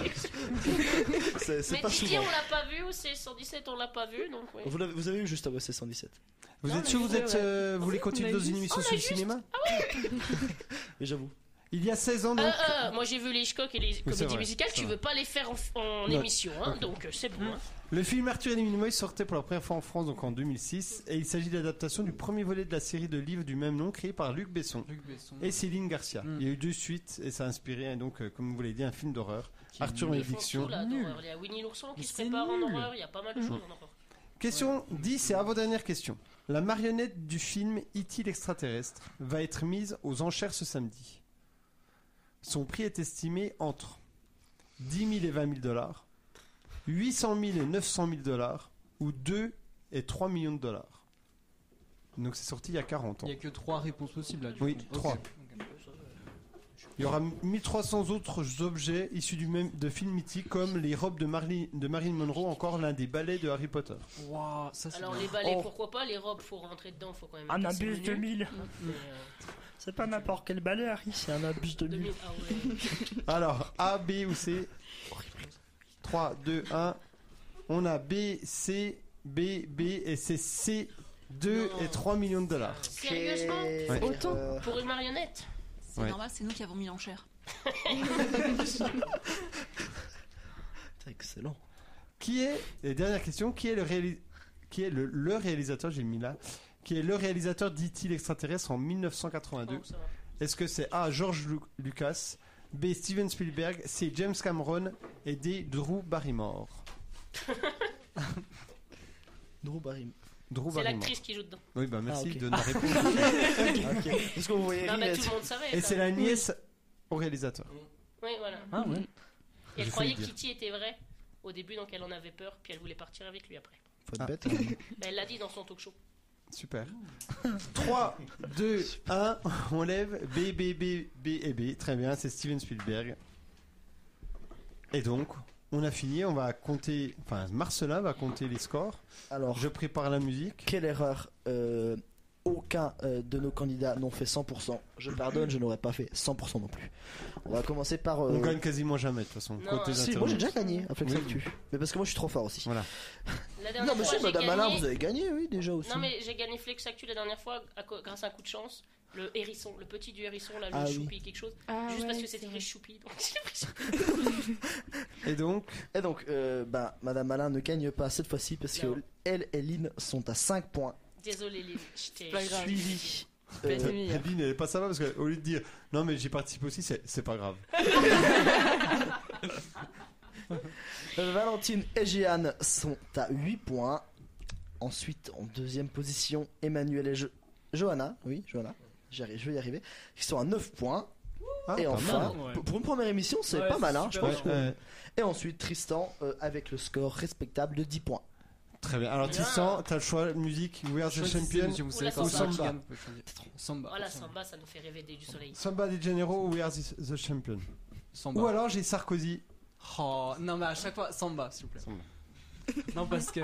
c'est c'est Mais pas Didier, souvent. on l'a pas vu, ou c'est 117, on l'a pas vu, donc ouais. Vous, l'avez- vous avez eu juste à bosser 117. Vous êtes sûr que vous êtes euh, vous voulez continuer dans une émission sur le cinéma Et j'avoue. Il y a 16 ans Euh, donc. euh, moi j'ai vu les Hitchcock et les comédies vrai, musicales, c'est tu vrai. Mmh. veux pas les faire en, en Non. émission, hein, Ok. donc euh, c'est bon. hein. Le film Arthur et les Minimoys sortait pour la première fois en France donc en 2006 et il s'agit de l'adaptation du premier volet de la série de livres du même nom créé par Luc Besson Luc Besson. et Céline Garcia. Mm. Il y a eu deux suites et ça a inspiré donc euh, comme vous l'avez dit un film d'horreur. Qui est Arthur Ils font Malédiction. tout, là, Nul. d'horreur. Il y a Winnie l'ourson qui Mais se c'est prépare en nul. horreur, il y a pas mal de choses en horreur. Question 10 et avant-dernière question. La marionnette E du film E.T. l'extraterrestre va être mise aux enchères ce samedi. Son prix est estimé entre 10 000 et 20 000 dollars, 800 000 et 900 000 dollars, ou 2 et 3 millions de dollars. Donc c'est sorti il y a 40 ans. Il n'y a que trois réponses possibles là. Du Oui, coup. trois. Ok. Il y aura 1300 autres objets issus du même, de films mythiques comme les robes de, Marli- de Marilyn Monroe, encore l'un des ballets de Harry Potter. Waouh, ça c'est Alors bien. les balais, Oh. pourquoi pas Les robes, faut rentrer dedans, faut quand même. Un être assez abus de menu. 1000. Mais, euh, C'est pas n'importe quel balai, Harry, c'est un abus de 2000, mille. ah ouais. Alors, A, B ou C 3, 2, 1. On a B, C, B, B et c'est C, 2 Non. et 3 millions de dollars. Sérieusement Ouais. Autant. Euh, Pour une marionnette C'est Ouais. normal, c'est nous qui avons mis l'enchère. c'est excellent. Qui est, et dernière question, qui est le, réalis- qui est le, le réalisateur, j'ai mis là, qui est le réalisateur d'E.T. l'extraterrestre en 1982 Oh, ça va. Est-ce que c'est A. George Lu- Lucas, B. Steven Spielberg, C. James Cameron et D. Drew Barrymore Drew Barrymore. Drew C'est Barrymore. l'actrice qui joue dedans. Oui, bah merci Ah, ok. de nous répondre. ok. Parce qu'on voyait Non, rire, mais là, tout le monde savait. Mm. Et ça. c'est la nièce au réalisateur. Oui, voilà. Ah ouais. Et J'ai elle failli croyait le que dire. Kitty était vraie au début, donc elle en avait peur, puis elle voulait partir avec lui après. faut être Ah. bête. hein. Bah, elle l'a dit dans son talk show. Super. 3, 2, 1, on lève. B, B, B, B et B. Très bien, c'est Steven Spielberg. Et donc, on a fini. On va compter. Enfin, Marcelin va compter les scores. Alors, Je prépare la musique. quelle erreur euh, Aucun euh, de nos candidats n'ont fait 100%. Je pardonne, je n'aurais pas fait 100% non plus. On va commencer par. euh, On gagne quasiment jamais, de toute façon. Non, Côté hein. interview. Moi j'ai déjà gagné à Flex Oui. Actu. Mais parce que moi je suis trop fort aussi. Voilà. La dernière Non, mais fois, si, j'ai Madame Alain, gagné- vous avez gagné, oui, déjà aussi. Non, mais j'ai gagné Flex Actu la dernière fois à co- grâce à un coup de chance. Le hérisson, le petit du hérisson, là, le Ah oui. choupi, quelque chose. Ah juste parce ouais, que c'est c'était vrai. écrit choupi. Donc j'ai pris ça. Et donc, Et donc, euh, bah, Madame Alain ne gagne pas cette fois-ci parce que Non. elle et Lynn sont à 5 points. Désolé, Lily. Je t'ai- Pas grave. Suivi. Pas de euh, mille. Adeline, elle est pas sympa parce qu'au lieu de dire non, mais j'y participe aussi, c'est c'est pas grave. Euh, Valentine et Jeanne sont à 8 points. Ensuite, en deuxième position, Emmanuel et Jo- Johanna. Oui, Johanna. J'arrive, je vais y arriver. Qui sont à 9 points. Ah, et pas hein. enfin, mal. Ouais. pour- pour une première émission, c'est Ouais, pas c'est mal, hein, je super Ouais, pense. bien. ouais. Et ensuite, Tristan euh, avec le score respectable de 10 points. Très bien. Ah. Alors, Bien. Tristan, t'as le choix musique, We Are the Choisissez, Champions. monsieur, vous Ou la savez quand c'est un samba. Kigan, vous pouvez choisir. Samba. Voilà, samba. Samba, ça nous fait rêver des- du soleil. Samba de Janeiro, We Are the, the Champion. Samba. Ou alors j'ai Sarkozy. Oh, non, mais à chaque fois, Samba, s'il vous plaît. Samba. Non, parce que.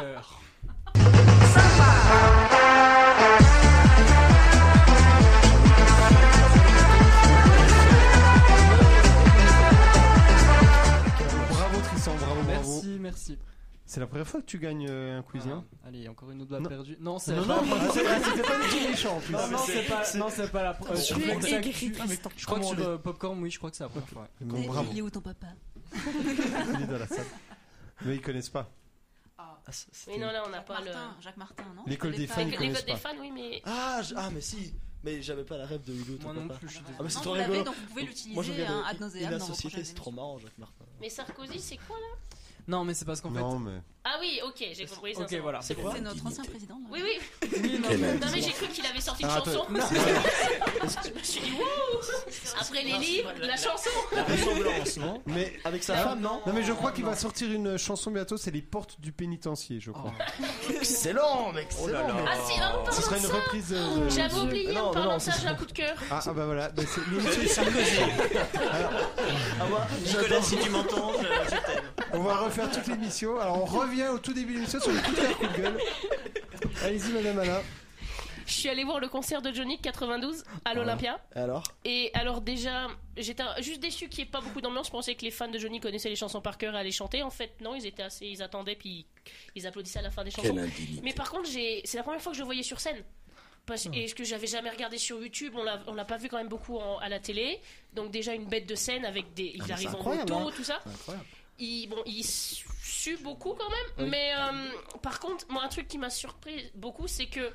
Bravo Tristan, bravo, bravo. Merci, merci. C'est la première fois que tu gagnes euh, un quiz, non Ah, Allez, encore une autre balle Non. perdue. Non, c'est Non, pas- non, ah, c'est- ah, c'était pas du tout méchant en plus. Non, non, c'est pas, non, c'est pas la euh, première. Tu es aigri, Tristan. je crois que sur euh, Popcorn, oui, je crois que c'est la première fois. ouais. Bon, bravo, Il est où ton papa il est dans la salle. Mais ils connaissent pas. Ah, Mais non, là, on n'a pas le. Martin, Ah. Jacques Martin, non L'école Les des fans- fans, ils Les codes connaissent des pas. fans, oui, mais. Ah, je- ah, mais si. Mais j'avais pas la rêve de Hugo. ton Moi non papa. plus, je suis Ah, désolé. Ah, mais c'est trop Non, vous l'avez, rigolo. donc vous pouvez l'utiliser, regarde, hein, ad il- nauseam, il a dans la vos société, prochaines c'est trop marrant, Jacques Martin. Mais Sarkozy, c'est quoi là Non, mais c'est parce qu'en fait. Non, mais. Ah oui, ok, j'ai compris. Ok, ça, ça voilà. va. C'est bon. C'est notre ancien président. là. Oui, oui. Oui, non, mais- Non, mais j'ai cru qu'il avait sorti une Ah, chanson. attends. Je me suis dit, wouh Après les livres, la chanson La ressemblance, non Mais- Avec sa femme, non Non, mais je crois qu'il va sortir une chanson bientôt, c'est Les Portes du Pénitencier, je Oh. crois. Excellent, mec. Oh là excellent, là. mec. Ah, si, ah, Ce pardon. sera une reprise de. de- J'avais oublié, Non, en non, parlant non, de ça, c'est- j'ai un coup de cœur. Ah, ah, bah voilà, bah, c'est l'émission- Ah, moi, Nicolas, si tu m'entends, je, je t'aime. on va refaire toute l'émission. Alors on revient au tout début de l'émission sur le coup de cœur, coup de gueule. Allez-y, madame Alain. Je suis allée voir le concert de Johnny de 92 à l'Olympia. Alors Et alors déjà, j'étais un- juste déçue qu'il n'y ait pas beaucoup d'ambiance. Je pensais que les fans de Johnny connaissaient les chansons par cœur et allaient chanter. En fait, non, ils étaient assez, ils attendaient puis ils applaudissaient à la fin des chansons. Mais par contre, j'ai, c'est la première fois que je le voyais sur scène. Parce, Hmm. et ce que j'avais jamais regardé sur YouTube, on l'a, on l'a pas vu quand même beaucoup en- à la télé. Donc déjà une bête de scène avec des, Ah, mais il c'est arrive en incroyable, moto, hein. tout ça. Incroyable. Il, bon, il su- sue beaucoup quand même, Oui. mais euh, par contre, moi, un truc qui m'a surpris beaucoup, c'est que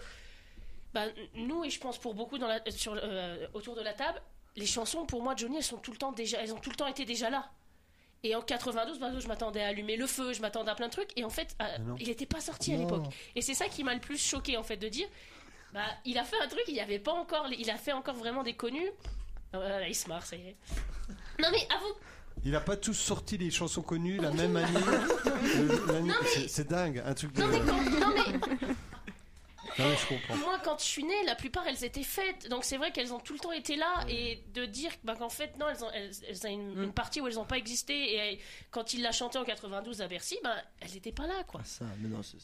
bah, nous, et je pense pour beaucoup dans la, sur, euh, autour de la table, les chansons pour moi, de Johnny, elles, sont tout le temps déjà, elles ont tout le temps été déjà là. Et en 92, bah, je m'attendais à allumer le feu, je m'attendais à plein de trucs, et en fait, euh, Mais non. il n'était pas sorti à l'époque. Et c'est ça qui m'a le plus choqué en fait de dire, bah, il Euh, a fait un truc, il n'y avait pas encore, il a fait encore vraiment des connus. Ah, voilà, il se marre, ça y est. Non mais avoue, Il a pas tous sorti les chansons connues la même année. Le- l'année- c'est- C'est dingue, un truc de. Non mais, non mais je comprends. moi quand je suis née, la plupart elles étaient faites. Donc c'est vrai qu'elles ont tout le temps été là et de dire bah, qu'en fait non, elles ont, elles, elles ont une, une partie où elles n'ont pas existé et euh, quand il l'a chanté en 92 à Bercy, bah, elles n'étaient pas là quoi. Ah, Ça, mais non, c'est-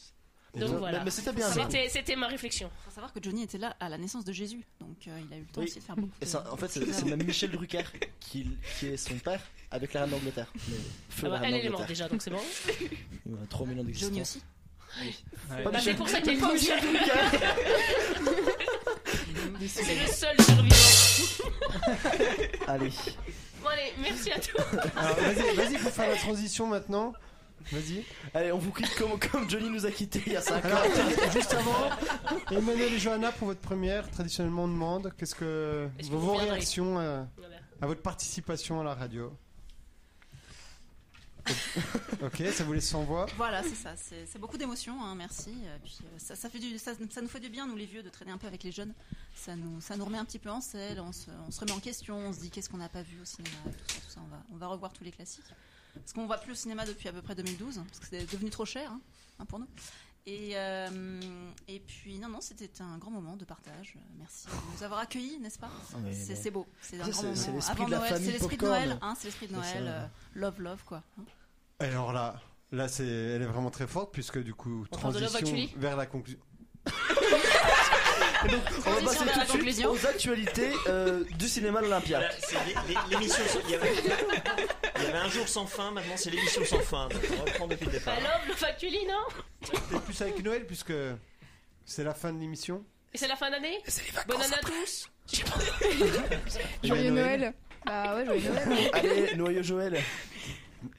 Donc Mais- voilà. mais c'était bien, C'était, c'était ma réflexion. Faut savoir que Johnny était là à la naissance de Jésus, donc euh, il a eu le temps Oui. aussi de faire beaucoup. Et ça, de- en fait, c'est de c'est choses même Michel Drucker qui, qui est son père avec la reine d'Angleterre. Mais Ah feu bah, la elle, reine elle est d'Angleterre. morte déjà, donc c'est bon. Il y a 3 millions d'existants. Johnny aussi. Pas Bah, Michel- c'est pour ça qu'il est pas Michel Drucker. C'est le seul survivant. Allez. Bon allez, merci à tous. Alors, vas-y, vas-y pour faire la transition maintenant. Vas-y. Allez, on vous quitte comme, comme Johnny nous a quittés il y a 5 ans. Alors, juste avant, Emmanuel et Johanna, pour votre première, traditionnellement, on demande qu'est-ce que Est-ce que vos, vous vos viendrez réactions à, Voilà. à votre participation à la radio Ok, ça vous laisse sans Hein. voix. Voilà, c'est ça. C'est c'est beaucoup d'émotions, hein, merci. Et Puis, euh, ça, ça fait du, ça, ça nous fait du bien, nous les vieux, de traîner un peu avec les jeunes. Ça nous, ça nous remet un petit peu en selle, on se, on se remet en question, on se dit qu'est-ce qu'on n'a pas vu au cinéma, et tout ça, tout ça. On, va, on va revoir tous les classiques. Parce qu'on ne va plus au cinéma depuis à peu près 2012, parce que c'est devenu trop cher hein, hein, pour nous. Et, euh, et puis, non, non, c'était un grand moment de partage. Euh, Merci de nous avoir accueillis, n'est-ce pas Ah, mais C'est bon. c'est beau, c'est un Ça, grand c'est- moment. c'est l'esprit Avant de la Noël, famille c'est l'esprit de Popcorn. Noël, hein, c'est l'esprit de C'est ça. Noël. euh, love, love, quoi. hein. Alors là, là c'est, elle est vraiment très forte puisque du coup, On parle de Love transition Actually vers la conclusion. On va Transition vers passer tout la de suite conclusion. aux actualités euh, du cinéma de l'Olympia. Voilà, Bah, c'est l'é- l'é- l'émission. sans- Il y, avait, il y avait un jour sans fin, maintenant c'est l'émission sans fin. Donc on reprend depuis le départ. Bah love, le factuli, non Et plus avec Noël puisque c'est la fin de l'émission. Et c'est la fin d'année Bonne année à tous Joyeux Noël. Bah ouais, joyeux Noël. Allez, noyau Joël.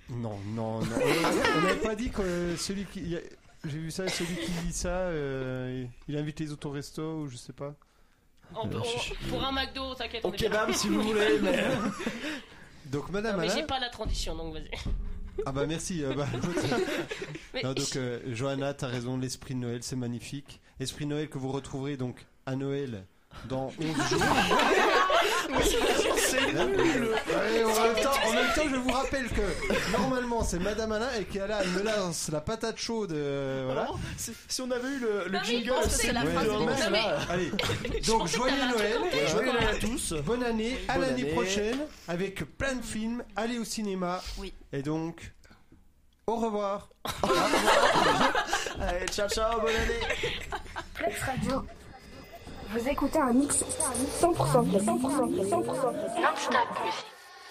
Non, non, non. On n'avait pas dit que euh, celui qui. il y a- J'ai vu ça, celui qui dit ça, euh, il invite les autres au resto ou je sais pas. On peut- on- Pour un McDo, t'inquiète, on Au est bien. kebab si vous voulez. Mais... Donc Madame Non, mais j'ai Alain. pas la transition, donc vas-y. Ah bah merci. euh, bah, écoute. Mais- Non, donc euh, Johanna, t'as raison, l'esprit de Noël, c'est magnifique. Esprit de Noël que vous retrouverez donc à Noël dans 11 jours. C'est Hein Ouais, en, même temps, en même temps, je vous rappelle que normalement c'est Madame Alain et qu'elle a- elle me lance la patate chaude. euh, voilà. Voilà. Si si on avait eu le, le Non, mais jingle, bon, ça, c'est la le phrase de de- Homer, Non, là. Allez, Je donc pensais que joyeux t'avais un truc Noël, en tête, Joyeux quoi. Noël à tous. bonne année, à Bonne l'année année. prochaine, avec plein de films, allez au cinéma. Oui. Et donc, au revoir. Allez, ciao, ciao, bonne année. Flex Radio. Vous écoutez un mix 100% 100% 100% non-stop musique.